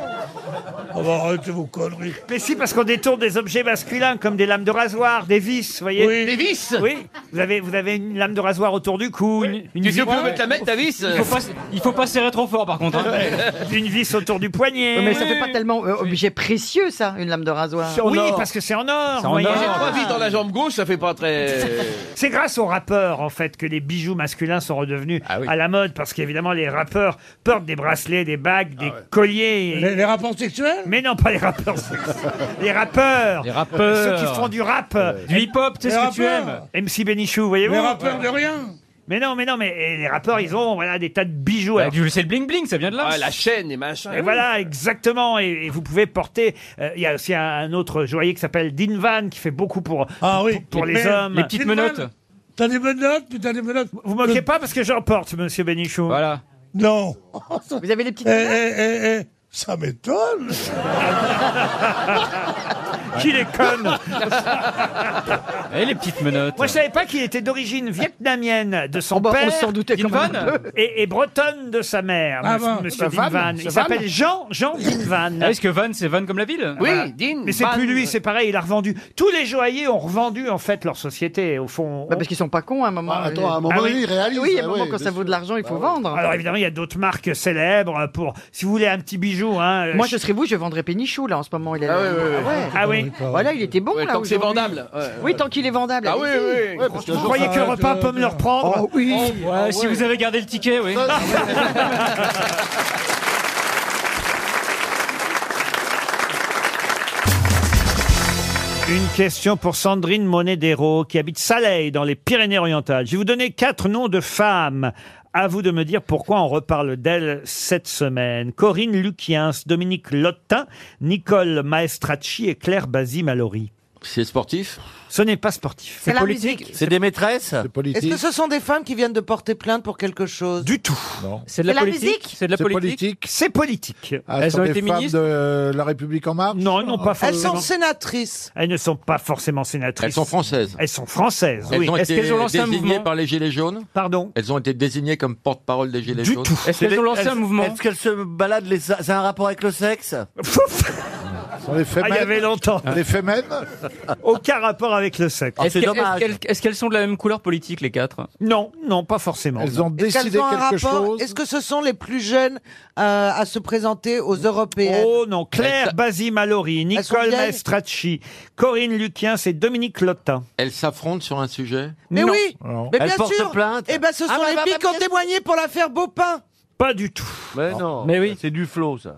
Oh, bah, arrêtez vos conneries.
Mais si, parce qu'on détourne des objets masculins comme des lames de rasoir, des vis, vous voyez.
Oui.
Des vis Oui. Vous avez, vous avez une lame de rasoir autour du cou, une, une
Tu sais
vis-
plus où mettre la mettre, ta vis Il faut pas, il faut pas serrer trop fort, par contre. hein.
une vis autour du poignet.
Ouais, mais ça fait pas tellement euh, objet précieux, ça, une lame de rasoir. Oh
Oui, parce que c'est en or.
C'est en
voyez.
or. J'ai
Trois vis dans la jambe gauche, ça fait pas très.
C'est grâce aux rappeurs, en fait, que les bijoux masculins sont redevenus
Ah
à la mode, parce qu'évidemment, les rappeurs portent des bracelets, des bagues,
Ah
des colliers.
Les, rapports sexuels
Mais non, pas les rappeurs sexuels. les rappeurs.
Les rappeurs.
Ceux qui font du rap.
Du hip-hop, tu sais
Les
ce que tu
rappeurs. MC Benichou,
Les
voyez-vous
rappeurs de rien.
Mais non, mais non, mais et les rappeurs, ils ont voilà, des tas de bijoux. Alors-
Bah, Du- C'est le bling-bling, ça vient de là.
Ah, la chaîne et machin.
et voilà, exactement. Et, et vous pouvez porter. euh, Il y a aussi un, un autre joaillier qui s'appelle Dean Van, qui fait beaucoup pour,
Ah
pour, pour les
Mais-
hommes.
Une balle. T'as des menottes, putain, des menottes.
Vous moquez pas parce que j'en porte, monsieur Bénichou.
Voilà.
Non.
Vous avez les petites
Eh, eh, eh, eh,
Ça m'étonne
Qu'il est conne
Et les petites menottes.
Moi, je savais pas qu'il était d'origine vietnamienne de son
bah, on
père.
s'en doutait quand Van même.
Et, et bretonne de sa mère,
Ah
monsieur-
bon.
monsieur
Bah,
Van.
Van,
Il
ça Van.
s'appelle Jean, Jean Din Van.
Ah, Est-ce que Van, c'est Van comme la ville
Voilà. Mais c'est plus lui, c'est pareil, il a revendu. Tous les joailliers ont revendu, en fait, leur société, au fond.
Bah, parce qu'ils sont pas cons à un moment.
Ah, attends, à un moment,
Ah
ils réalisent,
Oui, à
ah
un moment,
oui,
quand
bien Bah
ça vaut de l'argent, il faut vendre.
Alors, évidemment, il y a d'autres marques célèbres pour, si vous voulez, un petit bijou, hein.
Moi, je serais vous, je vendrais Pénichou, là, en ce moment. Il est
Ah
là.
ouais, ouais, ouais. Ah oui.
Voilà, il était bon,
Ouais,
là.
tant que c'est
aujourd'hui.
vendable, ouais, ouais.
Oui, tant qu'il est vendable.
Ah oui,
allez-y.
oui. Ouais, parce que Vous croyez que repas peut me le reprendre
Oh, oui.
Ouais, Si vous avez gardé le ticket, oui.
Une question pour Sandrine Monedero, qui habite Saleil, dans les Pyrénées-Orientales. Je vais vous donner quatre noms de femmes. À vous de me dire pourquoi on reparle d'elles cette semaine. Corinne Luquiens, Dominique Lottin, Nicole Maestracci et Claire Basi Mallory.
C'est sportif
Ce n'est pas sportif.
C'est C'est la politique musique.
C'est des maîtresses C'est
Est-ce que ce sont des femmes qui viennent de porter plainte pour quelque chose
Du tout.
C'est de la politique C'est de la
C'est
politique,
C'est politique.
Ah,
Elles
ce sont
ont
des
été
femmes
ministres
de La République en marche
Non, non, pas
Elles
forcément.
sont sénatrices.
Elles ne sont pas forcément sénatrices. Elles sont
françaises.
Elles sont françaises,
Elles
oui.
ont été désignées
mouvement
par les Gilets jaunes
Pardon
Elles ont été désignées comme porte-parole des Gilets jaunes
tout. Est-ce qu'elles
C'est
ont
des-
lancé un
elles-
mouvement
elles-
Est-ce qu'elle se balade les... Ça a un rapport avec le sexe
Ah, il y avait longtemps.
Les femmes
Aucun rapport avec le sexe.
Ah,
Est-ce que- est-ce qu'elles est-ce qu'elles sont de la même couleur politique, les quatre
Non, non, pas forcément.
Elles ont
Est-ce qu'elles ont un rapport- Est-ce que ce sont les plus jeunes euh, à se présenter aux européennes
Oh non, Claire Basi Mallory,
sont
Nicole
vieilles
Maestracci, Corinne Luquien, c'est Dominique Lottin.
Elles s'affrontent sur un sujet
Mais
Non.
oui, mais
Elles
bien
portent
sûr.
plainte.
Eh ben, ce sont
Ah, bah,
les
bah,
filles
bah,
qui ont
bien-
témoigné pour l'affaire Beaupin.
Pas du tout.
Mais non.
Mais oui.
C'est du flow, ça.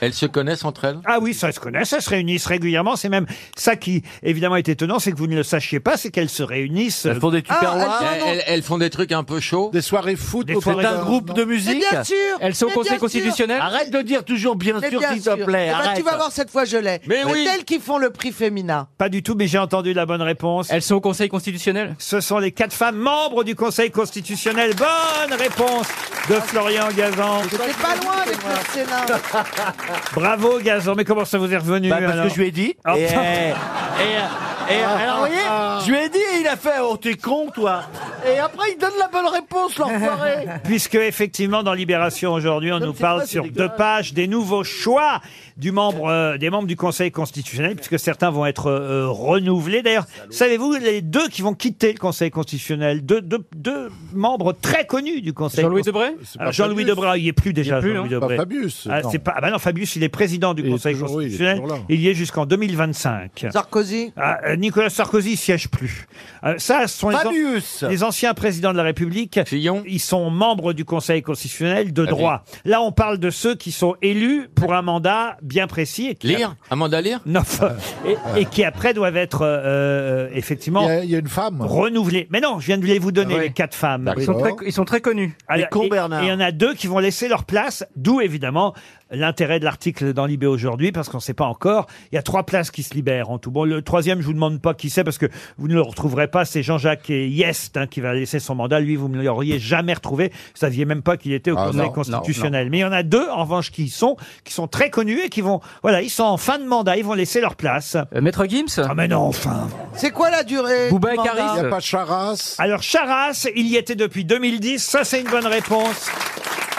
Elles se connaissent entre elles
Ah oui, ça se connaît, ça se réunissent régulièrement. C'est même ça qui, évidemment, est étonnant, c'est que vous ne le sachiez pas, c'est qu'elles se réunissent. Ah,
Elles font des
tupperwares.
elles, elles- elles font des trucs un peu chauds.
Des soirées foot.
au soirées Canada,
Mais bien sûr.
Elles sont au
mais
Conseil
bien sûr.
constitutionnel
Arrête de dire toujours bien
Mais
sûr,
bien
s'il
sûr.
te plaît.
Eh ben,
Arrête.
tu vas voir cette fois, je l'ai.
Mais
C'est
oui.
elles qui font le prix Féminin.
Pas du tout, mais j'ai entendu la bonne réponse.
Elles sont au Conseil constitutionnel
Ce sont les quatre femmes membres du Conseil constitutionnel. Bonne réponse de Florian Gazan.
J'étais Ah, pas loin avec le Sénat.
Bravo Gazan, mais comment ça vous est revenu
Bah, parce
alors
que je lui ai dit.
Oh,
Et,
putain.
euh, et, euh, et, euh, alors, vous voyez, je lui ai dit et il a fait Oh, t'es con, toi. Et après, il donne la bonne réponse, l'enfoiré.
Puisque effectivement dans Libération aujourd'hui, on nous parle
pas, c'est
sur deux
dégueulasse.
pages des nouveaux choix du membre, euh, des membres du Conseil constitutionnel, puisque certains vont être euh, renouvelés. D'ailleurs, savez-vous les deux qui vont quitter le Conseil constitutionnel, deux, deux, deux membres très connus du Conseil.
Jean-Louis
cons-
Debré
Alors, Jean-Louis Debré, ah, il n'y est plus déjà.
est plus, hein.
Jean-Louis
non
Debré.
Pas Fabius,
Ah,
non.
c'est pas. Ah bah non, Fabius, il est président du
est
Conseil
toujours- oui, il est
constitutionnel.
toujours là.
Il y est jusqu'en 2025.
Sarkozy.
Ah, euh, Nicolas Sarkozy il siège plus. Euh, ça, ce sont les, an-
Fabius.
les anciens présidents de la République. Ils sont membres du Conseil constitutionnel de
Ah oui.
droit. Là, on parle de ceux qui sont élus pour un mandat bien précis. Et qui
Lire Amanda Lire
Non. et, et qui après doivent être euh, euh, effectivement.
Il y a- il y a une femme.
Renouvelés. Mais non, je viens de les vous donner
Ah oui.
les quatre femmes.
Ils sont très- ils sont très connus.
Alors,
Les cons,
Ah, et-
Bernard.
et il y en a deux qui vont laisser leur place, d'où évidemment l'intérêt de l'article dans l'IB aujourd'hui, parce qu'on ne sait pas encore. Il y a trois places qui se libèrent en tout. Bon, le troisième, je vous demande pas qui c'est, parce que vous ne le retrouverez pas. C'est Jean-Jacques Yest hein, qui va laisser son mandat. Lui, vous ne l'auriez jamais retrouvé. Vous saviez même pas qu'il était au
Ah,
Conseil
non,
constitutionnel. Mais il y en a deux, en revanche, qui y sont, qui sont très connus et qui vont, voilà, ils sont en fin de mandat, ils vont laisser leur place.
Euh,
Maître Gims
Ah, mais non, enfin.
C'est quoi la durée
Bouba
du
et
mandat
Caris. Il y a pas
Charas.
Alors Charas, il y était depuis 2010. Ça, c'est une bonne réponse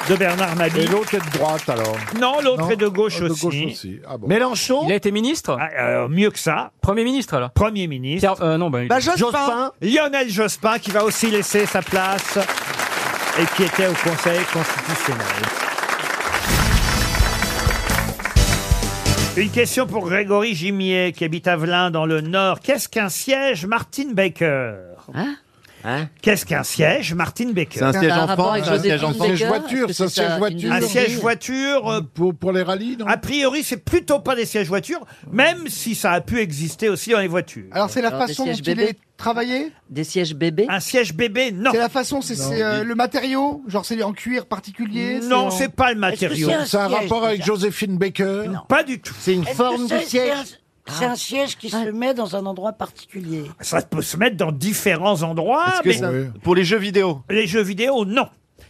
de Bernard Mabille.
Et l'autre est de droite, alors.
Non, l'autre
Non,
est de gauche
de
aussi.
gauche aussi. Ah bon.
Mélenchon Il a été ministre
Ah, euh, Mieux que ça.
Premier ministre, alors
Premier ministre.
Pierre- euh, non, bah, il-
Lionel Jospin qui va aussi laisser sa place et qui était au Conseil constitutionnel. Une question pour Grégory Gimier qui habite Avelin dans le Nord. Qu'est-ce qu'un siège Martin Baker Qu'est-ce qu'un siège Martin Baker
Hein C'est un siège
en
enfant, rapport avec un Joséphine siège enfant. Baker Siège voiture,
voiture,
Est-ce que c'est c'est un siège un- voiture. une
Un siège
limousine
voiture. euh,
Pour, pour les rallyes, non
a priori, c'est plutôt pas des sièges voitures, même si ça a pu exister aussi dans les voitures.
Alors c'est la façon dont il est travaillé
Des sièges bébés Un siège bébé, non.
C'est la façon, c'est c'est, euh, le matériau Genre c'est en cuir particulier
Non,
en-
c'est pas le matériau.
C'est un rapport avec Joséphine Baker
Pas du tout. C'est
une
Est-ce que c'est- c'est un- C'est un siège qui se met dans un endroit particulier.
Ça peut se mettre dans différents endroits.
Est-ce que
mais-
ça-
Pour les jeux vidéo Les jeux vidéo, non.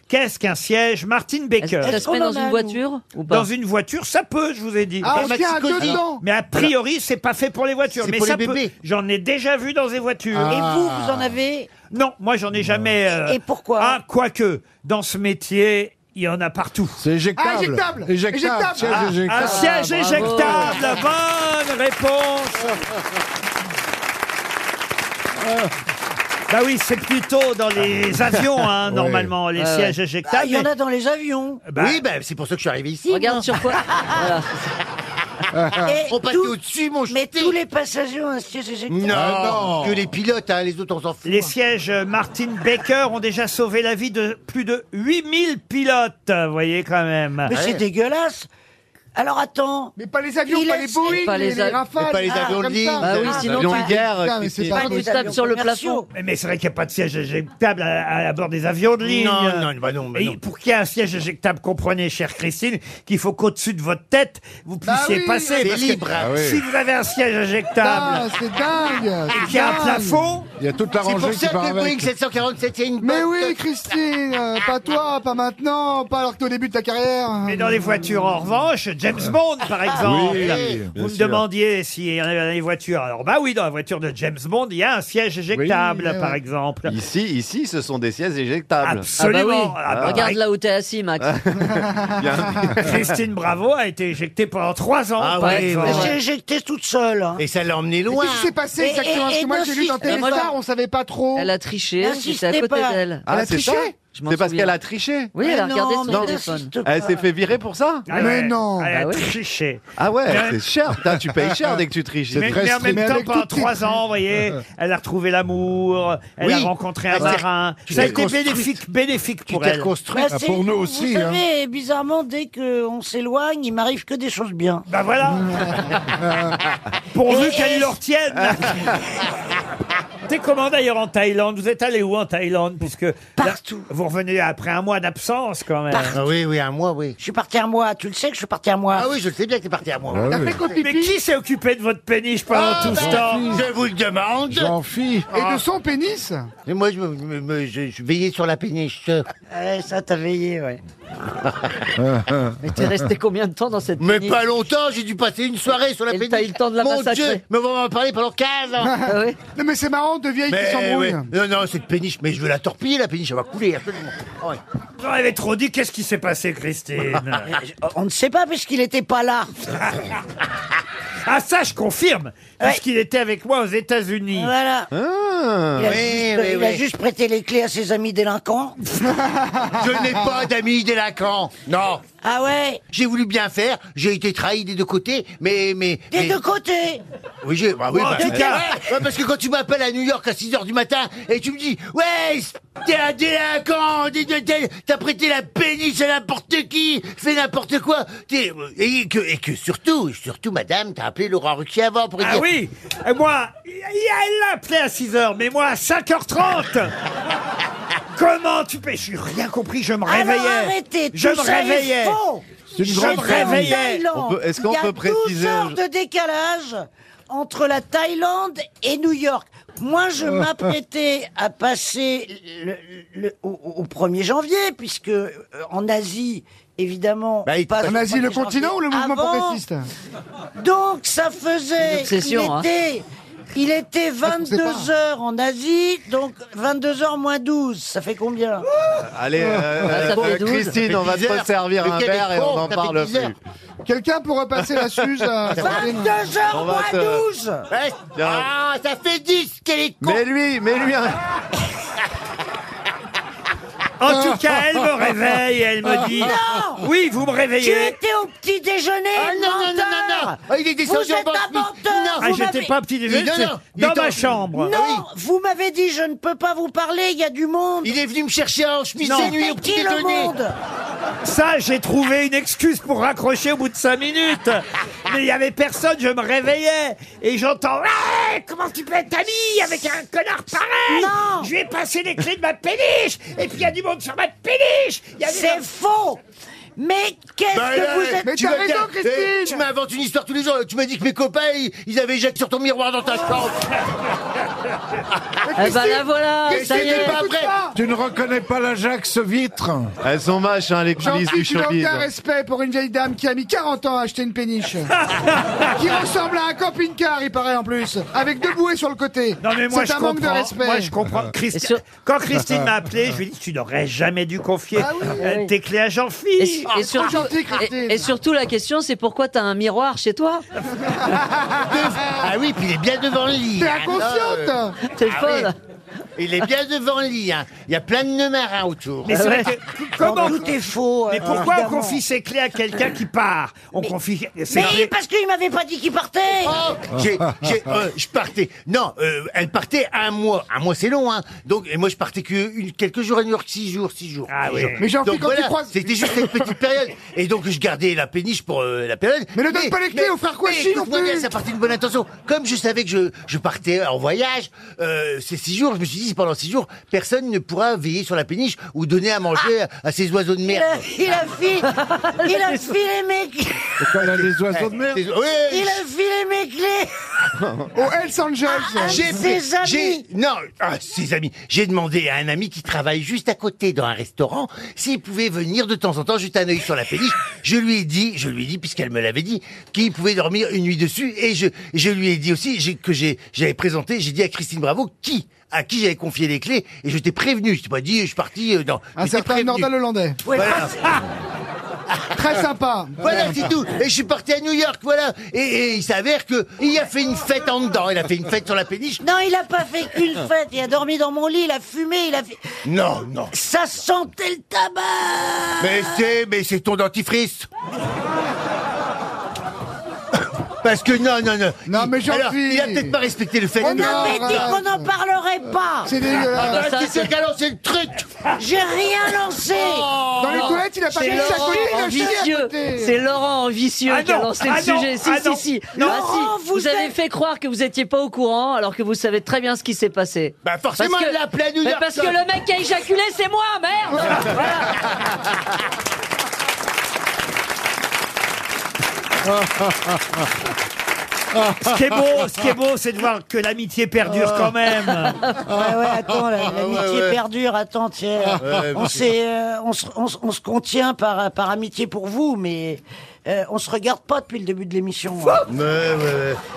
Qu'est-ce qu'un siège Martine Baker.
Ça se fait dans une voiture ou pas
Dans une voiture, ça peut, je vous ai dit.
Ah, on tient à deux dedans.
Mais a priori, c'est pas fait pour les voitures.
C'est
mais
pour
ça
les
peut-
bébés.
J'en ai déjà vu dans des voitures.
Et vous, vous en avez
Non, moi j'en ai jamais.
Et- et
pourquoi Ah, quoique, dans ce métier, il y en a partout. C'est
éjectable. Ah, éjectable. Éjectable, Éjectable. siège éjectable.
Un siège
Ah, bravo.
éjectable. Bonne réponse. Bah oui, c'est plutôt dans les avions, hein,
Oui.
normalement, les
Ouais, Bah, ouais.
sièges
Ah,
éjectables.
Il y en
mais-
a dans les avions.
Bah-
oui, ben, c'est pour ça que je suis arrivé ici.
Regarde
moi.
sur quoi-
Et On passait
tout-
au-dessus, mon
Mais tous les passagers ont un siège éjectable.
Ah,
Non, que les pilotes, hein, les autres, on s'en fout.
Les sièges euh, Martin Baker ont déjà sauvé la vie de plus de 8000 pilotes, euh, vous voyez quand même.
Mais c'est dégueulasse. Alors attends.
Mais pas les avions, pas les Boeing,
pas
les,
les a-
Rafales.
mais pas les
ah,
avions de
comme
ligne,
ça.
Bah oui,
Ah,
sinon
avions
tu-
de guerre,
putain,
qui-
mais c'est
qui-
pas possible.
tables
sur le plafond.
Mais, mais c'est vrai qu'il n'y a pas de siège éjectable à, à- à bord des avions de ligne.
Non, non, bah non, bah
Et
non.
pour qu'il y ait un siège éjectable, comprenez, chère Christine, qu'il faut qu'au-dessus de votre tête, vous
Bah
puissiez
oui,
passer.
c'est
parce que
libre. Ah oui.
Si vous avez un siège
Ah,
éjectable,
c'est dingue.
qu'il y a un
dingue.
plafond,
Il y a toute la
C'est
rangée
pour
qui
ça que
part
le Boeing
avec.
747, c'est une
Mais
bonne-
oui, Christine, euh, pas toi, pas maintenant, pas alors que t'es au début de ta carrière.
Mais dans les voitures, en revanche, James Bond, par exemple.
Ah Oui,
vous
bien
me
sûr.
demandiez s'il y en avait dans les voitures. Alors, bah oui, dans la voiture de James Bond, il y a un siège éjectable,
ouais.
par exemple.
Ici, ici, ce sont des sièges éjectables.
Absolument. Ah bah,
Regarde
oui. Ah.
là où t'es assis, Max.
Christine Bravo a été éjectée pendant trois ans,
Ah
par
oui,
exemple.
oui.
Elle s'est éjectée toute seule. hein.
Et ça l'a emmené
Mais
loin.
Qu'est-ce qui s'est passé
Et-
exactement Parce
et-
que moi,
et
j'ai lu dans
n'insistez-
Téléstar,
Ah,
on savait pas trop.
Elle a triché,
N'insistez
j'étais à côté
pas.
d'elle.
Ah,
Elle a
c'est
triché
ça
Je m'en
C'est parce
souviens.
qu'elle a triché
Oui, elle a
Mais
regardé
non,
son
mais
téléphone.
n'insiste pas.
Elle s'est fait virer pour ça
Ah ouais,
Mais non.
Elle a
Bah oui.
triché.
Ah ouais,
Mais-
c'est cher. Putain, tu payes cher dès que tu triches.
Mais, mais en même
Mais
temps,
avec
pendant
toutes
trois
tes-
ans, vous voyez, elle a retrouvé l'amour, elle a
Oui.
rencontré un
Elle s'est-
marin.
tu
Ça a
t'es
été
construite.
bénéfique, bénéfique pour
t'es
elle.
reconstruite.
Bah, c'est-
pour nous
Vous
aussi, hein.
savez, bizarrement, dès qu'on s'éloigne, il m'arrive que des choses bien.
Bah voilà. Pourvu
Et-
qu'elle
et-
le retienne. T'es comment d'ailleurs en Thaïlande Vous êtes allé où en Thaïlande Puisque là, vous revenez après un mois d'absence quand même.
Ah oui, oui, un mois, oui.
Je suis parti un mois, tu le sais que je suis parti un mois.
Ah oui, je le sais bien que t'es parti à moi.
Ah
T'as
oui.
fait copier
Mais qui s'est occupé de votre péniche pendant
Ah,
tout ce
bah,
temps
Je vous le demande.
J'en fie.
Et de son pénis
Et Ah. moi, je, me- me- me- je- je veillais sur la péniche.
Ah
Ouais, ça t'as veillé, ouais.
Mais t'es resté combien de temps dans cette
Mais
clinique
pas longtemps, j'ai dû passer une soirée sur la
Et
péniche.
t'as eu le temps de la
Mon
massacrer.
Dieu, mais on va en parler pendant 15 ans.
Ah ouais
Non, mais c'est marrant, de vieilles qui
Mais ouais.
s'embrouillent.
Non, non, cette péniche, mais je veux la torpiller, la péniche, elle va couler, absolument. Ah Ouais.
Vous en avez trop dit. Qu'est-ce qui s'est passé, Christine
Euh, On ne sait pas parce qu'il n'était pas là.
Ah ça, je confirme, parce
Ouais.
qu'il était avec moi aux États-Unis.
Voilà. Il a,
Ah. Oui,
juste,
oui,
il a
oui.
juste prêté les clés à ses amis délinquants.
Je n'ai pas d'amis délinquants. Non.
Ah ouais
J'ai voulu bien faire, j'ai été trahi des deux côtés, mais. mais,
Des
mais-
deux côtés Oh,
Oui, j'ai. Bah, oui,
En
bah,
tout
ouais.
cas.
Ouais, parce que quand tu m'appelles à New York à 6 h du matin et tu me dis Ouais, t'es un délinquant, t'es- t'es- t'es- t'as prêté la péniche à n'importe qui, fais n'importe quoi. T'es- euh, Et que, et que surtout, surtout, madame, t'as appelé Laurent Ruquier avant pour lui
Ah
dire
oui Et Moi, il- elle l'a appelé à 6h, mais moi à 5h30 Comment tu peux Je n'ai rien compris, je me
Alors
réveillais
arrêtez,
Je
tout
me
ça est
réveillais
faux.
une
Je
grande
serai en
réveillée.
Thaïlande.
On peut- est-ce qu'on
Il y a
peut préciser-
toutes sortes de décalage entre la Thaïlande et New York. Moi, je m'apprêtais à passer le- le- au, au 1er janvier, puisque euh, en Asie, évidemment...
Bah, il-
on passe
en
au
Asie, le
1er
continent
Ah
ou le
janvier
mouvement
avant.
progressiste
Donc, ça faisait...
Une obsession, hein.
il était, il était 22 heures en Asie, donc 22 heures moins 12, ça fait combien
Allez, euh, euh,
ça fait
euh,
douze.
Christine, on va te
dix heures.
servir
Le
un
Québec
verre et
compte,
on n'en
ça fait
parle
dix heures.
plus.
Quelqu'un pour repasser la Suze à Sandrine
22
On
heures
va
moins
te-
12
Ouais, Ah, ça fait 10 qu'elle est con
Mais lui, mais lui, un-
En tout cas, elle me réveille et
Ah.
elle me dit
Non
Oui, vous me
Tu
réveillez
étais au petit déjeuner,
Ah, non, non, non, non, non.
menteur
Ah, il est descendu
Vous êtes
en bas.
un menteur
Non,
Ah,
vous
j'étais
m'avez-
pas petit déjeuner,
Non,
c'est
non, il
dans
est
ma
en-
chambre
Non, vous m'avez dit je ne peux pas vous parler, il y a du monde
Il est venu me chercher en chemise
Non.
de nuit
Mais
au petit
qui le
déjeuner.
monde
Ça, j'ai trouvé une excuse pour raccrocher au bout de cinq minutes. Mais il y avait personne, je me réveillais. Et j'entends, Ouais, comment tu peux être ami avec un connard pareil
Non.
Je lui ai passé les clés de ma péniche. Et puis il y a du monde sur ma péniche. Il y a des gens-
C'est faux Mais qu'est-ce
Bah,
euh,
que
là,
vous êtes...
Mais
tu
t'as
m'as-
raison,
eh,
Christine
Tu m'inventes une histoire tous les jours. Tu m'as dit que mes copains, ils, ils avaient Jacques sur ton miroir dans ta chambre.
Eh ben la voilà, ça y est.
Tu ne reconnais pas l'Ajax vitre
Elles sont vaches, hein, les coulisses
Gentil,
du
tu n'as
showbiz.
aucun respect pour une vieille dame qui a mis 40 ans à acheter une péniche. qui ressemble à un camping-car, il paraît en plus. Avec deux bouées sur le côté.
Non mais moi je
C'est un
comprends.
manque de respect.
Moi je comprends. Christi- Quand Christine m'a appelé, je lui ai dit tu n'aurais jamais dû confier
Ah oui,
euh,
oui.
tes clés à
Et,
Jean-Philippe.
su-
Ah,
et surtout, et- et surtout, la question, c'est pourquoi t'as un miroir chez toi
Ah oui, puis il est bien devant le lit.
T'es
hein,
inconsciente.
non,
T'es
ah
folle.
oui. Il est bien devant le lit. hein. Il y a plein de nœuds marins autour. Ah
Mais c'est vrai que- comment Mais pourquoi on
euh, évidemment.
confie ses clés à quelqu'un qui part On confie ses
Mais
clés.
parce qu'il m'avait pas dit qu'il partait
J'ai- j'ai- euh, je partais. Non, euh, elle partait un mois. Un mois, c'est long, hein. Donc, et moi, je partais que une- quelques jours à New York, six jours, six jours. six
Ah oui.
jours.
Mais j'en fais
Donc
quand tu
voilà,
croises-
C'était juste une petite période. Et donc, je gardais la péniche pour euh, la période.
Mais ne donne pas les clés au frère Kouachi
mais
non
écoute-moi
plus.
bien, ça partait d'une bonne intention. Comme je savais que je, je partais en voyage, euh, ces six jours, je me suis dit, pendant six jours, personne ne pourra veiller sur la péniche ou donner à manger à,
Ah
à ces oiseaux de
il
mer.
a, il a filé, il a filé mes clés.
les
oiseaux de mer
Eh,
Eh,
Il a filé mes clés.
Au Hells Angels.
J'ai
ses amis.
j'ai- non, ah, ses amis. J'ai demandé à un ami qui travaille juste à côté dans un restaurant s'il pouvait venir de temps en temps jeter un œil sur la péniche. Je lui ai dit, je lui ai dit puisqu'elle me l'avait dit, qu'il pouvait dormir une nuit dessus et je je lui ai dit aussi j'ai- que j'ai j'avais présenté, j'ai dit à Christine Bravo qui à qui j'avais confié les clés et je t'ai prévenu. Je t'ai pas dit je suis parti euh, dans
Un certain Nordal Hollandais. Très sympa.
Voilà, c'est tout. Et je suis parti à New York, voilà. Et, et il s'avère que il a fait une fête en dedans. Il a fait une fête sur la péniche.
Non, il a pas fait qu'une fête. Il a dormi dans mon lit, il a fumé, il a. fi-
Non, non.
Ça sentait le tabac.
Mais c'est, mais c'est ton dentifrice. Parce que non, non, non. Non, mais
j'en suis.
Il a peut-être pas respecté le fait.
On
que-
avait dit qu'on n'en parlerait pas.
hein. C'est dégueulasse.
Ah bah, c'est qui a lancé le truc.
J'ai rien lancé.
Oh.
Oh.
Dans les toilettes, il a pas
C'est
mis sa
Laurent
côté, il
en
a chié à
vicieux.
côté.
C'est Laurent en vicieux
Ah
qui a
non,
lancé
ah
le
non,
sujet. Si,
ah
si,
non.
si.
Non.
Ah si,
Laurent,
vous avez fait croire que vous étiez pas au courant alors que vous savez très bien ce qui s'est passé. Bah
forcément, elle l'a appelé à New York.
Parce que le mec qui a éjaculé, c'est moi, merde
Ce qui est beau, ce qui est beau, c'est de voir que l'amitié perdure quand même.
Ouais, ouais, attends,
Ah,
la- l'amitié
Ah ouais, ouais.
perdure, attends, tiens.
Ouais,
on,
mais-
s'est, euh, on, se, on se- on se contient par, par amitié pour vous, mais euh, on se regarde pas depuis le début de l'émission. hein.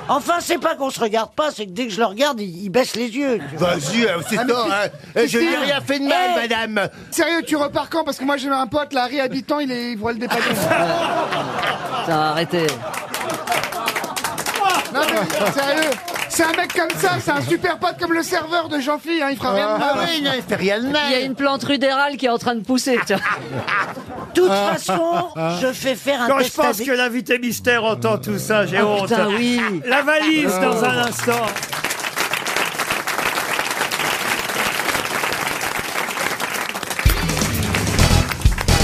Enfin, c'est pas qu'on se regarde pas, c'est que dès que je le regarde, il, il baisse les yeux. tu vois.
Vas-y, euh, c'est toi, hein. Eh, Je n'ai rien fait de mal,
Eh,
madame.
Sérieux, tu repars quand Parce que moi j'ai un pote, là, réhabitant, il est voit le dépanner.
Putain, arrêtez.
Non mais sérieux, c'est un mec comme ça, c'est un super pote comme le serveur de Jean-Philippe, hein, il fera rien de mal.
Ah oui, non, il fait rien de mal.
Il y a une plante rudérale qui est en train de pousser. tiens.
De toute façon, je fais faire un
Ah. Quand je
test
pense
ADN.
que l'invité mystère entend tout ça, j'ai
Ah,
honte.
putain, oui.
La valise
Ah.
dans un instant.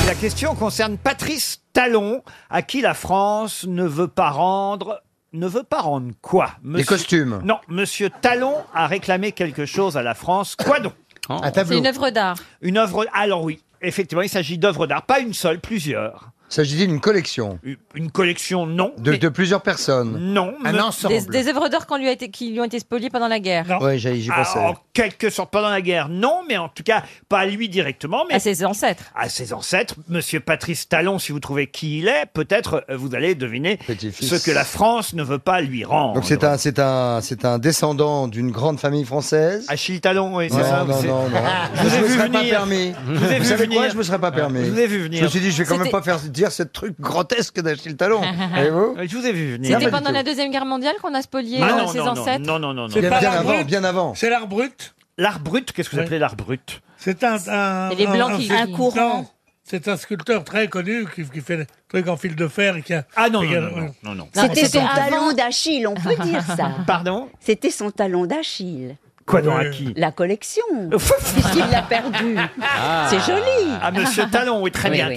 La question concerne Patrice Talon, à qui la France ne veut pas rendre. Ne veut pas rendre quoi Des
costumes.
Non, Monsieur Talon a réclamé quelque chose à la France. Quoi donc
Oh.
Un
C'est une œuvre d'art.
Une œuvre. Alors oui, effectivement, il s'agit d'œuvres d'art, pas une seule, plusieurs.
S'agit-il d'une collection
Une collection, non.
De, de plusieurs personnes
Non.
Un
mais-
ensemble.
Des, des œuvres d'art qu'on lui a été- qui lui ont été spoliées pendant la guerre.
Ouais, j'y j'y
Ah,
pensais.
en quelque sorte, pendant la guerre, non, mais en tout cas, pas à lui directement, mais
À ses ancêtres.
à ses ancêtres. Monsieur Patrice Talon, si vous trouvez qui il est, peut-être euh, vous allez deviner
Petit-fils.
ce que la France ne veut pas lui rendre.
Donc c'est un, c'est un, c'est un descendant d'une grande famille française.
Achille Talon, oui, c'est
non,
ça,
Non,
c'est-
non, non.
Je vous ai
me
vu
serais pas
venir.
permis.
Je vous ai vu
savez quoi
venir.
Je me serais pas permis.
Je vous ai vu venir.
Je me suis dit, je vais quand même
C'était-
pas faire dire ce truc grotesque d'Achille Talon. Et vous
Je vous ai
Non,
vu
pas
C'était
du
pendant
tout.
la Deuxième Guerre mondiale qu'on a spolié
Ah
euh,
non,
ses
non, non,
ancêtres
non, non, non, non.
C'est Bien- pas bien l'art avant, brut bien avant.
C'est l'art brut
L'art brut, qu'est-ce que vous appelez l'art brut
C'est un, un,
Et les Blancs qui- un courant.
non, C'est un sculpteur très connu qui, qui fait des trucs en fil de fer. et Qui a,
ah non,
qui
non,
a-
non, non, non, non.
C'était
C'était son
avant.
talon d'Achille, on peut dire ça.
Pardon
C'était son talon d'Achille.
Quoi donc, à qui
La collection. Puisqu'il l'a perdu.
Ah,
C'est joli.
Ah, monsieur Talon, oui, Ah, très
Oui,
bien.
oui.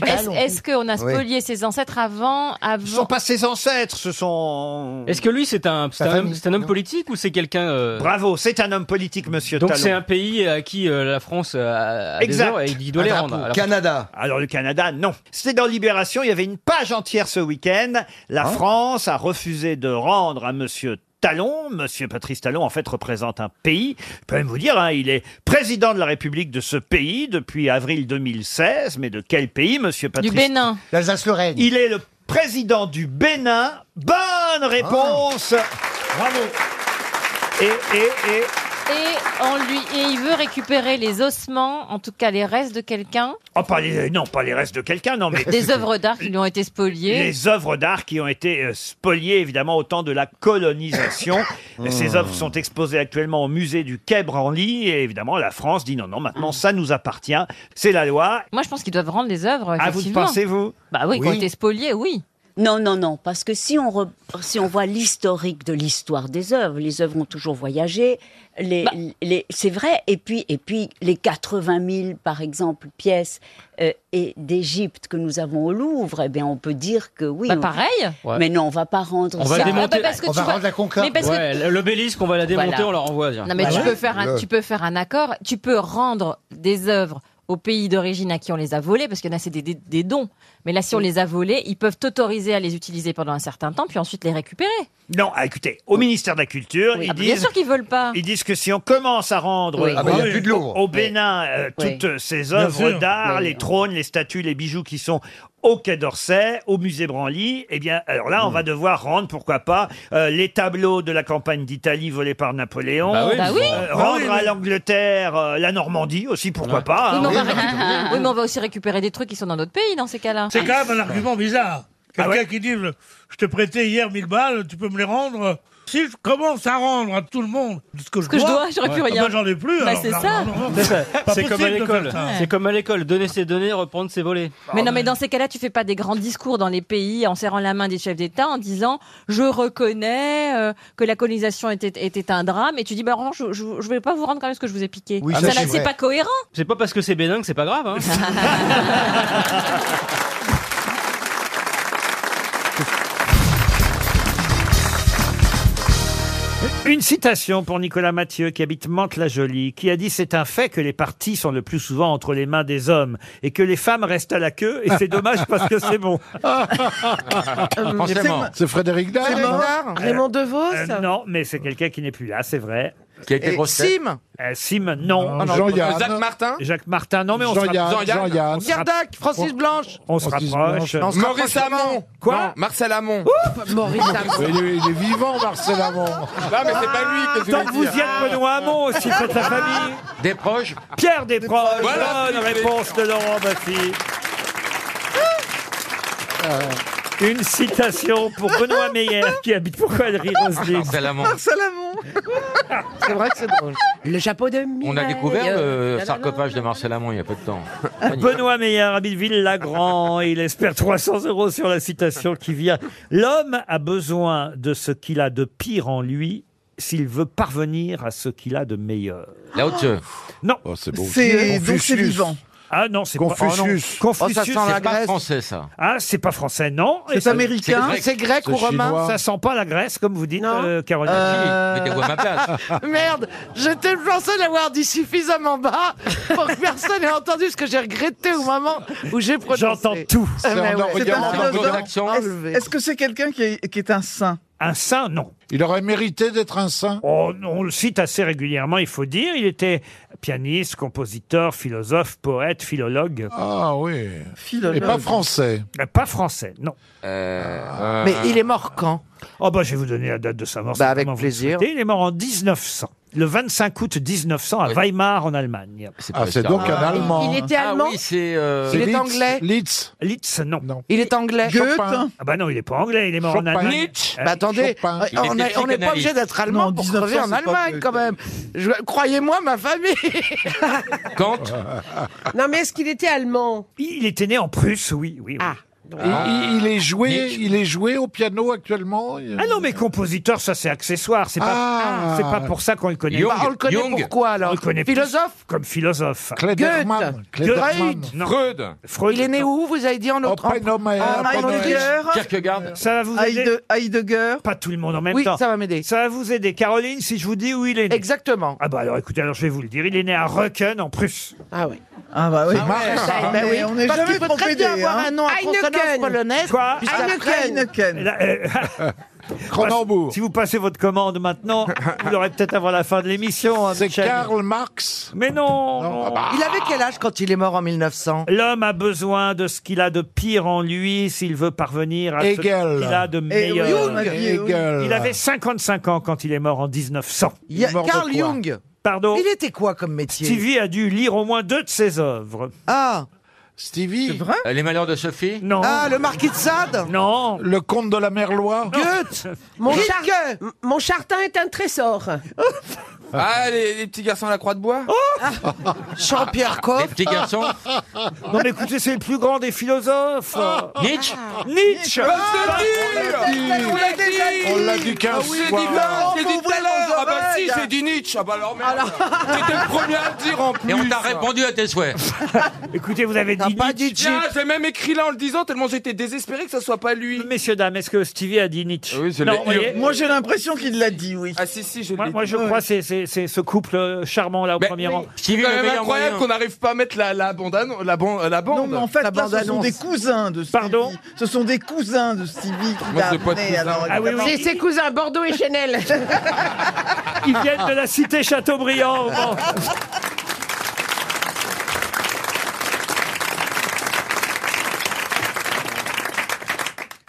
Catherine.
Est-ce est-ce qu'on a
Oui.
spolié ses ancêtres avant,
Ce
avant
sont pas ses ancêtres, ce sont...
Est-ce que lui, c'est un, c'est
Sa
un homme-
famille,
c'est un homme
non.
politique ou c'est quelqu'un. euh,
Bravo, c'est un homme politique, monsieur
Donc
Talon.
c'est un pays à qui euh, la France euh, a, a des
Exact.
œuvres et il doit les rendre. Alors,
Canada. Alors le Canada, non. C'était dans Ah. Libération, il y avait une page entière ce week-end. La France a refusé de rendre à monsieur Talon, Monsieur Patrice Talon, en fait, représente un pays. Je peux même vous dire, hein, il est président de la République de ce pays depuis avril 2016. Mais de quel pays, Monsieur Patrice
Bénin.
L'Alsace-Lorraine. Il est le président du Bénin. Bonne réponse. Bravo. Et, et, et,
Et, on lui, et il veut récupérer les ossements, en tout cas les restes de quelqu'un,
oh, pas les, non, pas les restes de quelqu'un, non, mais.
des œuvres d'art qui lui ont été spoliées.
Les œuvres d'art qui ont été euh, spoliées, évidemment, au temps de la colonisation.
Hmm.
Ces œuvres sont exposées actuellement au musée du Quai Branly. Et évidemment, la France dit non, non, maintenant, ça nous appartient. C'est la loi.
Moi, je pense qu'ils doivent rendre les œuvres.
Ah, vous le
effectivement.
pensez, vous
Bah oui, qui ont
Oui.
été spoliées, oui.
Non, non, non, parce que si on, re- si on voit l'historique de l'histoire des œuvres, les œuvres ont toujours voyagé, les,
Bah.
les- c'est vrai, et puis, et puis les 80 000, par exemple, pièces euh, et d'Égypte que nous avons au Louvre, eh bien, on peut dire que oui.
Bah,
on-
pareil. Ah, bah,
Ouais.
Mais non, on va pas rendre
On va
ça.
Ah
démonter.
bah
Ouais,
Ouais, L'obélisque, on va la démonter,
Voilà.
on la renvoie. tiens.
Non, mais tu, peux faire un, tu peux faire un accord, tu peux rendre des œuvres au pays d'origine à qui on les a volées, parce qu'il y en a, c'est des, des- des dons. Mais là, si on les a volées, ils peuvent t'autoriser à les utiliser pendant un certain temps, puis ensuite les récupérer.
Non, ah, écoutez, au ministère de la Culture, ils
Ah,
disent.
bien sûr qu'ils veulent pas.
Ils disent que si on commence à rendre
Oui.
euh,
Ah bah, il y a
au-
plus de Louvre.
au Bénin euh,
Oui.
toutes ces
Bien
œuvres
sûr.
d'art,
Oui.
les trônes, les statues, les bijoux qui sont au Quai d'Orsay, au musée Branly, eh bien, alors
Mm.
là, on va devoir rendre, pourquoi pas, euh, les tableaux de la campagne d'Italie volés par Napoléon,
Bah oui. Bah oui. Bah
euh,
oui,
rendre à
oui.
l'Angleterre euh, la Normandie aussi, pourquoi pas.
Ah, oui, mais
hein.
on va récupérer- oui, mais on va aussi récupérer des trucs qui sont dans notre pays dans ces cas-là.
C'est quand même un argument bizarre.
Ah
Quelqu'un qui dit Je te prêtais hier 1000 balles, tu peux me les rendre si je commence à rendre à tout le monde ce que, je,
que je dois, j'aurais plus
ah
rien.
ben j'en ai plus.
Bah,
alors,
c'est
là,
ça.
non, non, non.
C'est ça.
Pas
C'est comme à
possible de
l'école.
faire ça.
C'est comme à l'école. Donner ses données, reprendre ses volets.
Mais non, mais dans ces cas-là, tu fais pas des grands discours dans les pays en serrant la main des chefs d'État en disant je reconnais euh, que la colonisation était, était un drame et tu dis bah non, je, je, je vais pas vous rendre quand même ce que je vous ai piqué.
Oui,
Ah, ça,
ça,
là,
c'est
c'est
vrai.
pas cohérent.
C'est pas parce que c'est bénin que c'est pas grave. hein.
Une citation pour Nicolas Mathieu qui habite Mantes-la-Jolie, qui a dit c'est un fait que les partis sont le plus souvent entre les mains des hommes et que les femmes restent à la queue et c'est dommage parce que c'est bon.
Euh,
Forcément. C'est Frédéric Dard, C'est non Euh, Dard Raymond Devos
Euh, Non, mais c'est quelqu'un qui n'est plus là, c'est vrai.
Qui a été Et grosse tête Sim
Euh, Sim, non.
Ah, non, Jean-Yann. Jacques
Martin Jacques Martin, non mais on se
Jean-Yann,
rapproche.
Jean-Yann.
On se
Pierre
rapp-
Dac, Francis Blanche.
On se
Francis
rapproche.
Blanche. Non, on se Maurice rapproche Hamon. vraiment.
Quoi
Non,
Marcel Amon.
Maurice Hamon. Il est- il est vivant, Marcel Hamon.
Non, mais c'est pas lui que je
Tant
voulais
que vous y
dire.
êtes, Benoît Hamon aussi, faites la famille.
Des proches
Pierre Desproges,
Voilà,
bonne
c'est fait.
réponse de Laurent Baffy. Euh, Une citation pour Benoît Meyer qui habite pourquoi elle rit Roselyne
Marcel Amont.
C'est vrai que c'est drôle. Le chapeau de Mireille.
On a découvert
euh,
le sarcophage de Marcel Amont il y a peu de temps.
Benoît Meyer habite Ville-Lagrand et il espère 300 euros sur la citation qui vient. L'homme a besoin de ce qu'il a de pire en lui s'il veut parvenir à ce qu'il a de meilleur.
Là haute
Non.
Oh, c'est
C'est- donc c'est vivant. Ah non, c'est pas-
Confucius.
oh non, Confucius,
Oh, ça sent la
c'est pas
Grèce.
français,
ça.
Ah, c'est pas français, non.
C'est
Et ça-
américain, c'est grec C'est ou romain chinois.
Ça sent pas la Grèce, comme vous dites, euh, Caroline.
Euh, Merde, j'étais le censé l'avoir dit suffisamment bas pour que personne ait entendu ce que j'ai regretté au moment où j'ai prononcé.
J'entends tout.
Eh ben ouais.
Est-ce que c'est quelqu'un qui, est- qui est un saint
Un saint, non. Il aurait mérité d'être un saint on, on le cite assez régulièrement, il faut dire. Il était pianiste, compositeur, philosophe, poète, philologue.
Ah oui.
Philologue.
Et pas français.
Mais Pas français, non.
Euh,
Mais il
est mort quand Oh bah je vais vous donner la date de sa mort.
Bah,
c'est
avec
comment vous le
plaisir.
souhaitez. Il est mort en 1900. Le 25 août 1900 à Weimar en Allemagne.
Ah, pas c'est ça. donc un Ah, Allemand. il était allemand Ah oui, c'est, euh, Il est anglais
Litz. Litz, non.
Il est anglais. Goethe
Ah bah non, il est pas anglais, il est mort
Chopin.
en Allemagne.
Nietzsche.
Euh,
Bah, attendez,
Chopin.
on- on est- on n'est pas obligé d'être allemand pour crever en Allemagne quand même. Je- Croyez-moi, ma famille.
Kant
non, mais est-ce qu'il était allemand
Il était né en Prusse, oui, oui. Ah.
Et il, il est joué, il est joué au piano actuellement.
Ah non, mais compositeur, ça c'est accessoire. C'est pas,
Ah.
c'est pas pour ça qu'on le connaît.
Jung. Bah, on le connaît Jung. pour quoi, alors
On le connaît
Philosophe
plus Comme philosophe.
Klederman. Goethe. Klederman.
Freud. Non.
Freud.
Il est né où Vous avez dit en autre. en- en- en Autriche
Kierkegaard.
Ça va vous aider.
Heide-
Heidegger. Pas tout le monde en même
Oui,
temps.
ça
va m'aider. Ça va vous aider. Caroline, si je vous dis où il est né.
Exactement.
Ah bah alors écoutez, alors je vais vous le dire. Il est né à Röcken en Prusse.
Ah oui.
Ah bah oui.
Ben oui,
On n'est
parce
jamais
qu'il peut
trop
très bien
aidé,
avoir
hein.
un nom à
Heineken.
consonance polonaise.
Quoi
Heineken.
Heineken.
Cronenbourg. euh, Si vous passez votre commande maintenant, vous l'aurez peut-être avant la fin de l'émission. hein, C'est
Karl
Marx Mais non, non.
Il avait quel âge quand il est mort en 1900
L'homme a besoin de ce qu'il a de pire en lui s'il veut parvenir à Ah, ce qu'il
Hegel.
a de
Eh
Et
meilleur.
Jung. Hegel.
Il avait 55 ans quand il est mort en 1900.
Il y a- Il est mort de Carl quoi Jung.
Pardon
Il était quoi comme métier
Stevie a dû lire au moins deux de ses œuvres.
Ah
Stevie
vrai
Euh, Les malheurs de Sophie
Non.
Ah, le marquis de Sade
Non.
Le comte de la Merlois
Goethe
Mon,
Rilke.
char- m- mon chartin est un trésor.
Ah, les, les petits garçons à la croix de bois
Jean-Pierre Coff
Les petits garçons
Oh Non mais écoutez, c'est le plus grand des philosophes.
Nietzsche
Nietzsche Ah,
Bonne On l'a dit
On l'a dit 15
ah, oui,
fois.
C'est dit tout à l'heure Ah bah si, c'est dit Nietzsche Ah bah alors merde T'étais le premier à le dire en plus
Et on t'a répondu à tes souhaits.
Écoutez, vous avez dit Nietzsche.
Ah, j'ai même écrit là en le disant tellement j'étais désespéré que ça soit pas lui
Messieurs, dames, est-ce que Stevie a dit Nietzsche
Oui,
c'est Non, les- vous voyez
Moi j'ai l'impression qu'il l'a dit, oui. Ah si, si, je
Moi,
l'ai
moi,
dit.
je crois c'est c'est- c'est ce couple charmant là au premier rang.
C'est quand même incroyable qu'on n'arrive pas à mettre la, la, bande, annon- la, ban- la bande.
Non, mais en fait,
la
là,
bande
ce sont
annonce.
des
cousins de Stevie. Pardon
Ce sont des cousins de Stevie qui
Moi,
l'a
c'est pas de
amené.
cousins.
Alors,
Ah oui,
évidemment.
C'est ses cousins Bordeaux et Chanel.
Ils viennent de la cité Chateaubriand. au Mans.